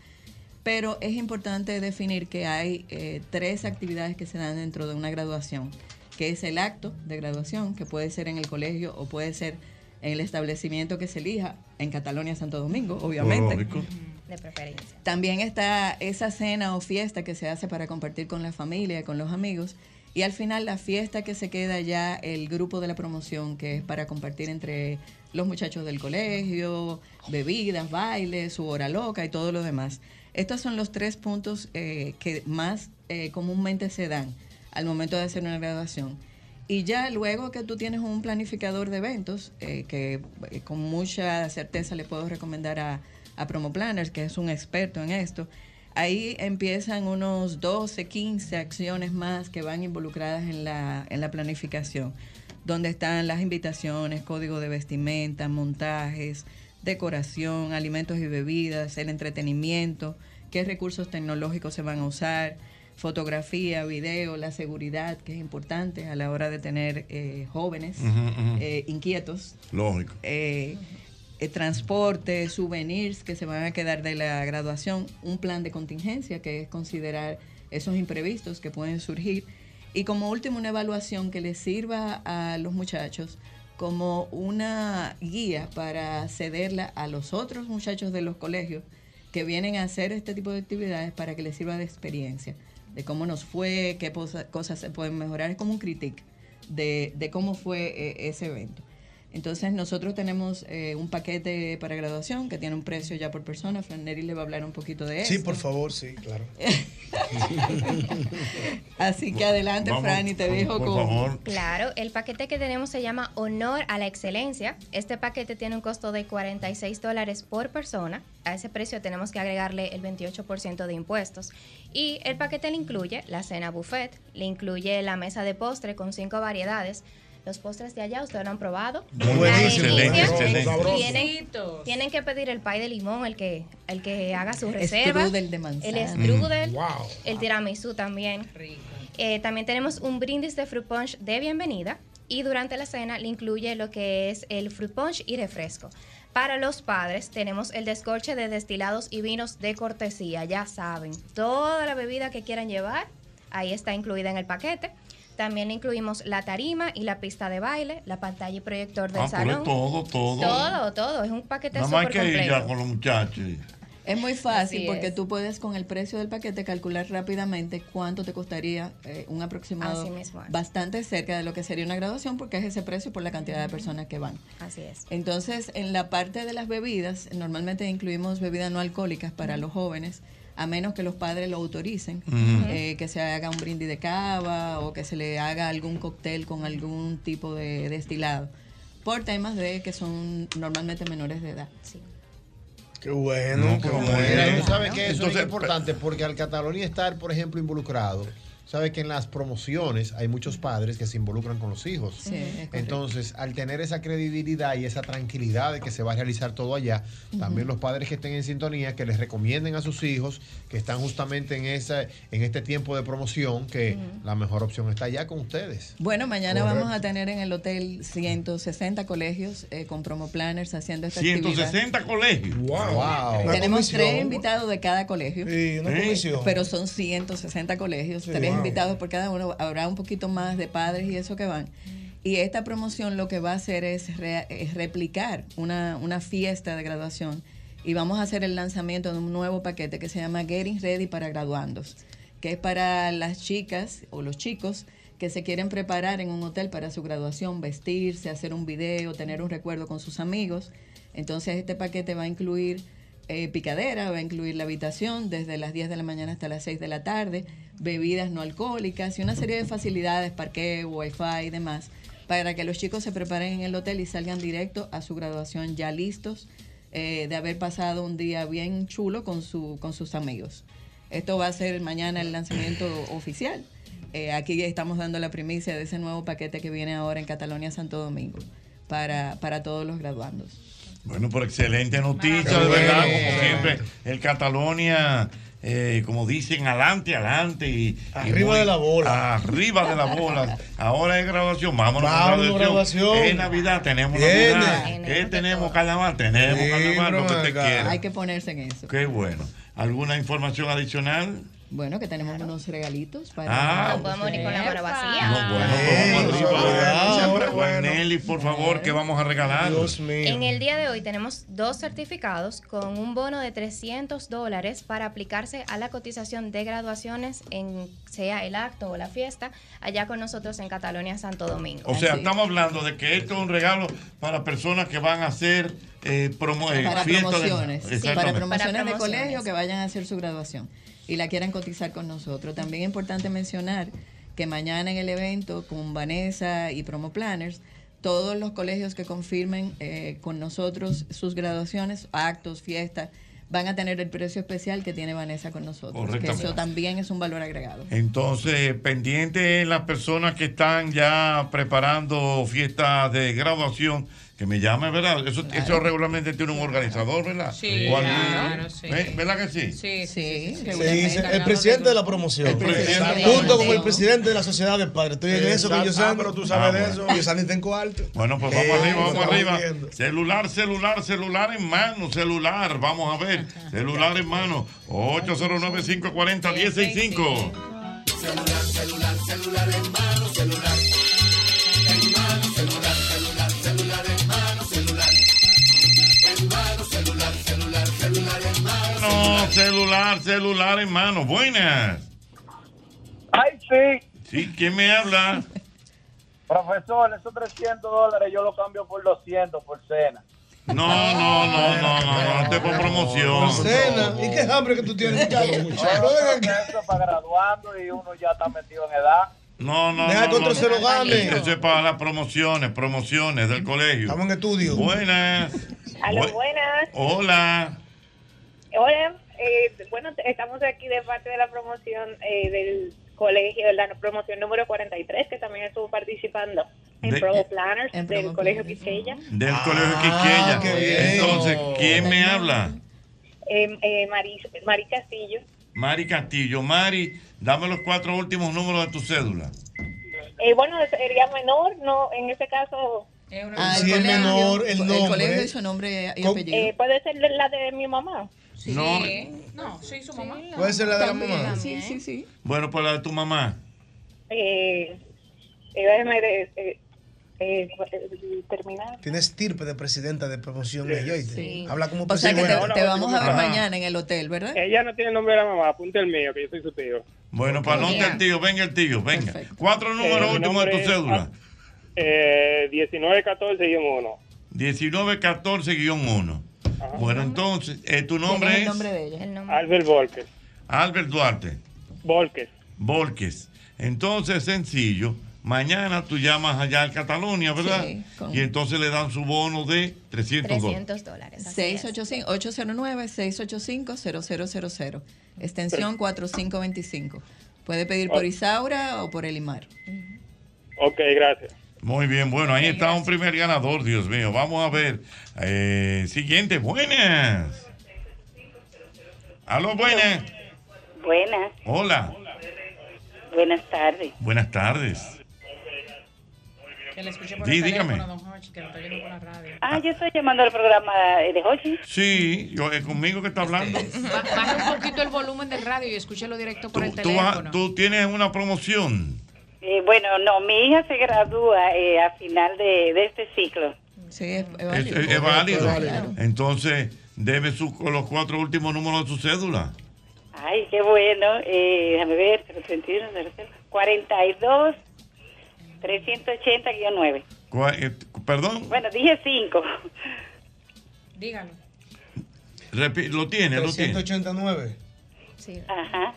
Pero es importante definir que hay eh, tres actividades que se dan dentro de una graduación, que es el acto de graduación, que puede ser en el colegio o puede ser en el establecimiento que se elija, en Catalonia, Santo Domingo, obviamente.
Lógico.
De preferencia.
También está esa cena o fiesta que se hace para compartir con la familia, con los amigos. Y al final la fiesta que se queda ya el grupo de la promoción, que es para compartir entre los muchachos del colegio, bebidas, bailes, su hora loca y todo lo demás. Estos son los tres puntos eh, que más eh, comúnmente se dan al momento de hacer una graduación. Y ya luego que tú tienes un planificador de eventos, eh, que eh, con mucha certeza le puedo recomendar a, a Promo Planners, que es un experto en esto, ahí empiezan unos 12, 15 acciones más que van involucradas en la, en la planificación, donde están las invitaciones, código de vestimenta, montajes, decoración, alimentos y bebidas, el entretenimiento, qué recursos tecnológicos se van a usar, fotografía, video, la seguridad, que es importante a la hora de tener eh, jóvenes
Ujú, ujú.
eh, inquietos.
Lógico.
Eh, eh, transporte, souvenirs que se van a quedar de la graduación, un plan de contingencia que es considerar esos imprevistos que pueden surgir y como último una evaluación que les sirva a los muchachos como una guía para cederla a los otros muchachos de los colegios que vienen a hacer este tipo de actividades para que les sirva de experiencia, de cómo nos fue, qué posa- cosas se pueden mejorar, es como un critique de, de cómo fue eh, ese evento. Entonces nosotros tenemos eh, un paquete para graduación que tiene un precio ya por persona. Flannery le va a hablar un poquito de eso.
Sí, por favor, sí, claro.
Así que adelante,
Vamos,
Fran, y te
por-
dejo
por
con...
favor.
Claro, el paquete que tenemos se llama Honor a la Excelencia. Este paquete tiene un costo de 46 dólares por persona. A ese precio tenemos que agregarle el 28% de impuestos. Y el paquete le incluye la cena buffet, le incluye la mesa de postre con cinco variedades. Los postres de allá ustedes lo han probado.
Buenísimo.
La
Excelente,
delicia.
excelente.
Tienen, tienen que pedir el pie de limón, el que, el que haga su reserva.
Strudel de manzana.
El strudel.
Mm, wow.
El tiramisú también. Eh, también tenemos un brindis de fruit punch de bienvenida y durante la cena le incluye lo que es el fruit punch y refresco. Para los padres tenemos el descorche de destilados y vinos de cortesía, ya saben, toda la bebida que quieran llevar, ahí está incluida en el paquete. También le incluimos la tarima y la pista de baile, la pantalla y proyector del
Ah, pero es
salón.
todo, todo.
Todo, todo, es un paquete
Nada más
súper
hay que ir ya
completo.
con los muchachos.
Es muy fácil
Así
porque
es.
tú puedes con el precio del paquete calcular rápidamente cuánto te costaría eh, un aproximado
Así mismo es.
bastante cerca de lo que sería una graduación porque es ese precio por la cantidad de personas que van.
Así es.
Entonces, en la parte de las bebidas, normalmente incluimos bebidas no alcohólicas para los jóvenes, a menos que los padres lo autoricen,
Ujú.
eh, que se haga un brindis de cava o que se le haga algún cóctel con algún tipo de destilado, por temas de que son normalmente menores de edad.
Qué bueno,
qué
bueno.
Mira, tú sabes que eso
Entonces,
es importante porque al Catalonia estar, por ejemplo, involucrado, sabes que en las promociones hay muchos padres que se involucran con los hijos.
Sí, es correcto.
Entonces, al tener esa credibilidad y esa tranquilidad de que se va a realizar todo allá, también
Ujú.
los padres que estén en sintonía, que les recomienden a sus hijos que están justamente en esa, en este tiempo de promoción, que la mejor opción está allá con ustedes.
Bueno, mañana
Correcto.
vamos a tener en el hotel 160 colegios eh, con promo planners haciendo esta actividad.
160 colegios. Wow.
Tenemos tres invitados de cada colegio.
Sí, una Sí. comisión.
Pero son 160 colegios,
Sí,
tres
wow.
invitados por cada uno. Habrá un poquito más de padres y eso que van. Y esta promoción lo que va a hacer es, re- es replicar una, una fiesta de graduación y vamos a hacer el lanzamiento de un nuevo paquete que se llama Getting Ready para Graduandos, que es para las chicas o los chicos que se quieren preparar en un hotel para su graduación, vestirse, hacer un video, tener un recuerdo con sus amigos. Entonces este paquete va a incluir eh, picadera, va a incluir la habitación desde las 10 de la mañana hasta las 6 de la tarde, bebidas no alcohólicas y una serie de facilidades, parqueo, wifi y demás, para que los chicos se preparen en el hotel y salgan directo a su graduación ya listos eh, de haber pasado un día bien chulo con, su, con sus amigos. Esto va a ser mañana el lanzamiento oficial. Eh, aquí estamos dando la primicia de ese nuevo paquete que viene ahora en Catalonia, Santo Domingo, para, para todos los graduandos.
Bueno, por excelente noticia, de verdad, como siempre, el Catalonia, eh, como dicen, adelante, adelante. Y, y
Arriba de la bola.
Arriba de la bola. Ahora es graduación, vámonos a
Vámonos,
graduación.
graduación.
Es Navidad, tenemos
Viene.
Navidad. ¿Qué tenemos? Carnaval, tenemos
Sí,
carnaval, lo que
broma
usted
acá.
quiera.
Hay que ponerse en eso.
Qué bueno. ¿Alguna información adicional?
Bueno, que tenemos unos regalitos
Ah,
para...
No
podemos ni con la mano
vacía.
No, bueno, vamos arriba. Juan Nelly, por favor, que vamos a regalar? Dios
En el día de hoy tenemos dos certificados con un bono de 300 dólares para aplicarse a la cotización de graduaciones en sea el acto o la fiesta allá con nosotros en Catalonia, Santo Domingo.
O sea, estamos hablando de que esto es un regalo para personas que van a hacer eh, promo- eh,
para
fiestas de-
promociones, sí,
Exactamente.
para promociones de
promociones.
colegio que vayan a hacer su graduación y la quieran cotizar con nosotros. También es importante mencionar que mañana en el evento con Vanessa y Promo Planners, todos los colegios que confirmen eh, con nosotros sus graduaciones, actos, fiestas, van a tener el precio especial que tiene Vanessa con nosotros. Que
Correctamente.
eso también es un valor agregado.
Entonces, pendiente las personas que están ya preparando fiestas de graduación que me llame, ¿verdad? Eso, eso regularmente tiene un organizador, ¿verdad?
Sí,
O alguien,
claro, sí.
¿eh? ¿Verdad que sí?
Sí, sí, sí, sí,
Sí,
seguramente.
dice, el presidente de la promoción.
presidente.
Junto con el presidente de la sociedad de padres. Estoy en eso con
Exacto.
Yosani.
Ah, pero tú sabes de eso.
Yosani está en cuarto.
Bueno, pues
Eh,
vamos arriba,
lo
vamos
estamos
arriba.
viendo.
Celular, celular, celular en mano, celular. Vamos a ver. Celular en mano. 809-540-165.
Celular, celular, celular en mano, celular. En mano, celular, celular, celular en mano, celular. En mano, celular, celular, celular en mano.
No, celular, celular en mano. Buenas.
Ay, sí.
Sí, ¿quién me habla?
Profesor, esos 300 dólares yo lo cambio por 200 por cena.
No, no, no, no, no, no, te por promoción.
Cena. ¿Y qué hambre Ah, que tú tienes, muchacho? Muchacho, ven acá.
Eso para graduando y uno ya está metido en edad.
No, no,
Deja
no,
que otro
no,
se lo
no.
gane.
Eso es para las promociones, promociones del colegio. Estamos
en estudio.
Buenas.
Aló,
Bu-
buenas.
Hola.
Hola, eh, bueno, t- estamos aquí de parte de la promoción eh, del colegio, la promoción número 43, que también estuvo participando en
De- Ah.
Provo Planners del colegio Quisqueya.
Del
Ah,
colegio Quiqueya. Entonces, ¿quién me habla?
Em,
Eh, eh, Mari, Mari Castillo,
Mari Castillo. Mari, dame los cuatro últimos números de tu cédula.
eh, bueno, sería menor, no, en este caso...
Ah, el
Si es
colegio,
menor, el nombre.
colegio y su nombre y
Con-
apellido.
eh, puede ser de- la de mi mamá.
Sí.
No.
No, sí, su mamá.
¿Puede ser la de la mamá?
Sí, sí, sí.
Bueno, pues la de tu mamá.
Eh, eh, déjeme de- eh, eh, eh, terminar.
Tiene estirpe de presidenta de promoción. ella, ¿oíste?
Sí.
Habla como
O sea que
presidenta.
te, te vamos a ver
Ah.
mañana en el hotel, ¿verdad?
Ella no tiene el nombre de la mamá, apunta el mío, que yo soy su tío.
Bueno, para no el tío, venga el tío, venga. Cuatro
Eh,
números
Eh, mi
últimos de
nombre
tu
es
cédula.
Eh, 1914-1.
1914-1. Bueno, entonces, eh, tu nombre es,
de ella?
Albert Volker.
Albert Duarte.
Volker.
Volques. Entonces, sencillo. Mañana tú llamas allá a Cataluña, ¿verdad?
Sí, con-
Y entonces le dan su bono de 300 dólares.
300 dólares. 809-685-0000. Extensión 4525. Puede pedir por Isaura o por Elimar.
Ok, gracias.
Muy bien, bueno, ahí está un primer ganador, Dios mío. Vamos a ver. Eh, siguiente, buenas. Aló, buenas.
Buenas,
Hola,
buenas tardes.
buenas tardes.
Que le escuche
Sí,
el
dígame.
teléfono, don Jorge, que lo está oyendo por la radio.
Ah, yo estoy llamando al programa de Hochi.
Sí, yo, es conmigo que está hablando.
Ba- Baja un poquito el volumen del radio y escúchelo directo por el
Tú, vas-
teléfono.
tú tienes una promoción.
Eh, bueno, no, mi hija se gradúa eh, a final de, de este ciclo.
Sí, es,
Es, es- es válido. Entonces, debe su, con los cuatro últimos números de su cédula.
Ay, qué bueno. Eh, déjame ver, 31, 00, 42, 380-9.
Cua- eh, Perdón,
Bueno, dije 5.
Dígalo.
repi- lo tiene, lo tiene.
389.
Sí. Ajá.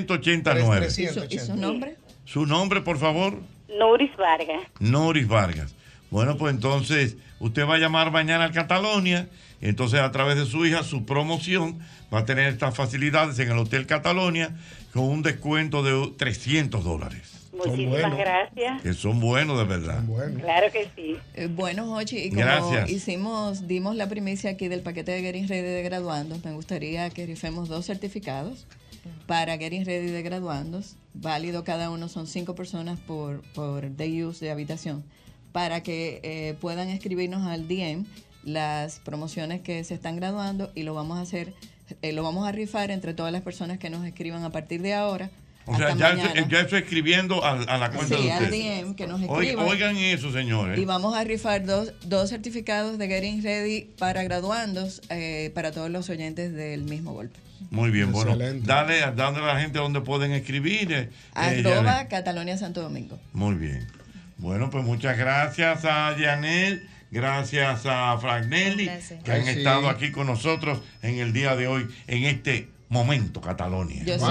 289.
nombre?
Su nombre, por favor,
Nuris Vargas.
Noris Vargas. Bueno, pues entonces usted va a llamar mañana a Catalonia. y Entonces, a través de su hija, su promoción va a tener estas facilidades en el Hotel Catalonia con un descuento de 300 dólares.
Muchísimas
buenos.
gracias.
Que son buenos de verdad.
Claro que sí.
Eh, Bueno, Jochi, y como
Gracias.
hicimos, dimos la primicia aquí del paquete de Getting Ready de graduandos, me gustaría que rifemos dos certificados para Getting Ready de graduandos, válido cada uno, son cinco personas por, por day use de habitación, para que eh, puedan escribirnos al DM las promociones que se están graduando y lo vamos a hacer, eh, lo vamos a rifar entre todas las personas que nos escriban a partir de ahora.
O sea,
hasta
ya,
mañana.
eso- ya eso escribiendo a, a la cuenta
Sí,
de
al
ustedes.
DM que nos
Oigan,
escriban.
oigan eso, señores.
Y vamos a rifar dos, dos certificados de Getting Ready para graduandos eh, para todos los oyentes del mismo golpe.
Muy bien, bueno. Dale, dale a la gente donde pueden escribir. eh, eh,
Arroba
Janet.
Catalonia Santo Domingo.
Muy bien. Bueno, pues muchas gracias a Janel, gracias a Frank Nelly,
Gracias.
que han
Ay, sí.
estado aquí con nosotros en el día de hoy, en este momento, Catalonia.
Yo
Wow.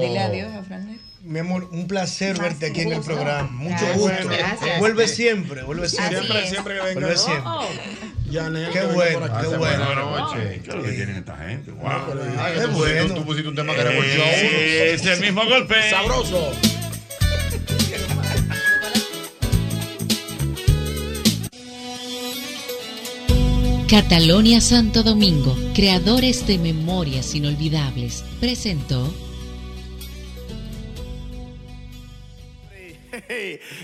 sé. Dile adiós a Fran.
Mi amor, un placer verte aquí en el
gusto.
programa. Mucho
Gracias.
gusto.
Gracias.
Vuelve siempre, vuelve siempre.
Así es. Siempre, siempre que venga.
Vuelve siempre.
Oh.
Qué bueno, qué bueno.
¿Qué es lo que tienen esta gente? Wow.
Ay, Ah, qué bueno. Tú pusiste un tema que era por show.
Es el Eh, mismo golpe.
Sabroso.
Catalonia Santo Domingo, creadores de memorias inolvidables, presentó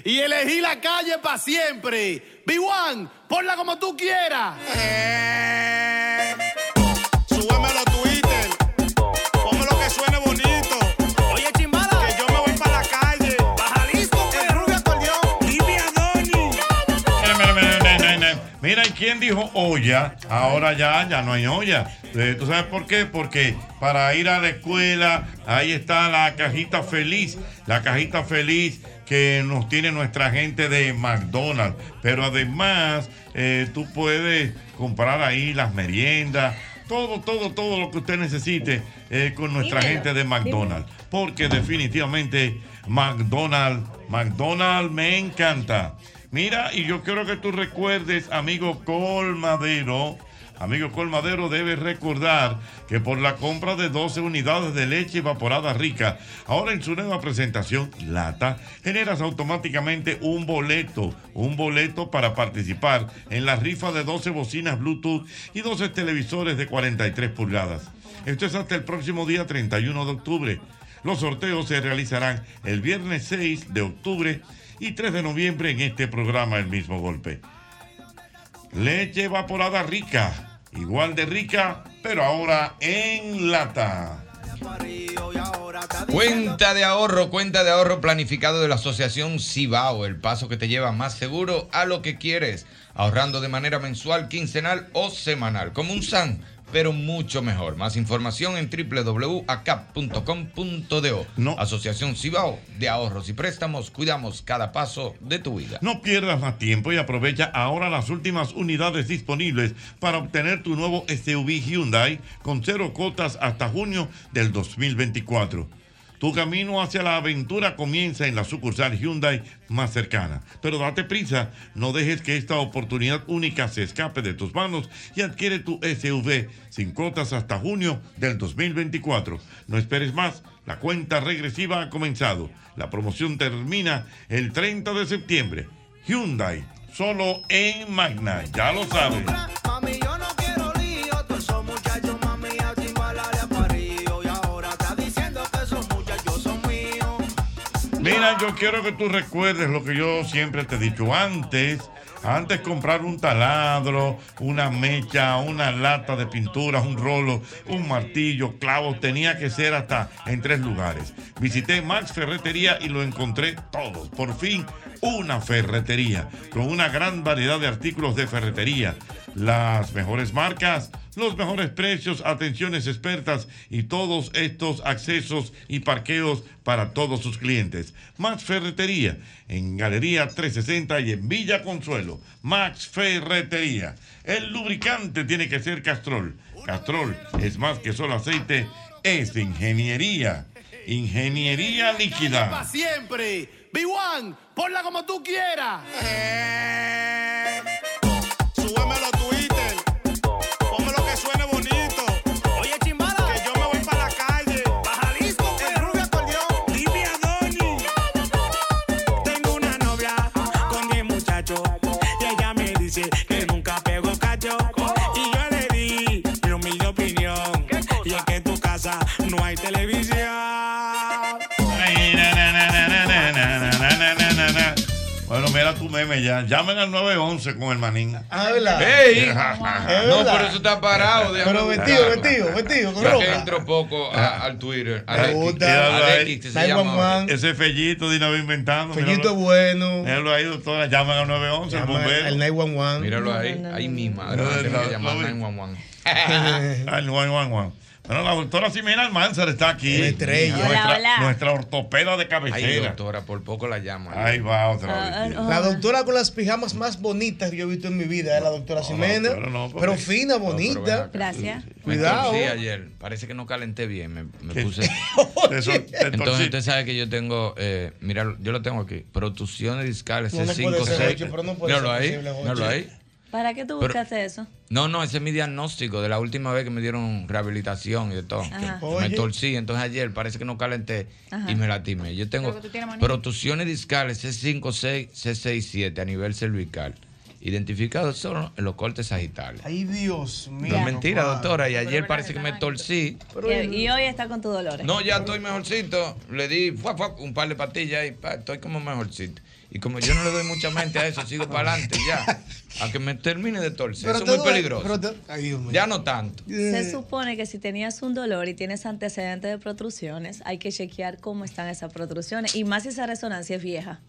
y elegí la calle para siempre. B1, ponla como tú quieras.
Eh.
Súbemelo a Twitter. Pónmelo que suene bonito. Oye, chimbala. Que yo me voy para la calle. Baja listo, que rubia acordeón. Dime Adonis.
Mira, mira, mira, mira, mira, mira. Mira, ¿y quién dijo olla? Ahora ya, ya no hay olla. Eh, ¿Tú sabes por qué? Porque para ir a la escuela, ahí está la cajita feliz. La cajita feliz que nos tiene nuestra gente de McDonald's. Pero además, eh, tú puedes comprar ahí las meriendas. Todo, todo, todo lo que usted necesite eh, con nuestra
Dímelo,
gente de McDonald's. Porque definitivamente McDonald's, McDonald's me encanta. Mira, y yo quiero que tú recuerdes, amigo Colmadero. Amigo Colmadero debe recordar que por la compra de 12 unidades de leche evaporada rica, ahora en su nueva presentación, lata, generas automáticamente un boleto, un boleto para participar en la rifa de 12 bocinas Bluetooth y 12 televisores de 43 pulgadas. Esto es hasta el próximo día 31 de octubre. Los sorteos se realizarán el viernes 6 de octubre y 3 de noviembre en este programa El mismo golpe. Leche evaporada rica, igual de rica, pero ahora en lata.
Cuenta de ahorro, cuenta de ahorro planificado de la Asociación Cibao, el paso que te lleva más seguro a lo que quieres, ahorrando de manera mensual, quincenal o semanal, como un SAN, pero mucho mejor. Más información en www.acap.com.do. Asociación Cibao de Ahorros y Préstamos, cuidamos cada paso de tu vida.
No pierdas más tiempo y aprovecha ahora las últimas unidades disponibles para obtener tu nuevo SUV Hyundai con cero cotas hasta junio del 2024. Tu camino hacia la aventura comienza en la sucursal Hyundai más cercana. Pero date prisa, no dejes que esta oportunidad única se escape de tus manos y adquiere tu SUV sin cotas hasta junio del 2024. No esperes más, la cuenta regresiva ha comenzado. La promoción termina el 30 de septiembre. Hyundai, solo en Magna, ya lo sabes.
Mami, yo no quiero lío. Todos esos muchachos, mami, a timbalarle a parillo. Y ahora está diciendo que esos muchachos son míos.
Mira, yo quiero que tú recuerdes lo que yo siempre te he dicho antes. Antes comprar un taladro, una mecha, una lata de pinturas, un rolo, un martillo, clavos, tenía que ser hasta en tres lugares. Visité Max Ferretería y lo encontré todo. Por fin, una ferretería con una gran variedad de artículos de ferretería. Las mejores marcas, los mejores precios, atenciones expertas y todos estos accesos y parqueos para todos sus clientes. Max Ferretería en Galería 360 y en Villa Consuelo. Max Ferretería. El lubricante tiene que ser Castrol. Castrol es más que solo aceite, es ingeniería. Ingeniería líquida.
Para siempre. B1, ponla como tú quieras. Eh. Súbemelo a Twitter. Pónmelo que suene bonito. Oye, chimbala. Que yo me voy para la calle. Baja listo. El rubio acordeón. Dime Adonis. Tengo una novia con 10 muchachos. Y ella me dice que nunca pego cacho. Y yo le di mi humilde opinión. Y es que en tu casa no hay televisión.
Bueno, mira tu meme ya. Llamen al 911 con el manín.
Ah, ¿verdad?
Ey.
Es
No,
verdad.
pero eso está parado. déjame
Pero
buscar.
vestido, vestido, vestido, con
Ya que
ropa.
entro poco ah. a- al Twitter. a
Míralo
X,
ahí.
a X, que se llama ahora.
Ese fellito Dina va inventando.
Fellito bueno.
Él ha ido todas, llaman al 911, el bombero.
El 911.
Míralo ahí, ahí mismo.
No,
Ahora tengo
no,
que llamar
no.
911.
Al 911. Bueno, la doctora Simena Almanzar está aquí.
estrella. Hola,
Nuestra,
hola.
nuestra ortopeda de cabecera.
Ay, doctora, por poco la llama.
Ahí va otra vez.
La doctora con las pijamas más bonitas que yo he visto en mi vida es la doctora Ximena.
doctora, no, porque-
Pero fina,
No, pero ven
bonita.
acá.
Gracias.
Me
Cuidado.
torcí ayer. Parece que no calenté bien. Me, me puse.
torciste.
Entonces, usted sabe que yo tengo. Eh, mira, yo lo tengo aquí. Protusiones discales
No, no puede ser, Jochi, pero no
C5-6.
puede
Míralo
ser
ahí.
posible, Jochi.
Míralo ahí.
¿Para qué tú
Pero-
buscaste eso?
No, no, ese es mi diagnóstico de la última vez que me dieron rehabilitación y de todo.
Ajá.
Que
Oye.
Me torcí, entonces ayer parece que no calenté
Ajá.
y me latimé. Yo tengo
Pero tú tienes manía.
protusiones discales C5, 6, C6, 7 a nivel cervical. identificados solo en los cortes sagitarios.
Ay, Dios mío.
No es mentira,
compadre.
doctora. Y ayer parece que me torcí.
Y, y hoy está con tu dolor.
No, ya estoy mejorcito. Le di fuá, fuá, un par de pastillas y pa, estoy como mejorcito. Y como yo no le doy mucha mente a eso, sigo para adelante ya. A que me termine de torcer.
Pero
eso
te
es muy
duele,
peligroso.
pero te- Ay, Dios mío.
Ya no tanto.
Se supone que si tenías un dolor y tienes antecedentes de protrusiones, hay que chequear cómo están esas protrusiones y más si esa resonancia es vieja.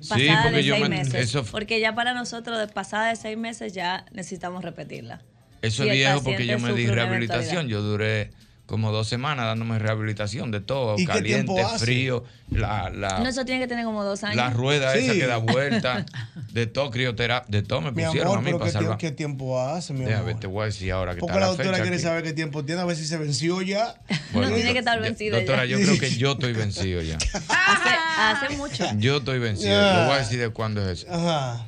Sí,
Pasada
porque
de
yo
seis
me-
meses.
eso-
Porque ya para nosotros, de pasada de seis meses, ya necesitamos repetirla.
Eso
Si
es
el
viejo porque
paciente
yo me
sufre
di
una
rehabilitación. Yo duré como dos semanas dándome rehabilitación de todo.
¿Y qué
Caliente,
tiempo hace?
frío, la, la,
No, eso tiene que tener como dos años.
la rueda esa
Sí.
que da vuelta. De todo crioterapia. De todo me
Mi
pusieron
amor,
a mí
pero
para
¿qué, tie-
salvar.
qué tiempo hace, mi amor?
Déjame, te voy a decir ahora que
Porque
está
la
la,
doctora
fecha
quiere
aquí.
saber qué tiempo tiene, a ver si se venció ya.
Bueno,
tiene
do-
que estar
ya-
vencido
Doctora,
ya.
yo creo que yo estoy vencido ya.
Hace, hace mucho.
Yo estoy vencido.
Ya.
Yo voy a decir de cuándo es eso.
Ajá.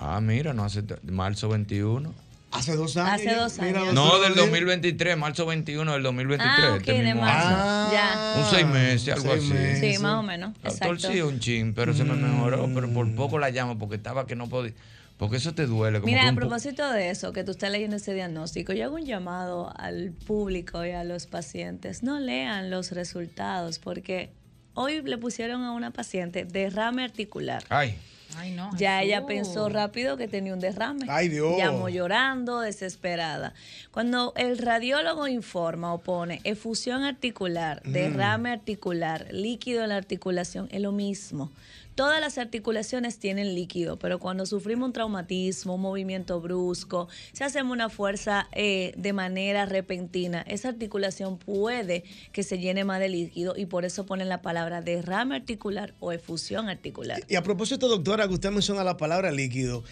Ah, mira, no hace t- marzo 21.
Hace dos años.
Hace dos
Mira,
años.
No, del 2023, marzo 21 del 2023.
Ah, ok,
este
de
mismo
marzo.
año.
Ya.
Un seis meses, Mm. algo así.
Sí, más o menos. Exacto.
Torcí un chin, pero se me mejoró, pero por poco la llamo porque estaba que no podía. Porque eso te duele. Como que
Mira, a
un po-
propósito de eso, que tú estás leyendo ese diagnóstico, yo hago un llamado al público y a los pacientes. No lean los resultados porque hoy le pusieron a una paciente derrame articular.
Ay.
Ay, no.
Ya
Jesús.
ella pensó rápido que tenía un derrame.
Ay, Dios.
Llamó llorando, desesperada. Cuando el radiólogo informa o pone efusión articular,
Mm.
derrame articular, líquido en la articulación, es lo mismo. Todas las articulaciones tienen líquido, pero cuando sufrimos un traumatismo, un movimiento brusco, si hacemos una fuerza eh, de manera repentina, esa articulación puede que se llene más de líquido y por eso ponen la palabra derrame articular o efusión articular.
Y a propósito, doctora, que usted menciona la palabra líquido.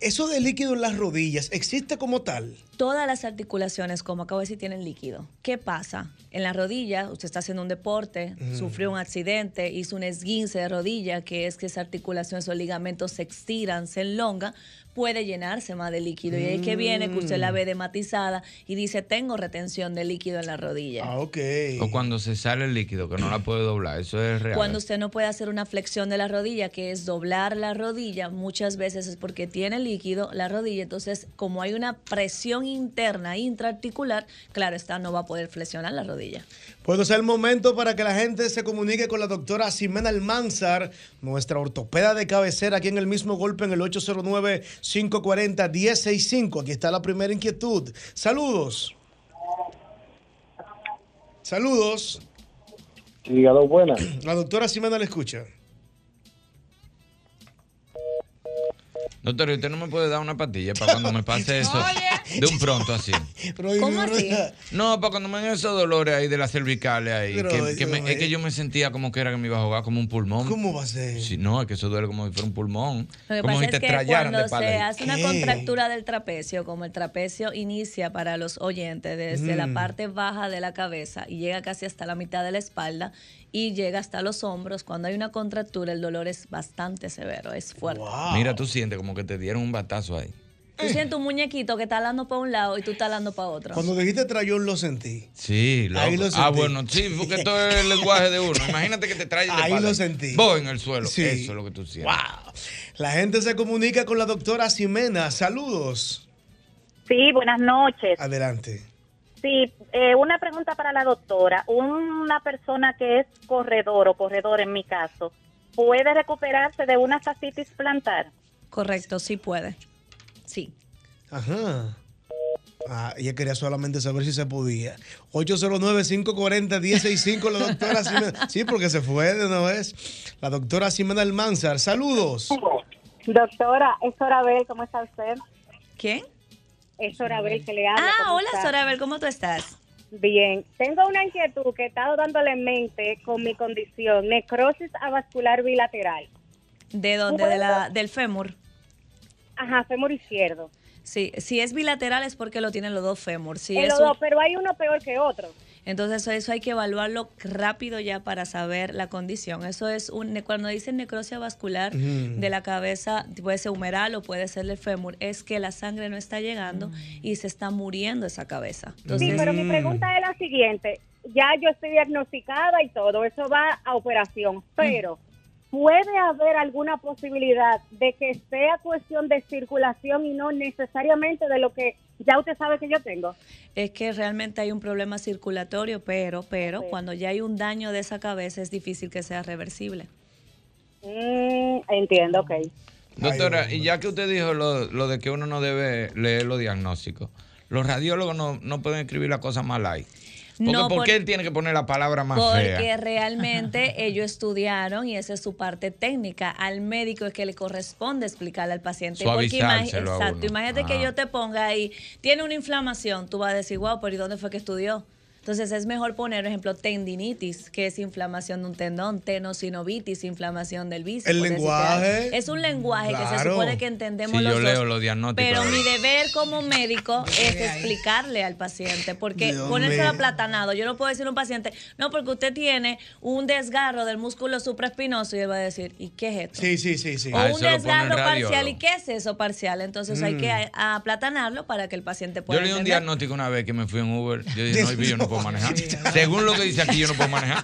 Eso de líquido en las rodillas, ¿existe como tal?
todas las articulaciones, como acabo de decir, tienen líquido. ¿Qué pasa? En la rodilla, usted está haciendo un deporte,
Mm.
sufrió un accidente, hizo un esguince de rodilla, que es que esa articulación, esos ligamentos se estiran, se elongan, puede llenarse más de líquido. Y ahí que viene que usted la ve dematizada y dice, tengo retención de líquido en la rodilla.
Ah,
ok.
O cuando se sale el líquido, que no la puede doblar. Eso es real.
Cuando usted no puede hacer una flexión de la rodilla, que es doblar la rodilla, muchas veces es porque tiene líquido la rodilla, entonces como hay una presión interna intraarticular, claro, esta no va a poder flexionar la rodilla.
Puede ser Pues el momento para que la gente se comunique con la doctora Ximena Almanzar, nuestra ortopeda de cabecera, aquí en el mismo golpe en el 809-540-1065. Aquí está la primera inquietud. Saludos. Saludos.
Dígalo, buenas.
La doctora Ximena le escucha.
Doctor, usted no me puede dar una pastilla para cuando me pase eso de un pronto así.
¿Cómo así?
No, para cuando me den esos dolores ahí de las cervicales ahí.
Pero,
que- que me-
Dios
es que yo me sentía como que era que me iba a jugar como un pulmón.
¿Cómo va a ser?
Sí, no, es que eso duele como si fuera un pulmón.
Lo que
como
pasa
si
es
te
que
estrellaran de
cuando
espalda.
se
ahí.
hace una contractura del trapecio, como el trapecio inicia para los oyentes desde
Mm.
la parte baja de la cabeza y llega casi hasta la mitad de la espalda y llega hasta los hombros, cuando hay una contractura el dolor es bastante severo, es fuerte.
Mira, tú sientes como que te dieron un batazo ahí.
Eh.
Tú sientes un muñequito que está hablando para un lado y tú estás hablando para otro.
Cuando dijiste trayón lo sentí.
Sí, loco.
Ahí lo
Ah,
sentí.
bueno, sí, porque todo es el lenguaje de uno. Imagínate que te traes de
Ahí
espalda.
lo sentí.
Voy en el suelo.
Sí.
Eso es lo que tú sientes.
La gente se comunica con la doctora Ximena. Saludos.
Sí, buenas noches.
Adelante.
Sí, eh, una pregunta para la doctora. Una persona que es corredor o corredor en mi caso, ¿puede recuperarse de una fascitis plantar?
Correcto, sí puede. Sí.
Ajá. Ah, ella quería solamente saber si se podía. 809-540-165, la doctora Ximena. Sí, porque se fue de una vez. La doctora Ximena Almanzar. Saludos.
Doctora, es Sorabel, ¿cómo está usted?
¿Quién?
Es Sorabel que le habla.
Ah,
¿cómo
hola
está?
Sorabel, ¿cómo tú estás?
Bien, tengo una inquietud que he estado dándole en mente con mi condición, necrosis avascular bilateral.
¿De dónde? De la, del fémur.
Ajá, fémur izquierdo.
Sí, si es bilateral es porque lo tienen los dos fémur. Si
En
es
los
un-
dos, pero hay uno peor que otro.
Entonces eso hay que evaluarlo rápido ya para saber la condición. Eso es un cuando dicen necrosia vascular
Mm.
de la cabeza, puede ser humeral o puede ser del fémur, es que la sangre no está llegando y se está muriendo esa cabeza. Entonces,
Sí, pero mi pregunta es la
Mm.
siguiente. Ya yo estoy diagnosticada y todo, eso va a operación, pero puede haber alguna posibilidad de que sea cuestión de circulación y no necesariamente de lo que ya usted sabe que yo tengo.
es que realmente hay un problema circulatorio, pero, pero cuando ya hay un daño de esa cabeza es difícil que sea reversible.
Mm, entiendo, ok.
Doctora, y ya que usted dijo lo, lo de que uno no debe leer los diagnósticos, los radiólogos no, no pueden escribir la cosa más light. Porque,
No,
¿Por
por-
qué él tiene que poner la palabra más
Porque
fea?
realmente ellos estudiaron y esa es su parte técnica. Al médico es que le corresponde explicarle al paciente. Porque
Suavizárselo a uno. Ah.
exacto, imagínate que
Ajá.
yo te ponga ahí, tiene una inflamación, tú vas a decir, wow, pero ¿y dónde fue que estudió? Entonces es mejor poner, por ejemplo, tendinitis, que es inflamación de un tendón, tenosinovitis, inflamación del bíceps.
El
por decirte
lenguaje.
algo. Es un lenguaje que se
Claro.
supone que entendemos
Sí,
los
yo
dos.
leo los diagnósticos.
Pero
a
mi
veces.
deber como médico es explicarle al paciente, porque
Dios
ponerse
mío.
aplatanado, yo no puedo decir a un paciente, no, porque usted tiene un desgarro del músculo supraespinoso y él va a decir, ¿y qué es esto?
Sí, sí, sí, sí.
Ah,
O un desgarro parcial, ¿y qué es eso parcial? Entonces hay
Mm.
que a- aplatanarlo para que el paciente
Yo
pueda
le di un
entender.
diagnóstico una vez que me fui en Uber. Yo dije, no, yo no puedo manejar. Según lo que dice aquí, yo no puedo manejar.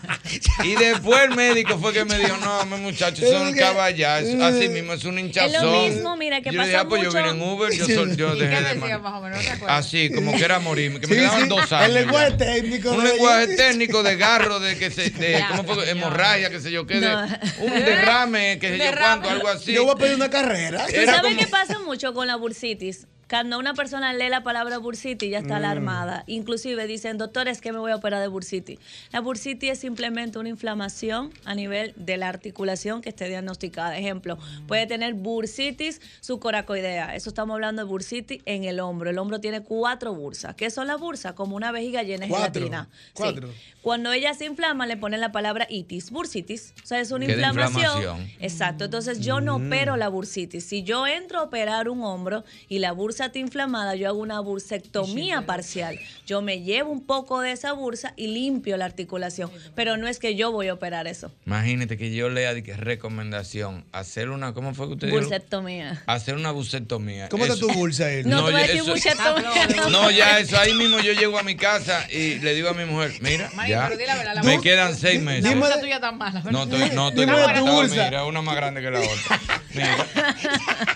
Y después el médico fue que me dijo, no, mi muchacho, son caballas. Así mismo es un hinchazón.
Es lo mismo, mira, que
yo
pasa
dije, ah, pues yo
mucho.
vine en Uber, yo, sol- yo dejé de manejar.
más o menos?
Así, como que era morir, que me
Sí,
quedaban
sí.
dos años.
El lenguaje técnico.
Un
de-
lenguaje técnico de garro, de que se, de, ¿cómo fue? Hemorragia, que sé yo, qué, de,
No.
un derrame, que sé yo
Derrame.
cuánto, algo así.
Yo voy a pedir una carrera.
¿Tú sabes qué pasa mucho con la bursitis? Cuando una persona lee la palabra bursitis ya está
Mm.
alarmada. Inclusive dicen, doctor, es que me voy a operar de bursitis. La bursitis es simplemente una inflamación a nivel de la articulación que esté diagnosticada. Ejemplo, puede tener bursitis subcoracoidea. Eso estamos hablando de bursitis en el hombro. El hombro tiene cuatro bursas. ¿Qué son las bursas? Como una vejiga llena de
Cuatro.
gelatina. Sí.
Cuatro.
Cuando ella se inflama, le ponen la palabra itis, bursitis. O sea, es una
Que de
inflamación.
inflamación.
Exacto. Entonces, yo no
Mm.
opero la bursitis. Si yo entro a operar un hombro y la bursa está inflamada, yo hago una bursectomía parcial. Yo me llevo un poco de esa bursa y limpio la articulación. Pero no es que yo voy a operar eso.
Imagínate que yo lea de que recomendación, hacer una, ¿cómo fue que usted dijo?
Bursectomía.
Hacer una bucectomía.
¿Cómo está
Eso-
tu bolsa ahí?
No,
No, te voy a
ya
decir
eso-
bursectomía.
No, ya eso, ahí mismo yo llego a mi casa y le digo a mi mujer, mira,
Mari,
ya,
pero di la verdad, la
me
bolsa-
quedan seis
Pues,
meses.
La bolsa tuya tan mala.
No, estoy, no, estoy
Dime de tu
cortado,
bolsa.
mira, una más grande que la otra. Mira,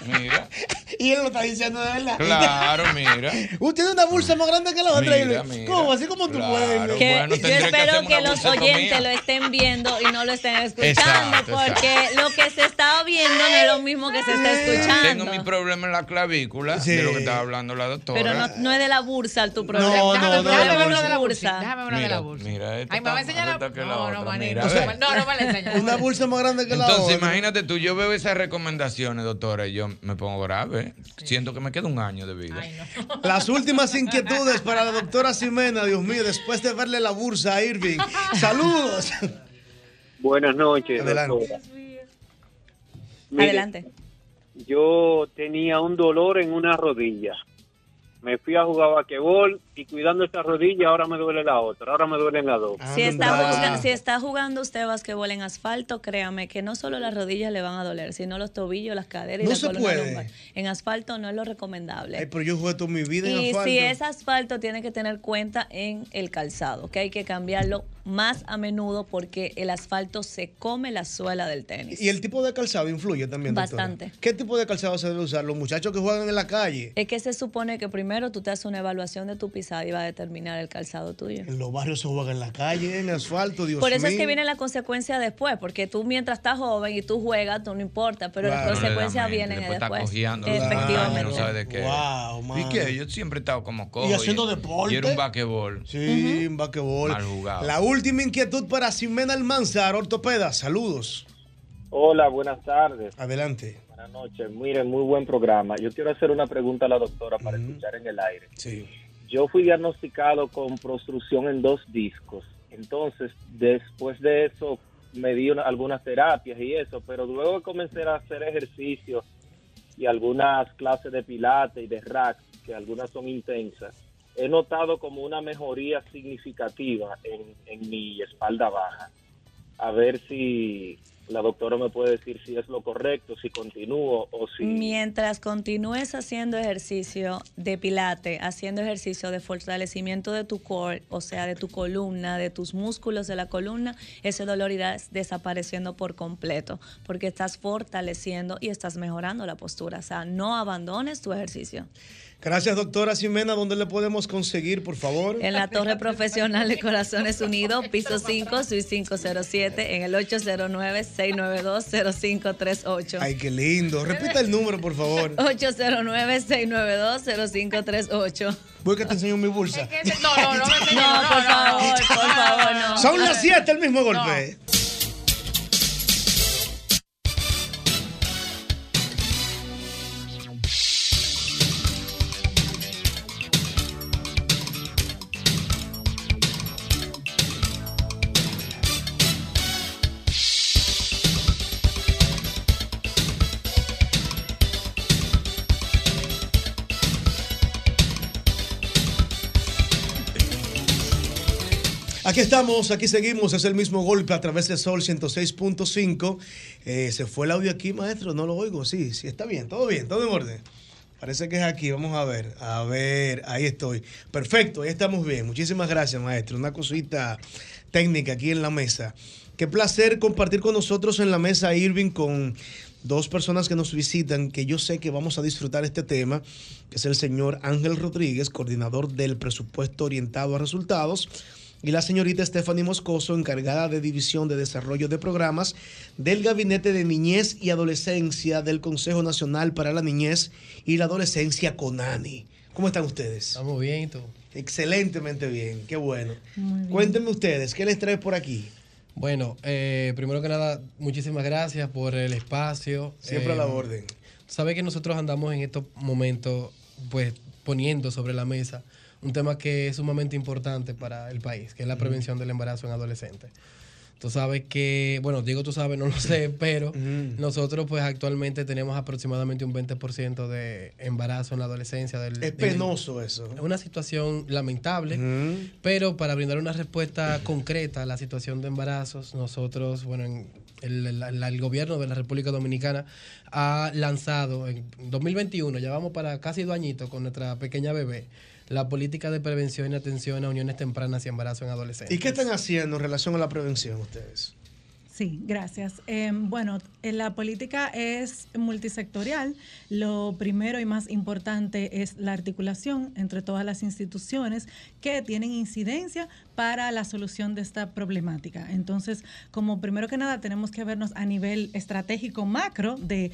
mira,
Y él lo está diciendo de verdad.
claro, mira.
Usted tiene una bolsa más grande que la otra.
Mira,
y le-
mira.
¿Cómo? Así como tú puedes.
Que
bueno, tendré
yo
que hacer
espero
una
que, los
bursectomía.
oyentes lo estén viendo y no lo estén escuchando,
Exacto,
porque
exacto.
lo que se está viendo no es lo mismo que se está escuchando.
Tengo mi problema en la clavícula, de lo que estaba hablando la doctora.
Pero no, no es de la bursa tu problema.
No,
Déjame
no,
ver
no es de la
una
bursa.
bursa.
mira, mira, esta
Ay, me va a
está
enseñar
más
la-
rota que la
No,
otra,
no, Manny,
mira,
no
ve.
se- no, no me la enseñes.
Una bolsa más grande que la
Entonces,
otra.
imagínate tú, yo veo esas recomendaciones, doctora, y yo me pongo grave. Siento que me queda un año de vida.
Las últimas inquietudes para la doctora Ximena, Dios mío, después de verle la bursa a Irving. Saludos.
Buenas noches,
Adelante.
doctora. Mire, Yo tenía un dolor en una rodilla. Me fui a jugar basquetbol y cuidando esa rodilla ahora me duele la otra, ahora me duelen las dos.
Si está, juzga- si está jugando usted basquetbol en asfalto, créame que no solo las rodillas le van a doler, sino los tobillos, las caderas y
No
la
se
columna
puede.
lumbar. En asfalto no es lo recomendable.
Ay, pero yo jugué toda mi vida en
Y
asfalto.
si es asfalto, tiene que tener cuenta en el calzado, que hay que cambiarlo más a menudo porque el asfalto se come la suela del tenis.
Y el tipo de calzado influye también. doctora?
Bastante.
¿Qué tipo de calzado se debe usar? Los muchachos que juegan en la calle,
Es que se supone que primero tú te haces una evaluación de tu pisada y va a determinar el calzado tuyo.
en los barrios se juegan en la calle, en asfalto, Dios
Por eso es
mío.
que viene la consecuencia después, porque tú mientras estás joven y tú juegas, tú no importa, pero
Claro, no
las
le da
consecuencias
mente,
vienen
después. está
después. Eh,
cojeando,
Efectivamente.
no sabe de qué.
Wow,
¿Y
mano.
qué? Yo siempre he estado como cojo.
Y haciendo deporte.
Y era un basquetbol.
Sí, en basquetbol.
Mal jugado.
La última inquietud para Ximena Almanzar, ortopeda. Saludos.
Hola, buenas tardes.
Ah. Adelante.
Buenas noches. Mire, muy buen programa. Yo quiero hacer una pregunta a la doctora para escuchar en el aire.
Sí.
Yo fui diagnosticado con prostrucción en dos discos. Entonces, después de eso, me di una- algunas terapias y eso, pero luego comencé a hacer ejercicio y algunas clases de pilates y de rack, que algunas son intensas. He notado como una mejoría significativa en, en mi espalda baja. A ver si la doctora me puede decir si es lo correcto, si continúo o si...
Mientras continúes haciendo ejercicio de pilate, haciendo ejercicio de fortalecimiento de tu core, o sea, de tu columna, de tus músculos de la columna, ese dolor irá desapareciendo por completo, porque estás fortaleciendo y estás mejorando la postura. O sea, no abandones tu ejercicio.
Gracias, doctora Ximena. ¿Dónde le podemos conseguir, por favor?
En la Torre Profesional de Corazones Unidos, piso 5, suite 507, en el 809-692-0538.
Ay, qué lindo. Repita el número, por favor.
809-692-0538.
Voy que te enseño mi bolsa.
No, no, no me enseñes,
No,
no,
por
no.
favor, por favor, no.
Son
Eh,
las 7 el mismo golpe. Aquí estamos, aquí seguimos. Es el mismo golpe a través de Sol 106.5. Eh, se fue el audio aquí, maestro. No lo oigo. Sí, sí, está bien, todo bien, todo en orden. Parece que es aquí, vamos a ver, a ver, ahí estoy. Perfecto, ahí estamos bien. Muchísimas gracias, maestro. Una cosita técnica aquí en la mesa. Qué placer compartir con nosotros en la mesa, Irving, con dos personas que nos visitan, que yo sé que vamos a disfrutar este tema, que es el señor Ángel Rodríguez, coordinador del presupuesto orientado a resultados, y la señorita Stephanie Moscoso, encargada de División de Desarrollo de Programas del Gabinete de Niñez y Adolescencia del Consejo Nacional para la Niñez y la Adolescencia CONANI. ¿Cómo están ustedes? Estamos bien, ¿y Excelentemente bien, qué bueno. Cuéntenme ustedes, ¿qué les trae por aquí?
Bueno, eh, primero que nada, muchísimas gracias por el espacio.
Siempre a la orden.
Sabe que nosotros andamos en estos momentos, pues, poniendo sobre la mesa un tema que es sumamente importante para el país, que es la prevención del embarazo en adolescentes. Tú sabes que, bueno, Diego, tú sabes, no lo sé, pero nosotros pues actualmente tenemos aproximadamente un 20% de embarazo en la adolescencia. Del,
Es
del-
penoso eso.
es una situación lamentable, pero para brindar una respuesta concreta a la situación de embarazos, nosotros, bueno, en el, el- la- el gobierno de la República Dominicana ha lanzado en 2021, ya vamos para casi dos añitos con nuestra pequeña bebé, la política de prevención y atención a uniones tempranas y embarazo en adolescentes.
¿Y qué están haciendo en relación a la prevención ustedes?
Sí, gracias. Eh, bueno, eh, la política es multisectorial. Lo primero y más importante es la articulación entre todas las instituciones que tienen incidencia para la solución de esta problemática. Entonces, como primero que nada, tenemos que vernos a nivel estratégico macro de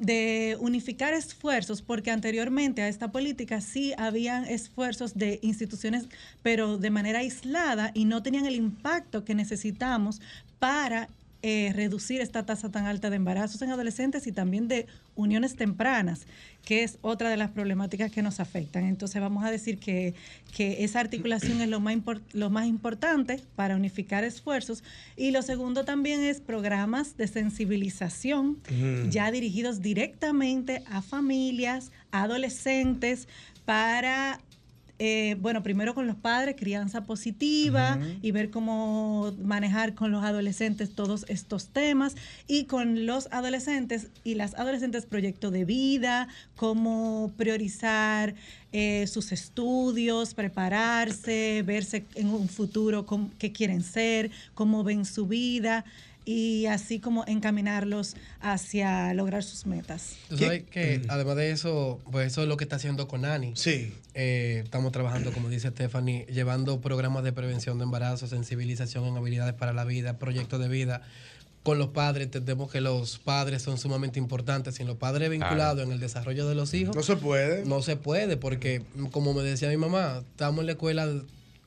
de unificar esfuerzos, porque anteriormente a esta política sí habían esfuerzos de instituciones, pero de manera aislada y no tenían el impacto que necesitamos para eh, reducir esta tasa tan alta de embarazos en adolescentes y también de uniones tempranas, que es otra de las problemáticas que nos afectan. Entonces vamos a decir que, que esa articulación es lo más, impor- lo más importante para unificar esfuerzos. Y lo segundo también es programas de sensibilización
Mm.
ya dirigidos directamente a familias, a adolescentes, para, eh, bueno, primero con los padres, crianza positiva y ver cómo manejar con los adolescentes todos estos temas y con los adolescentes y las adolescentes proyecto de vida, cómo priorizar eh, sus estudios, prepararse, verse en un futuro com- qué quieren ser, cómo ven su vida y así como encaminarlos hacia lograr sus metas.
Tú sabes que además de eso, pues eso es lo que está haciendo Conani.
Mm. Sí.
estamos trabajando, como dice Stephanie, llevando programas de prevención de embarazo, sensibilización en habilidades para la vida, proyectos de vida. Con los padres entendemos que los padres son sumamente importantes. Sin los padres vinculados en el desarrollo de los hijos. No
se puede.
No se puede, porque como me decía mi mamá, estamos en la escuela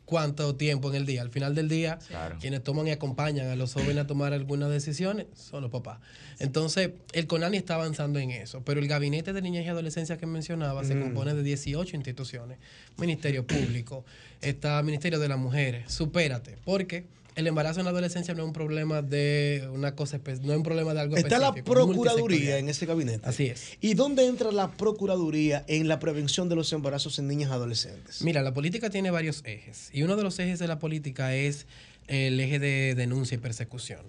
cuánto tiempo en el día. Al final del día, quienes toman y acompañan a los jóvenes a tomar algunas decisiones son los papás. Entonces, el CONANI está avanzando en eso, pero el Gabinete de Niñez y Adolescencia que mencionaba se
Mm.
compone de 18 instituciones, Ministerio Público, está Ministerio de las Mujeres, Supérate, porque el embarazo en la adolescencia no es un problema de una cosa, espe- no es un problema de algo
Está la
específico, es multisectorial.
Procuraduría en ese gabinete.
Así es.
¿Y dónde entra la Procuraduría en la prevención de los embarazos en niñas y adolescentes?
Mira, la política tiene varios ejes y uno de los ejes de la política es el eje de denuncia y persecución.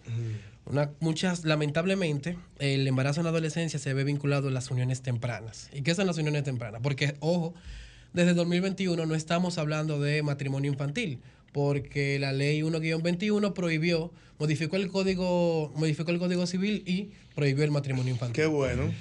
Una- muchas, lamentablemente, el embarazo en la adolescencia se ve vinculado a las uniones tempranas. ¿Y qué son las uniones tempranas? Porque, ojo, desde 2021 no estamos hablando de matrimonio infantil, porque la ley 1-21 prohibió, modificó el código, modificó el código civil y prohibió el matrimonio infantil. Qué
bueno.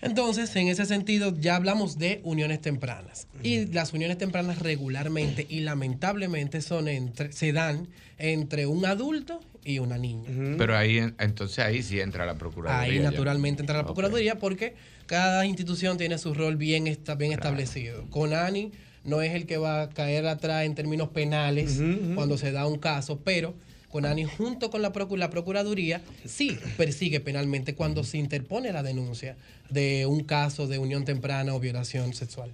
Entonces, en ese sentido, ya hablamos de uniones tempranas. Y las uniones tempranas regularmente y lamentablemente son entre, se dan entre un adulto y una niña.
Pero ahí, en- entonces ahí sí entra la Procuraduría.
Ahí
ya.
naturalmente entra la Procuraduría porque cada institución tiene su rol bien, esta- bien establecido. Conani no es el que va a caer atrás en términos penales cuando se da un caso, pero Conani junto con la, procu- la Procuraduría sí persigue penalmente cuando se interpone la denuncia de un caso de unión temprana o violación sexual.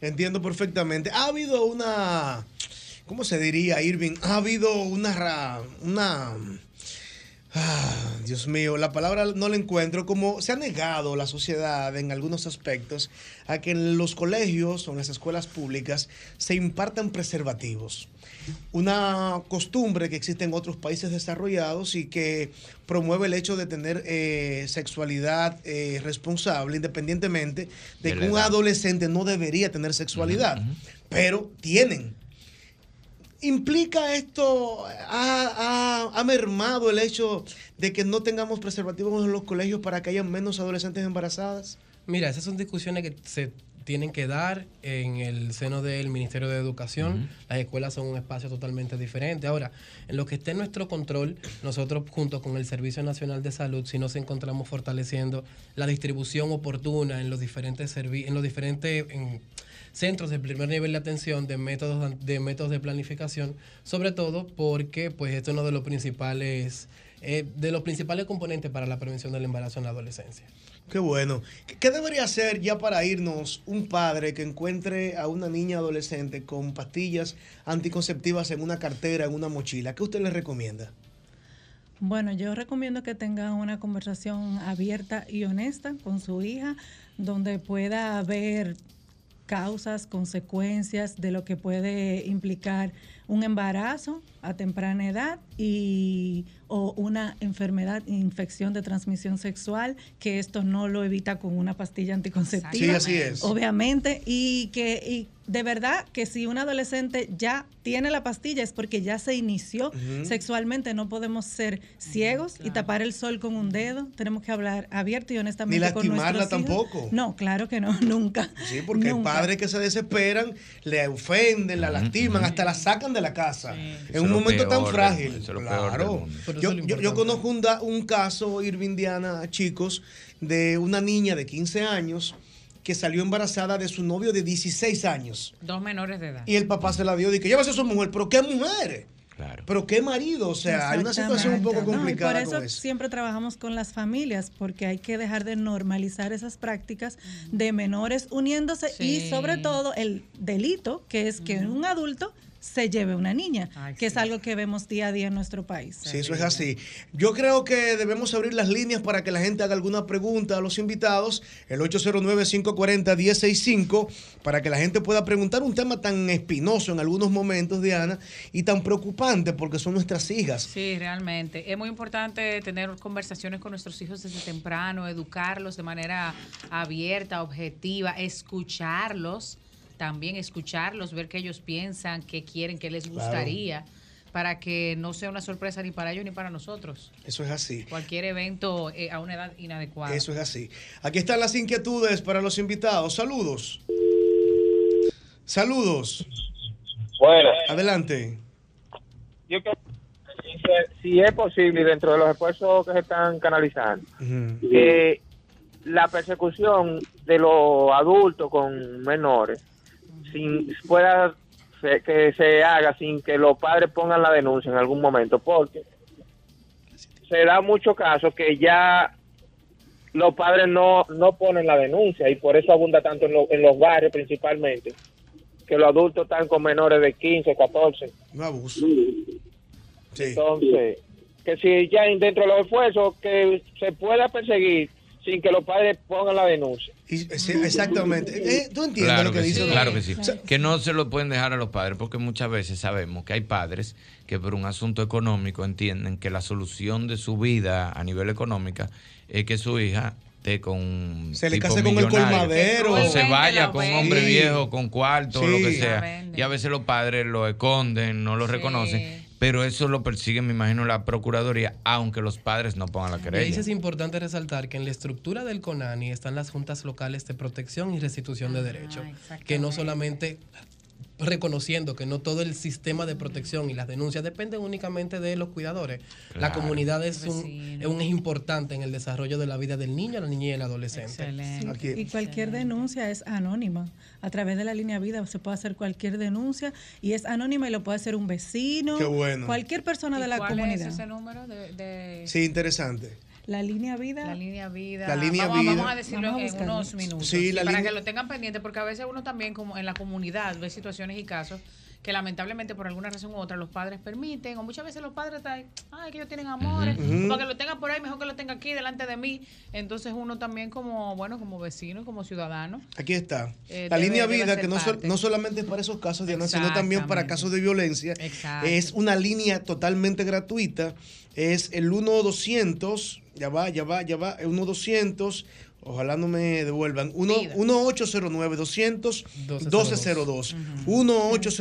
Entiendo perfectamente. Ha habido una. ¿Cómo se diría, Irving? Ha habido una. ra- Una. Ah, Dios mío, la palabra no la encuentro. Como se ha negado la sociedad en algunos aspectos a que en los colegios o en las escuelas públicas se impartan preservativos. Una costumbre que existe en otros países desarrollados y que promueve el hecho de tener eh, sexualidad eh, responsable, independientemente de,
De
que
la
un
edad.
adolescente no debería tener sexualidad, pero tienen. ¿Implica esto, ha, ha- ha mermado el hecho de que no tengamos preservativos en los colegios para que haya menos adolescentes embarazadas?
Mira, esas son discusiones que se tienen que dar en el seno del Ministerio de Educación. Las escuelas son un espacio totalmente diferente. Ahora, en lo que esté en nuestro control, nosotros junto con el Servicio Nacional de Salud, si nos encontramos fortaleciendo la distribución oportuna en los diferentes servi- en los diferentes en centros del primer nivel de atención de métodos de an- de métodos de planificación, sobre todo porque pues esto es uno de los principales eh, de los principales componentes para la prevención del embarazo en la adolescencia.
Qué bueno. ¿Qué- ¿Qué debería hacer ya para irnos un padre que encuentre a una niña adolescente con pastillas anticonceptivas en una cartera, en una mochila? ¿Qué usted le recomienda?
Bueno, yo recomiendo que tenga una conversación abierta y honesta con su hija, donde pueda haber causas, consecuencias de lo que puede implicar un embarazo a temprana edad y o una enfermedad, infección de transmisión sexual, que esto no lo evita con una pastilla anticonceptiva.
Sí, así es.
Obviamente, y que y de verdad que si un adolescente ya tiene la pastilla es porque ya se inició
Ujú.
sexualmente, no podemos ser ciegos y tapar el sol con un dedo, tenemos que hablar abierto y honestamente con
lastimarla
nuestros hijos.
tampoco.
No, claro que no, nunca.
Sí, porque hay
Nunca.
padres que se desesperan, le ofenden, la lastiman, hasta la sacan de la casa.
Eso
En
es
un
lo
momento tan
peor,
frágil.
eso es lo peor del
Claro.
mundo.
Yo, yo- yo conozco un, da- un caso, Irving Diana, chicos, de una niña de 15 años que salió embarazada de su novio de 16 años.
Dos menores de edad.
Y el papá se la dio y dije, llévase a su mujer, pero qué mujer. Pero qué marido, o sea, hay una situación un poco
Exactamente. No, y
complicada
por eso,
con eso.
siempre trabajamos con las familias, porque hay que dejar de normalizar esas prácticas de menores uniéndose y sobre todo el delito, que es que un adulto se lleve una niña, que es algo que vemos día a día en nuestro país.
Sí, eso es así. Yo creo que debemos abrir las líneas para que la gente haga alguna pregunta a los invitados, el 809-540-1065, para que la gente pueda preguntar un tema tan espinoso en algunos momentos, Diana, y tan preocupante porque son nuestras hijas.
Sí, realmente. Es muy importante tener conversaciones con nuestros hijos desde temprano, educarlos de manera abierta, objetiva, escucharlos, también escucharlos, ver qué ellos piensan, qué quieren, qué les
Claro.
gustaría, para que no sea una sorpresa ni para ellos ni para nosotros.
Eso es así.
Cualquier evento eh, a una edad inadecuada.
Eso es así. Aquí están las inquietudes para los invitados. Saludos. Saludos.
Bueno.
Adelante.
Yo creo que si es posible y dentro de los esfuerzos que se están canalizando, que la persecución de los adultos con menores sin pueda se- que se haga sin que los padres pongan la denuncia en algún momento, porque se da muchos casos que ya los padres no, no ponen la denuncia y por eso abunda tanto en, lo- en los barrios principalmente, que los adultos están con menores de 15, 14.
Un abuso.
Entonces, que si ya dentro de los esfuerzos que se pueda perseguir
sin que los padres pongan la denuncia.
Sí, exactamente. Eh, ¿Tú entiendes
claro
lo que,
sí,
dice? Don-
Claro que sí.
O sea,
Que no se lo pueden dejar a los padres, porque muchas veces sabemos que hay padres que por un asunto económico entienden que la solución de su vida a nivel económica es que su hija esté con
Se le
tipo
case con el
millonario.
colmadero.
o se
Cruelmente
vaya
la
con
venden.
hombre
Sí.
viejo con cuarto o lo
Sí.
que
La
sea
venden.
y a veces los padres lo esconden no lo reconocen pero eso lo persigue me imagino la procuraduría aunque los padres no pongan la
Y ahí sí
querella
es importante resaltar que en la estructura del CONANI están las juntas locales de protección y restitución de derechos, que no solamente reconociendo que no todo el sistema de protección y las denuncias dependen únicamente de los cuidadores. La
Claro.
comunidad es un, es un- es importante en el desarrollo de la vida del niño, la niña y el adolescente.
Sí,
Aquí-
y cualquier denuncia es anónima. A través de la línea vida se puede hacer cualquier denuncia y es anónima y lo puede hacer un vecino,
Qué bueno.
cualquier persona
¿Y
de la
cuál
comunidad.
es ese número de, de-
Sí, interesante.
La línea vida.
La línea vida.
La línea
vamos,
vida.
vamos a decirlo
Vamos a
en
buscarlo.
unos minutos.
Sí, la
para
línea-
que lo tengan pendiente, porque a veces uno también, como en la comunidad, ve situaciones y casos que lamentablemente por alguna razón u otra los padres permiten, o muchas veces los padres están, ay, que ellos tienen amores,
Ujú.
porque lo tenga por ahí, mejor que lo tenga aquí delante de mí. Entonces uno también como, bueno, como vecino, como ciudadano,
Aquí está.
Eh,
la
debe-
línea
debe
vida,
ser
que no, sol-
parte.
no solamente es para esos casos, Diana, sino también para
Exactamente.
casos de violencia.
Exacto.
Es una línea totalmente gratuita. Es el 1-200, ya va, ya va, ya va, el 1-200. Ojalá no me devuelvan. Uno- 1-809-200-1202. 1202.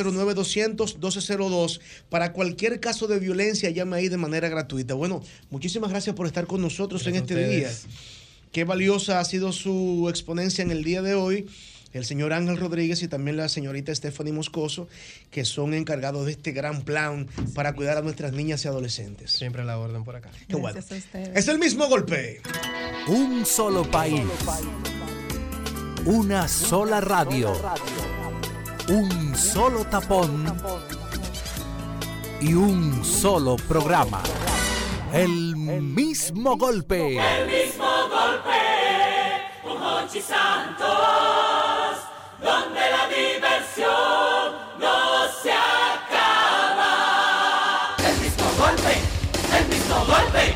1-809-200-1202. Para cualquier caso de violencia, llame ahí de manera gratuita. Bueno, muchísimas gracias por estar con nosotros en este
a
día.
ustedes.
Qué valiosa ha sido su exponencia en el día de hoy. El señor Ángel Rodríguez y también la señorita Stephanie Moscoso, que son encargados de este gran plan para cuidar a nuestras niñas y adolescentes. Siempre
a la orden por acá.
Qué bueno. Es el mismo golpe.
Un solo país. Una sola radio. Un solo tapón. Y un solo programa. El mismo golpe.
El mismo golpe con Hochi Santos, donde la diversión no se acaba. El mismo golpe, el mismo golpe.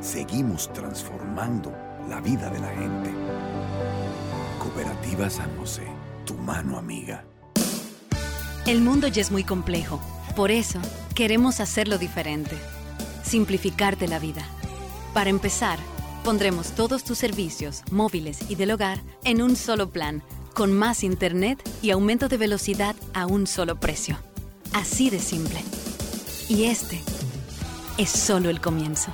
seguimos transformando la vida de la gente. Cooperativa San José, tu mano amiga.
El mundo ya es muy complejo, por eso queremos hacerlo diferente. Simplificarte la vida. Para empezar, pondremos todos tus servicios, móviles y del hogar, en un solo plan, con más internet y aumento de velocidad a un solo precio. Así de simple. Y este es solo el comienzo.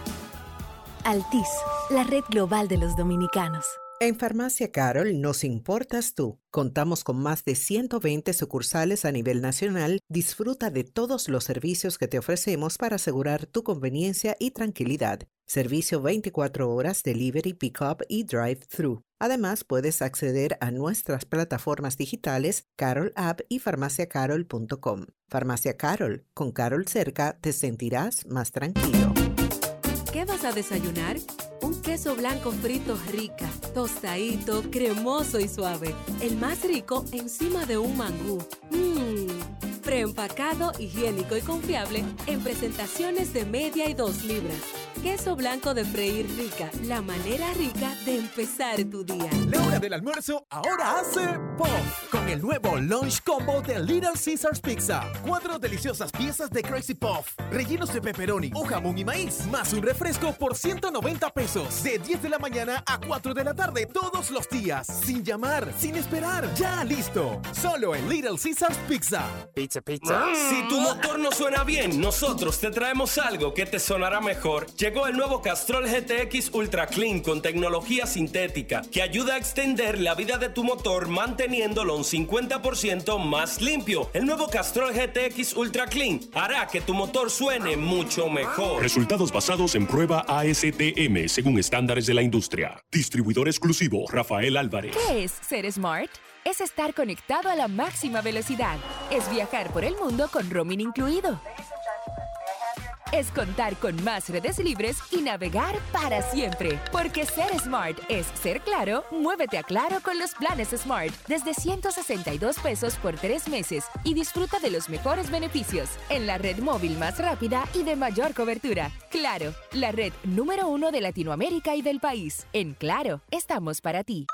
Altis, la red global de los dominicanos. En Farmacia Carol nos importas tú. Contamos con más de 120 sucursales a nivel nacional. Disfruta de todos los servicios que te ofrecemos para asegurar tu conveniencia y tranquilidad. Servicio 24 horas, delivery, pick-up y drive-thru. Además, puedes acceder a nuestras plataformas digitales Carol App y farmaciacarol.com. Farmacia Carol, con Carol cerca te sentirás más tranquilo.
¿Qué vas a desayunar? Un queso blanco frito rica, tostadito, cremoso y suave. El más rico encima de un mangú. Mmm. Preempacado, higiénico y confiable en presentaciones de media y dos libras. Queso blanco de freír rica, la manera rica de empezar tu día.
La hora del almuerzo ahora hace POF con el nuevo Lunch Combo de Little Caesars Pizza. Cuatro deliciosas piezas de Crazy Puff, rellenos de pepperoni o jamón y maíz, más un refresco por 190 pesos. De 10 de la mañana a 4 de la tarde todos los días, sin llamar, sin esperar. Ya listo, solo en Little Caesars Pizza. Pizza, pizza.
Si tu motor no suena bien, nosotros te traemos algo que te sonará mejor. Llegó el nuevo Castrol GTX Ultra Clean con tecnología sintética que ayuda a extender la vida de tu motor manteniendo manteniéndolo un 50% más limpio. El nuevo Castrol GTX Ultra Clean hará que tu motor suene mucho mejor.
Resultados basados en prueba ASTM según estándares de la industria. Distribuidor exclusivo Rafael Álvarez.
¿Qué es ser smart? Es estar conectado a la máxima velocidad. Es viajar por el mundo con roaming incluido. Es contar con más redes libres y navegar para siempre. Porque ser smart es ser claro, muévete a claro con los planes smart desde 162 pesos por tres meses y disfruta de los mejores beneficios en la red móvil más rápida y de mayor cobertura. Claro, la red número uno de Latinoamérica y del país. En claro, estamos para ti.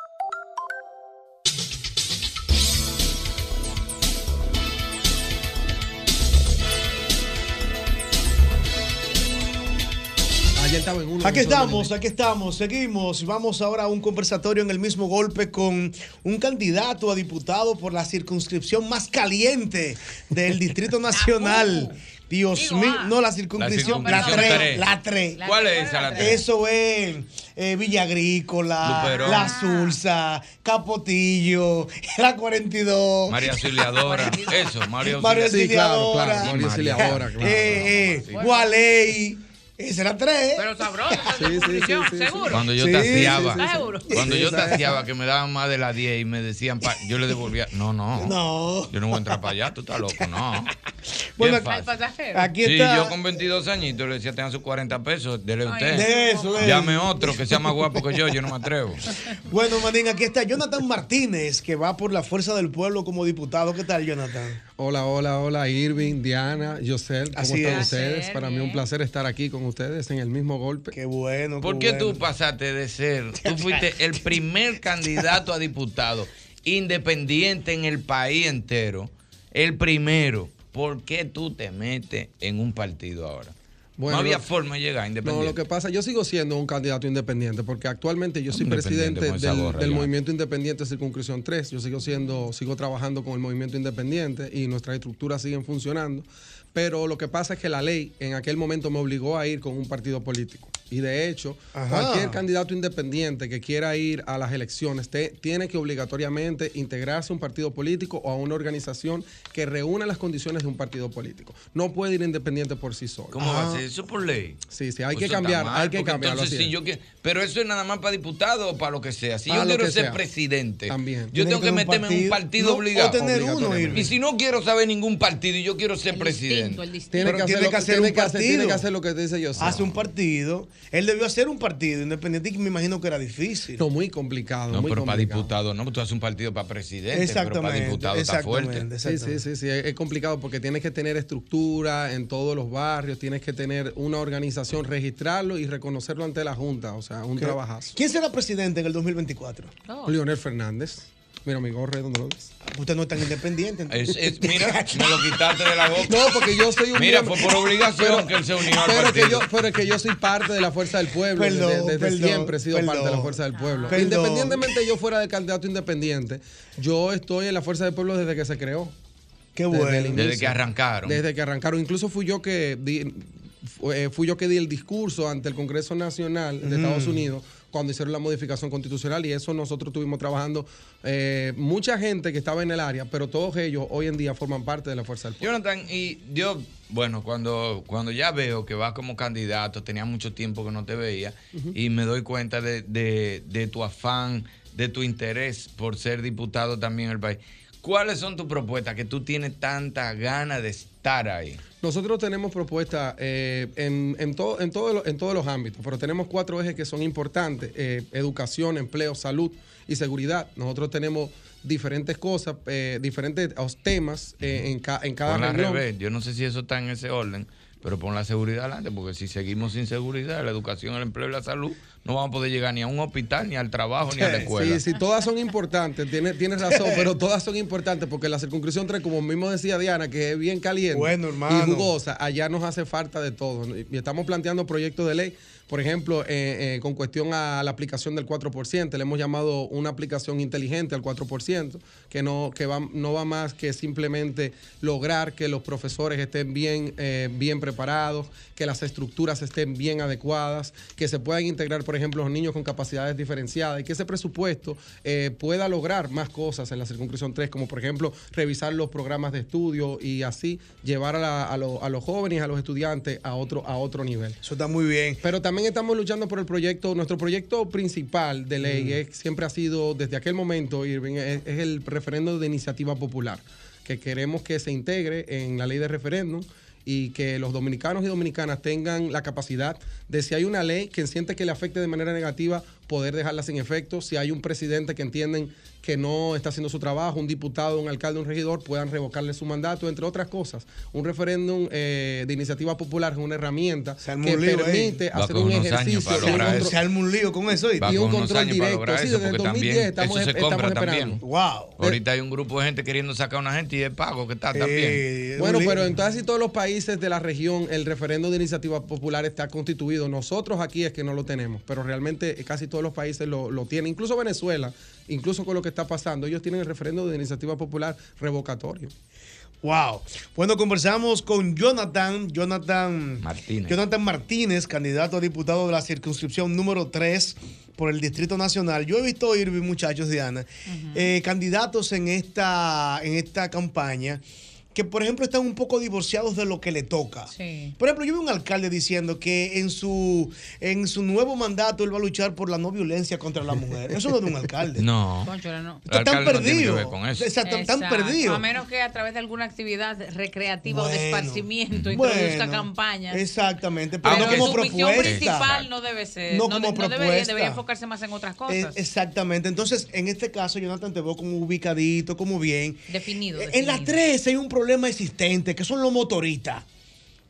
Ayer estaba en uno
Aquí
de esos
estamos, aquí estamos, seguimos. Vamos ahora a un conversatorio en el mismo golpe con un candidato a diputado por la circunscripción más caliente del Distrito Nacional. Dios mío, no la circunscripción, la
circunscripción
3,
tres.
la 3.
¿Cuál es esa, la tres?
Eso es eh, Villa Agrícola,
Luperón.
La Sursa, Capotillo, la 42.
María Auxiliadora. Eso, María
María
Auxiliadora.
Auxiliadora. Eh, eh, Gualey. Esa era 3.
Pero sabroso, seguro.
Cuando yo
Sí,
taseaba,
sí, sí, sí. Seguro.
cuando yo
Sí, sí.
taseaba que me daban más de las 10 y me decían, pa- yo le devolvía, no, no,
no,
yo no voy a entrar para allá, tú estás loco, no.
Bueno,
Bien fácil.
pasajero. aquí
Sí,
está-
yo con 22 añitos le decía, tengan sus 40 pesos, dele usted.
de eso, eh.
Llame otro que sea más guapo que yo, yo no me atrevo.
Bueno, Manín, aquí está Jonathan Martínez, que va por la fuerza del pueblo como diputado. ¿Qué tal, Jonathan?
Hola, hola, hola, Irving, Diana, Yosel, ¿cómo
Así
están
es.
ustedes? Para mí un placer estar aquí con ustedes en el mismo golpe.
Qué bueno.
¿Por qué tú pasaste de ser? Tú fuiste el primer candidato a diputado independiente en el país entero. El primero. ¿Por qué tú te metes en un partido ahora?
Bueno,
no había
lo-
forma de llegar
No, lo
independiente.
que pasa, yo sigo siendo un candidato independiente, porque actualmente yo soy
Independiente,
presidente
con
del,
esa gorra,
del
ya.
Movimiento Independiente Circunscripción 3. Yo sigo siendo, sigo trabajando con el Movimiento Independiente y nuestras estructuras siguen funcionando. Pero lo que pasa es que la ley en aquel momento me obligó a ir con un partido político. Y de hecho,
Ajá.
cualquier candidato independiente que quiera ir a las elecciones te- tiene que obligatoriamente integrarse a un partido político o a una organización que reúna las condiciones de un partido político. No puede ir independiente por sí solo.
¿Cómo va a ser eso por ley?
Sí, sí, Ah. hay
Pues Eso
que
está
cambiar,
mal,
hay que
porque
cambiarlo.
entonces,
así
si
es.
yo que- pero eso es nada más para diputado o para lo que sea. Si
Para
yo
lo
quiero
que
ser
sea.
presidente,
También.
yo
Tiene
tengo que
que ser un
meterme en un
partido.
partido
No, o
obligado.
tener uno, Irving.
y si no quiero saber ningún partido y yo quiero ser presidente,
Tiene que hacer lo- tiene que hacer- tiene que hacer lo que dice yo.
Hace un partido. Él debió hacer un partido independiente y me imagino que era difícil.
No, muy complicado.
No,
muy
pero para
complicado.
diputado no, pues tú haces un partido para presidente, pero para
Exactamente,
diputado está fuerte.
Sí, sí, sí, sí, es es complicado porque tienes que tener estructura en todos los barrios, tienes que tener una organización, registrarlo y reconocerlo ante la Junta, o sea, un
¿Qué?
trabajazo.
¿Quién será presidente en el 2024?
Leonel Fernández. Mira, mi gorra, ¿dónde lo ves?
Usted no es tan independiente.
Es- es- mira, me lo quitaste de la boca.
No, porque yo soy un
Mira,
miembro-
fue por obligación
Pero-
que él se unió al
pero
partido.
que yo, pero que yo soy parte de la fuerza del pueblo.
Perdón,
desde desde
perdón,
siempre he sido parte de la
perdón.
fuerza del pueblo.
Perdón.
Independientemente yo fuera de candidato independiente, yo estoy en la fuerza del pueblo desde que se creó.
Qué
bueno. Desde que arrancaron.
Desde que arrancaron. Incluso fui yo que di, fu- eh, fui yo que di el discurso ante el Congreso Nacional de
Mm.
Estados Unidos cuando hicieron la modificación constitucional y eso nosotros estuvimos trabajando eh, mucha gente que estaba en el área, pero todos ellos hoy en día forman parte de la fuerza del pueblo.
Jonathan, y yo, bueno, cuando, cuando ya veo que vas como candidato, tenía mucho tiempo que no te veía,
Ujú.
y me doy cuenta de, de- de tu afán, de tu interés por ser diputado también en el país. ¿Cuáles son tus propuestas que tú tienes tanta ganas de estar ahí?
Nosotros tenemos propuestas eh, en, en, todo- en, todo lo- en todos los ámbitos, pero tenemos cuatro ejes que son importantes, eh, educación, empleo, salud y seguridad. Nosotros tenemos diferentes cosas, eh, diferentes os- temas eh, en, ca- en cada
Ponla al
renglón.
revés. Yo no sé si eso está en ese orden, pero pon la seguridad adelante, porque si seguimos sin seguridad, la educación, el empleo y la salud, no vamos a poder llegar ni a un hospital, ni al trabajo, ni a la escuela.
Sí, sí, todas son importantes, tienes, tienes razón, pero todas son importantes porque la circunscripción 3, como mismo decía Diana, que es bien caliente
Bueno, hermano.
y jugosa, allá nos hace falta de todo. ¿no? Y estamos planteando proyectos de ley, por ejemplo, eh, eh, con cuestión a la aplicación del 4%, le hemos llamado una aplicación inteligente al 4%, que no, que va, no va más que simplemente lograr que los profesores estén bien, eh, bien preparados, que las estructuras estén bien adecuadas, que se puedan integrar, por ejemplo, los niños con capacidades diferenciadas y que ese presupuesto eh, pueda lograr más cosas en la circunscripción 3, como por ejemplo revisar los programas de estudio y así llevar a, la- a lo- a los jóvenes, a los estudiantes a otro, a otro nivel.
Eso está muy bien.
Pero también estamos luchando por el proyecto, nuestro proyecto principal de ley
Mm.
es- siempre ha sido, desde aquel momento, Irving, es, es el referendo de iniciativa popular, que queremos que se integre en la ley de referéndum y que los dominicanos y dominicanas tengan la capacidad de si hay una ley que siente que le afecte de manera negativa, poder dejarla sin efecto, si hay un presidente que entienden que no está haciendo su trabajo, un diputado, un alcalde, un regidor, puedan revocarle su mandato, entre otras cosas. Un referéndum eh, de iniciativa popular es una herramienta
arma
que
un lío ahí.
permite
Va
hacer
con
un
unos años
ejercicio.
para
y un
lograr
contro-
eso. Se arma un lío con eso, ¿eh?
Va
y un
con unos
control
años para
directo.
lograr
sí,
eso,
desde el
porque
2010
también
estamos,
eso se
estamos
compra
esperando.
también. Ahorita hay un grupo de gente queriendo sacar a una gente y es pago que está
Eh,
también.
Bueno, pero en casi todos los países de la región el referendo de iniciativa popular está constituido. Nosotros aquí es que no lo tenemos, pero realmente eh, casi todos los países lo, lo tienen. Incluso Venezuela, incluso con lo que está pasando, ellos tienen el referendo de iniciativa popular revocatorio.
Wow. Bueno, conversamos con Jonathan, Jonathan Martínez. Jonathan Martínez, candidato a diputado de la circunscripción número 3 por el Distrito Nacional. Yo he visto Irving, muchachos, Diana, eh, candidatos en esta, en esta campaña que, por ejemplo, están un poco divorciados de lo que le toca. Por ejemplo, yo vi un alcalde diciendo que en su, en su nuevo mandato él va a luchar por la no violencia contra la mujer. Eso no es de un alcalde.
No.
Cónchale, no.
Está tan
alcalde no tiene que
perdido.
ver con eso.
Exacto, tan- tan
Exacto.
perdido.
A menos que a través de alguna actividad recreativa o
Bueno.
de esparcimiento
Bueno.
introduzca campañas.
Exactamente, pero
Pero,
no como
su misión
propuesta.
principal no debe ser.
No
No,
como
de- no debería-
propuesta.
debería enfocarse más en otras
Eh,
cosas.
exactamente. Entonces, en este caso, Jonathan te veo como ubicadito, como bien.
definido.
En las
definido.
13 hay un problema existente, que son los motoristas.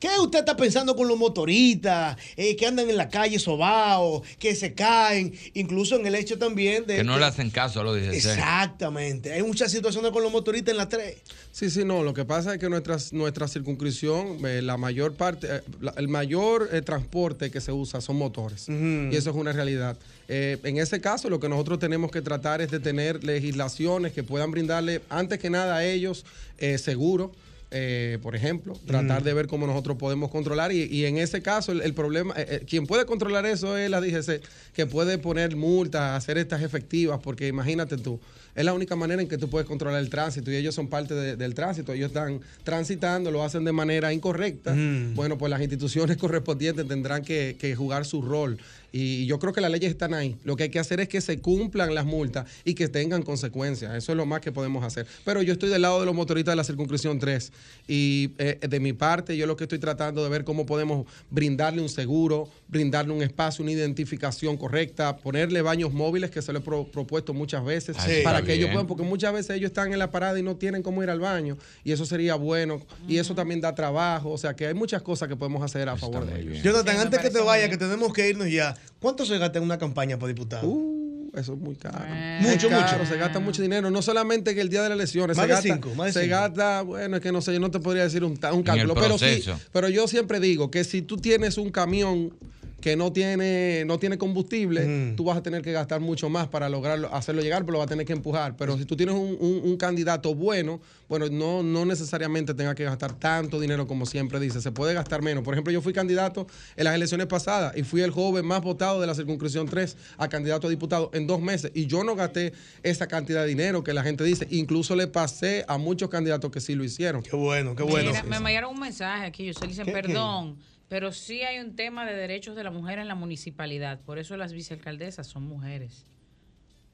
¿Qué usted está pensando con los motoristas eh, que andan en la calle sobaos, que se caen? Incluso en el hecho también de...
Que no le hacen caso a los 16.
Exactamente. Hay muchas situaciones con los motoristas en las 3.
Sí, sí, no. Lo que pasa es que nuestras, nuestra circunscripción, eh, la mayor parte, eh, la- el mayor eh, transporte que se usa son motores. Y eso es una realidad. Eh, en ese caso, lo que nosotros tenemos que tratar es de tener legislaciones que puedan brindarle, antes que nada, a ellos eh, seguro. eh, por ejemplo, tratar
Mm.
de ver cómo nosotros podemos controlar y, y en ese caso el, el problema, eh, eh, quien puede controlar eso es la DGC, que puede poner multas, hacer estas efectivas, porque imagínate tú, es la única manera en que tú puedes controlar el tránsito y ellos son parte de- del tránsito. Ellos están transitando, lo hacen de manera incorrecta.
Mm.
Bueno, pues las instituciones correspondientes tendrán que, que jugar su rol. Y yo creo que las leyes están ahí. Lo que hay que hacer es que se cumplan las multas y que tengan consecuencias. Eso es lo más que podemos hacer. Pero yo estoy del lado de los motoristas de la circunscripción 3. Y eh, de mi parte, yo lo que estoy tratando de ver cómo podemos brindarle un seguro, brindarle un espacio, una identificación correcta, ponerle baños móviles, que se lo he pro- propuesto muchas veces,
Ah, eso
para
está
que ellos
bien.
puedan porque muchas veces ellos están en la parada y no tienen cómo ir al baño, y eso sería bueno, y eso también da trabajo, o sea que hay muchas cosas que podemos hacer a favor de ellos.
Jonathan, antes que te vaya, que tenemos que irnos ya, ¿cuánto se gasta en una campaña para diputado?
Uh, eso es muy caro.
Mucho,
Es caro,
mucho.
Se gasta mucho dinero, no solamente que el día de las elecciones,
Más
se,
de
gasta,
cinco, más de
se
cinco.
gasta, bueno, es que no sé, yo no te podría decir un, ta- un cálculo,
el
pero, sí,
proceso.
pero yo siempre digo que si tú tienes un camión que no tiene, no tiene combustible, tú vas a tener que gastar mucho más para lograrlo, hacerlo llegar, pero lo vas a tener que empujar. Pero si tú tienes un, un- un candidato bueno, bueno, no, no necesariamente tenga que gastar tanto dinero como siempre dice, se puede gastar menos. Por ejemplo, yo fui candidato en las elecciones pasadas y fui el joven más votado de la circunscripción 3 a candidato a diputado en dos meses y yo no gasté esa cantidad de dinero que la gente dice, incluso le pasé a muchos candidatos que sí lo hicieron. Qué
bueno, qué
Mira, me mandaron un mensaje aquí, yo se dicen,
¿Qué, qué?
perdón, pero sí hay un tema de derechos de la mujer en la municipalidad. Por eso las vicealcaldesas son mujeres.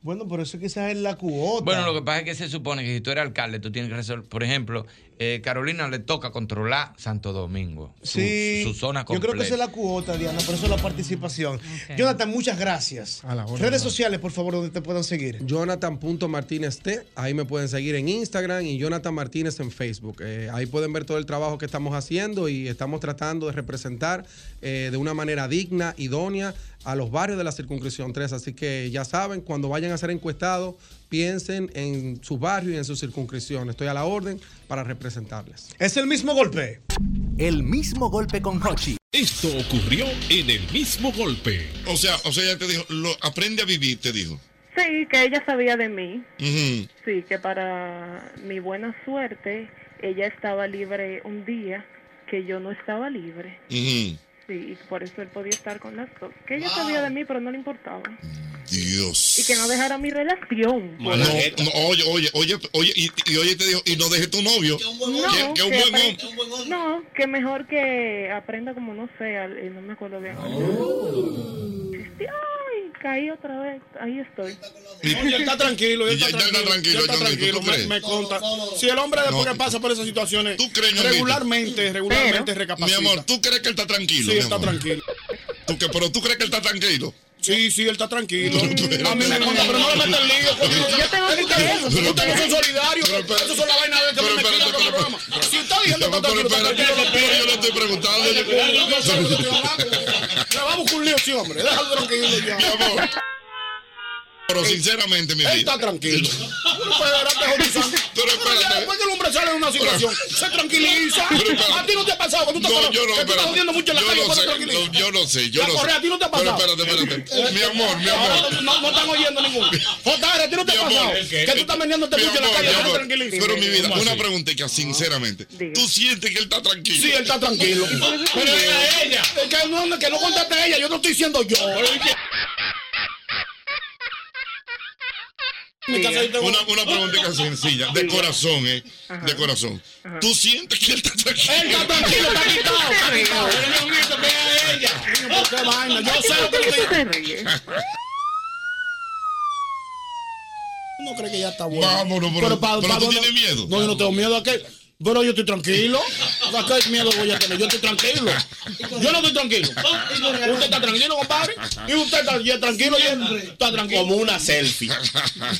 Bueno, por eso quizás es la cuota.
Bueno, lo que pasa es que se supone que si tú eres alcalde, tú tienes que resolver. Por ejemplo, eh, Carolina le toca controlar Santo Domingo, su,
Sí,
su zona
Yo
completa.
creo que esa es la cuota, Diana, por eso la participación. Jonathan, muchas gracias. Redes sociales, por favor, donde te puedan seguir.
Jonathan.martínez T. Ahí me pueden seguir en Instagram y Jonathan Martínez en Facebook. Eh, ahí pueden ver todo el trabajo que estamos haciendo y estamos tratando de representar eh, de una manera digna, idónea, a los barrios de la circunscripción 3. Así que ya saben, cuando vayan a ser encuestados, piensen en sus barrios y en su circunscripción. Estoy a la orden para representarles.
Es el mismo golpe.
El mismo golpe con Hochi.
Esto ocurrió en el mismo golpe. O sea, o sea, ella te dijo, lo, aprende a vivir, te dijo.
Sí, que ella sabía de mí.
Ujú.
Sí, que para mi buena suerte, ella estaba libre un día que yo no estaba libre.
Ujú.
Sí, y por eso él podía estar con las dos. Que ella sabía de mí, pero no le importaba.
Dios.
Y que no dejara mi relación.
No,
eh,
no, oye, oye, oye, oye, y, y oye, te dijo, y no deje tu novio.
No,
que un buen
apre-
hombre.
No, que mejor que aprenda como no sé, al- eh, no me acuerdo bien.
Oh.
Sí, Ay, caí otra vez, ahí estoy.
No, ya está tranquilo, ya está tranquilo. ya está tranquilo, me- me, conta. Si el hombre después que pasa por esas situaciones, regularmente, regularmente recapacita.
Mi amor, ¿tú crees que él está tranquilo?
Sí,
mi
está
amor?
tranquilo.
¿Tú qué- pero tú crees que él está tranquilo.
Sí, sí, él está tranquilo. A mí me conta, pero no le metas lío. coño.
Yo tengo
Ustedes-
que-
Ustedes no son solidarios. Eso son la vaina de este que me mezclan con el programa. Si está diciendo que está tranquilo, está tranquilo.
Yo le estoy preguntando.
Oye, cuidado, yo sé lo que estoy hablando. Le vamos con un lío, sí, hombre. Déjalo tranquilo ya.
Pero sinceramente, mi vida. Él está
tranquilo. Pero espérate. Después que el hombre sale de una situación, se tranquiliza. A ti no te ha pasado cuando tú
No,
estás,
yo
que
no,
tú estás
espérate.
jodiendo mucho en la
Yo
calle,
no
cuando
sé,
te tranquilizas.
no, yo no sé, yo
Ya,
no sé.
Correa, a ti no te ha
Pero
pasado.
espérate, espérate. Mi amor, mi amor.
No, no, no están oyendo ninguno. JR, a ti no te ha
Mi amor,
pasado.
el que-
Que tú estás vendiéndote
Mi
mucho en la
amor,
calle,
mi
tú te
amor,
tranquilizas.
Pero mi vida,
¿Cómo
una
así?
preguntica, sinceramente. ¿Tú sientes que él está tranquilo? eh,
Sí, él está tranquilo. Pero era ella. Es Que no, que no conteste ella, yo no estoy diciendo yo. Mi casa ahí tengo-
Una, una pregunta sencilla, de corazón, ¿eh? De corazón. ¿Tú sientes que él está tranquilo?
Él está tranquilo, está quitado, está quitado. Él no grita, ve a ella. Coño, ¿por qué vaina? Yo sé lo que le estoy- ¿Tú no crees que ya está bueno?
Vámonos, pero-
pa-
pero
pa-
tú
no-
tienes miedo.
No, yo no tengo miedo a que. Pero yo estoy tranquilo. ¿A qué miedo voy a tener? Yo estoy tranquilo. Yo no estoy tranquilo. Usted está tranquilo, compadre. Y usted está ya tranquilo. ya Está tranquilo. Como una selfie.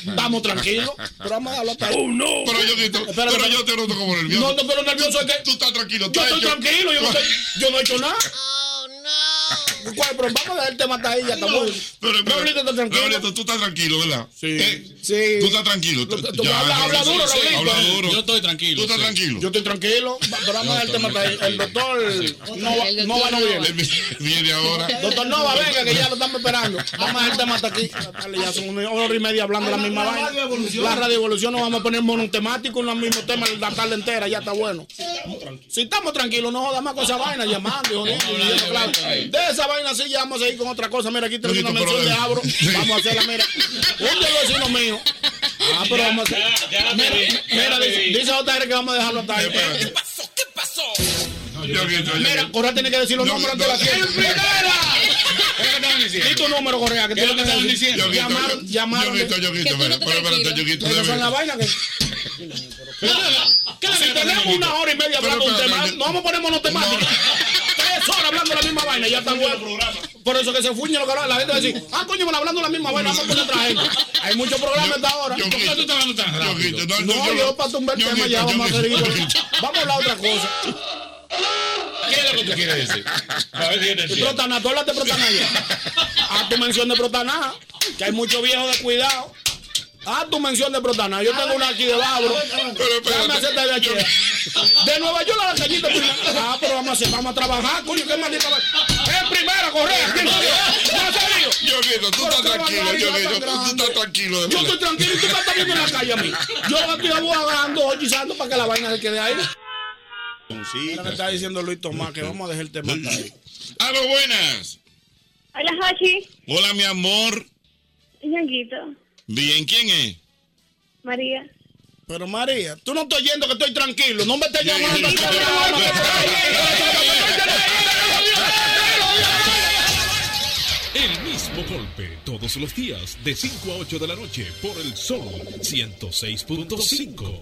Estamos tranquilos. Pero vamos a hablar para-
Oh, no. Pero yo, grito,
Espérate,
pero
espérate.
yo te noto como nervioso.
No, no, pero nervioso es que.
Tú estás tranquilo.
Yo
estás
estoy
hecho.
tranquilo, yo no, estoy- yo no he hecho nada. Oh, no. Pero vamos a dejar el tema hasta ahí, ya estamos.
Pero, pero,
Raulito está tranquilo.
Raulito, tú estás tranquilo, ¿verdad? Sí. Tú estás tranquilo. Tú,
tú habla- habla
Raulito,
duro,
sí,
Raulito.
Habla duro.
Yo
estoy tranquilo. Tú estás
sí.
tranquilo.
Yo estoy tranquilo, pero vamos a dejar el tema hasta ahí. El doctor no, va- no va, no viene.
Viene ahora.
Doctor Nova, venga, que ya lo estamos esperando. Vamos a dejar el tema hasta aquí. Dale, ya son una hora y media hablando la misma vaina. La radio evolución nos vamos a poner monotemático en los mismos temas la tarde entera, ya está bueno. Si estamos tranquilos, no jodas más con esa vaina, llamando y jodiendo, y diciendo, claro. De esa vaina sí, ya vamos a seguir con otra cosa. Mira, aquí tenemos una mención de abro. Vamos a hacerla, mira. Un de los vecinos míos. Ah, pero vamos a hacer. Mira, mira, dice, dice JR que vamos a dejarlo hasta ahí. ¿Qué pasó? ¿Qué pasó? Mira, Correa tiene que decir los nombres ante la gente. Di tu número, Correa, que tú lo que estaban diciendo.
Yoguito,
Llamaron,
yo-
llamaron.
Yoguito, Yoguito, espera, espera, espérate, Yoguito,
Esas son
déjame-
las vainas que. Si tenemos una hora y media hablando de un tema, no vamos a poner monotemático. Tres horas hablando de la misma vaina, ya está bueno. Por eso que se fuñen los carones, la gente va a decir, ah, coño, van hablando de la misma vaina, vamos a poner otra gente. Hay muchos programas hasta ahora.
Yoguito, Yoguito, no,
No,
yo-
yo para tumbar el tema ya
Yoguito,
vamos a hacer
Yoguito.
Vamos a hablar otra cosa.
¿Qué es lo que tú quieres decir? A ver si yo te entiendo.
Protaná, tú hablaste de Protaná ya. Ah, tu mención de Protaná, que hay muchos viejos de cuidado. Ah, tu mención de Protaná. Yo tengo una aquí de Babro. Déjame hacerte de aquí. De Nueva York a la cañita. primero. Ah, pero vamos a hacer, vamos a trabajar, coño, qué maldita va. En primera, correa. ¿quién sabe? Ya se
Yo grito, tú estás tranquilo, yo grito, tú estás tranquilo. de
Yo
verdad.
estoy tranquilo y tú estás también en la calle a mí. Yo estoy abogando, hechizando para que la vaina se quede ahí. Mira que está diciendo Luis Tomás que vamos a dejar el tema hasta ahí.
A lo Ah, buenas.
Hola, Hachi.
Hola, mi amor.
Ñanguito.
Bien, ¿quién es?
María.
Pero María, tú no estás oyendo que estoy tranquilo. No me estés llamando.
El mismo golpe todos los días de 5 a 8 de la noche por el Sol 106.5.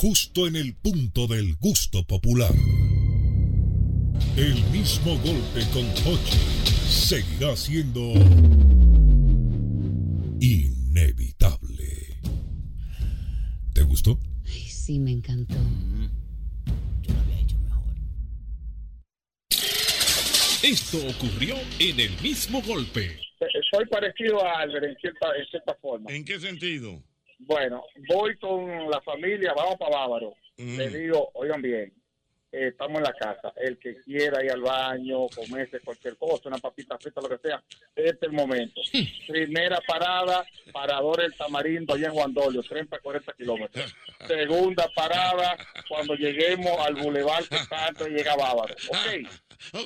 justo en el punto del gusto popular. El mismo golpe con Hochi seguirá siendo inevitable. ¿Te gustó?
Ay, sí, me encantó.
Esto ocurrió en el mismo golpe.
Eh, Soy parecido a Albert en cierta, en cierta forma.
¿En qué sentido?
Bueno, voy con la familia, vamos para Bávaro.
Mm.
Le digo, oigan bien, eh, estamos en la casa. El que quiera ir al baño, comerse cualquier cosa, una papita frita, lo que sea, este es el momento. Primera parada, parador El Tamarindo, allá en Juan Dolio, 30, 40 kilómetros. Segunda parada, cuando lleguemos al bulevar que está antes de llegar a Bávaro. Ok.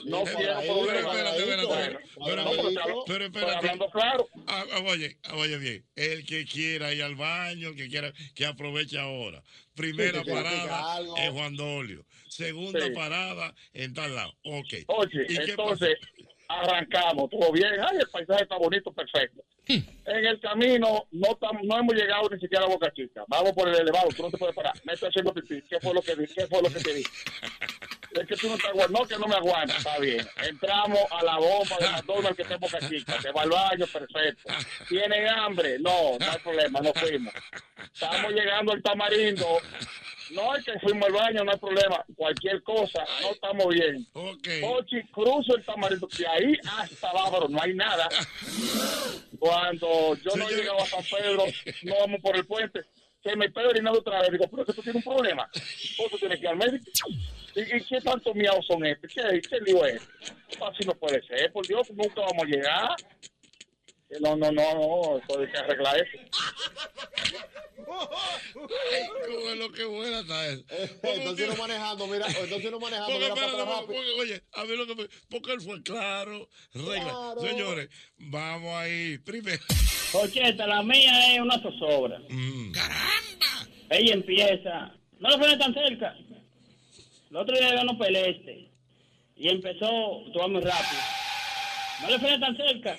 No
Eh,
quiero problemas. Bueno, no, pero te hablo-
Pero
estoy
espérate.
hablando claro.
Ah, ah, oye, ah, oye bien. El que quiera ir al baño, el que quiera, que aproveche ahora. Primera
Sí, que diga
parada
algo.
es Juan Dolio. Segunda
Sí.
parada en tal lado. Ok.
Oye,
¿Y qué
entonces arrancamos, todo bien, ay, el paisaje está bonito, perfecto. En el camino no, tam- no hemos llegado ni siquiera a Boca Chica, vamos por el elevado, tú no te puedes parar, me estoy haciendo pipí, ¿qué fue lo que, di- qué fue lo que te dije? Es que tú no te aguantas, no que no me aguantas, está bien. Entramos a la bomba de McDonald's que está en Boca Chica, se va al baño, perfecto. ¿Tienen hambre? No, no hay problema, no fuimos. Estamos llegando al tamarindo, no es que fuimos al baño, no hay problema. Cualquier cosa, no estamos bien. Ochi, cruzo el tamarindo. De ahí hasta Bávaro, no hay nada. Cuando yo no he llegado a San Pedro, no vamos por el puente. Se me pedorinado otra vez. Digo, pero que tú tienes un problema. Vos tú tienes que ir al médico. ¿Y, y qué tantos miados son estos? ¿Qué, qué lío es? Así no puede ser, por Dios, nunca vamos a llegar. Eh, No, no, no, no, eso hay que arreglar eso.
Ay, qué bueno, qué buena está eso.
Eh, pues, Entonces no manejando, mira, entonces no manejando.
Porque,
mira, para
espérate,
atrás
porque,
rápido.
porque, oye, a mí lo que me- Porque él fue claro, regla.
Claro.
Señores, vamos ahí. Primero.
Ocheta, la mía es una zozobra. ¡Caramba! Ella empieza. No lo frenes tan cerca. El otro día ganó Peleste. Y empezó, tú vas muy rápido. No le frenes tan cerca.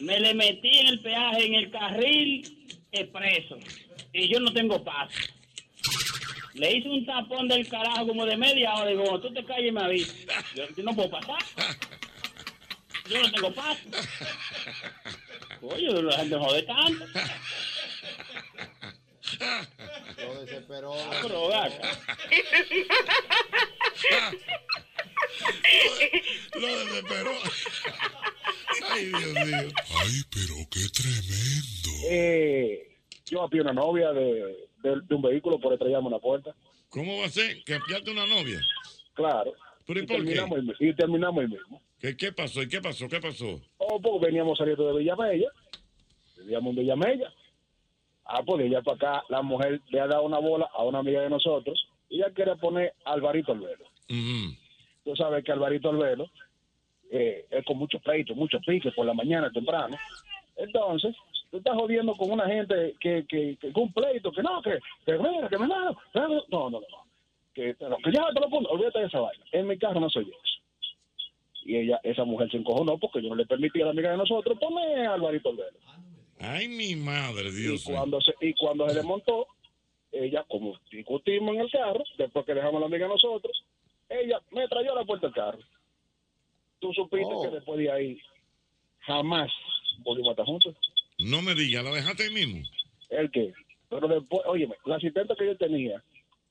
Me le metí en el peaje, en el carril expreso. Y yo no tengo paso. Le hice un tapón del carajo como de media hora. Y digo, tú te calles y me avisas. Yo, yo no puedo pasar. Yo no tengo paso. Oye, la gente jode tanto.
Lo desesperó.
Pero, ve acá.
Lo desesperó. Ay, Dios mío.
Ay, pero qué tremendo. Eh, yo apié una novia de, de- de un vehículo por estrellarme una puerta.
¿Cómo va a ser? ¿Que apiaste una novia?
Claro.
¿Pero y
Y
por qué?
terminamos el mismo. Y terminamos el mismo.
¿Qué, qué pasó? ¿Y qué pasó? ¿Qué pasó?
Oh, pues veníamos saliendo de Villamella. Vivíamos en Villamella. Ah, pues de allá para acá, la mujer le ha dado una bola a una amiga de nosotros y ella quiere poner a Alvarito al velo. Tú sabes que Alvarito al velo eh, es con mucho pleito, mucho pique por la mañana temprano. Entonces, tú estás jodiendo con una gente que, que, que con un pleito, que no, que, que mira, que me nada. No, no, no, no. Que, no, que ya te lo pongo, olvídate de esa vaina. En mi carro no soy yo. Y ella, esa mujer se encojonó porque yo no le permití a la amiga de nosotros poner a Alvarito al velo.
Ay, mi madre, Dios
Y cuando se, y cuando se le montó, ella, como discutimos en el carro, después que dejamos a la amiga nosotros, ella me trayó a la puerta del carro. Tú supiste
Oh.
que después de ahí jamás volvimos a estar juntos.
No me digas, ¿la dejaste ahí mismo?
¿El qué? Pero después, oye, la asistente que yo tenía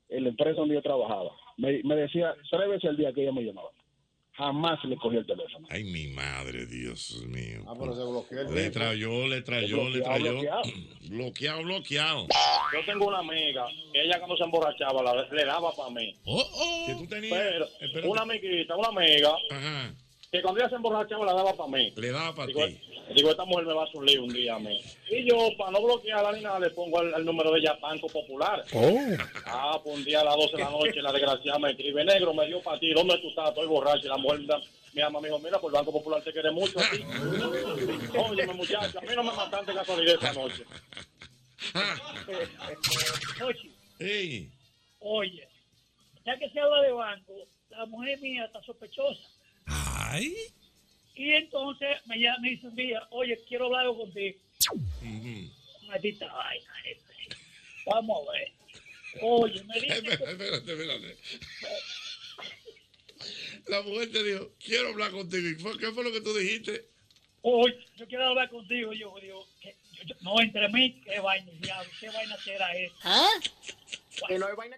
en la empresa donde yo trabajaba, me, me decía tres veces al día que ella me llamaba. Jamás le cogí el teléfono.
Ay, mi madre, Dios mío.
Ah, pero se bloqueó el
Le
tipo.
trayó, le trayó, le
Bloqueado,
trayó. Bloqueado, bloqueado.
Yo tengo una amiga, ella cuando se emborrachaba la- le daba para mí.
Oh, Que tú tenías.
Pero
Espérate.
una amiguita, una amiga, que cuando ella se emborrachaba la daba para mí.
Le daba para ti.
Digo, esta mujer me va a subir un día a mí. Y yo, para no bloquearla ni nada, le pongo el, el número de ella Banco Popular. Ah, pues un día a las 12 de la noche, la desgraciada me escribe, negro, me dio para ti, ¿dónde tú estás? Estoy borracho. Y la mujer me, da- me llama, me dijo, mira, por el Banco Popular te quiere mucho a ti. Óyeme, muchacho, a mí no me mataste casualidad esta noche.
Oye,
Ey,
oye, ya que se habla de banco, la mujer mía está sospechosa.
Ay.
Y entonces me, llama, me dice un día, oye, quiero hablar algo contigo. Maldita vaina. este. Vamos a ver. Oye, me dice... que-
espérate, espérate. La mujer te dijo, quiero hablar contigo. ¿Y fue- ¿Qué fue lo que tú dijiste?
Oye, yo quiero hablar contigo. Yo digo, que- yo- yo- no, entre mí, qué vaina, diablo, qué vaina será esta. Que no hay vaina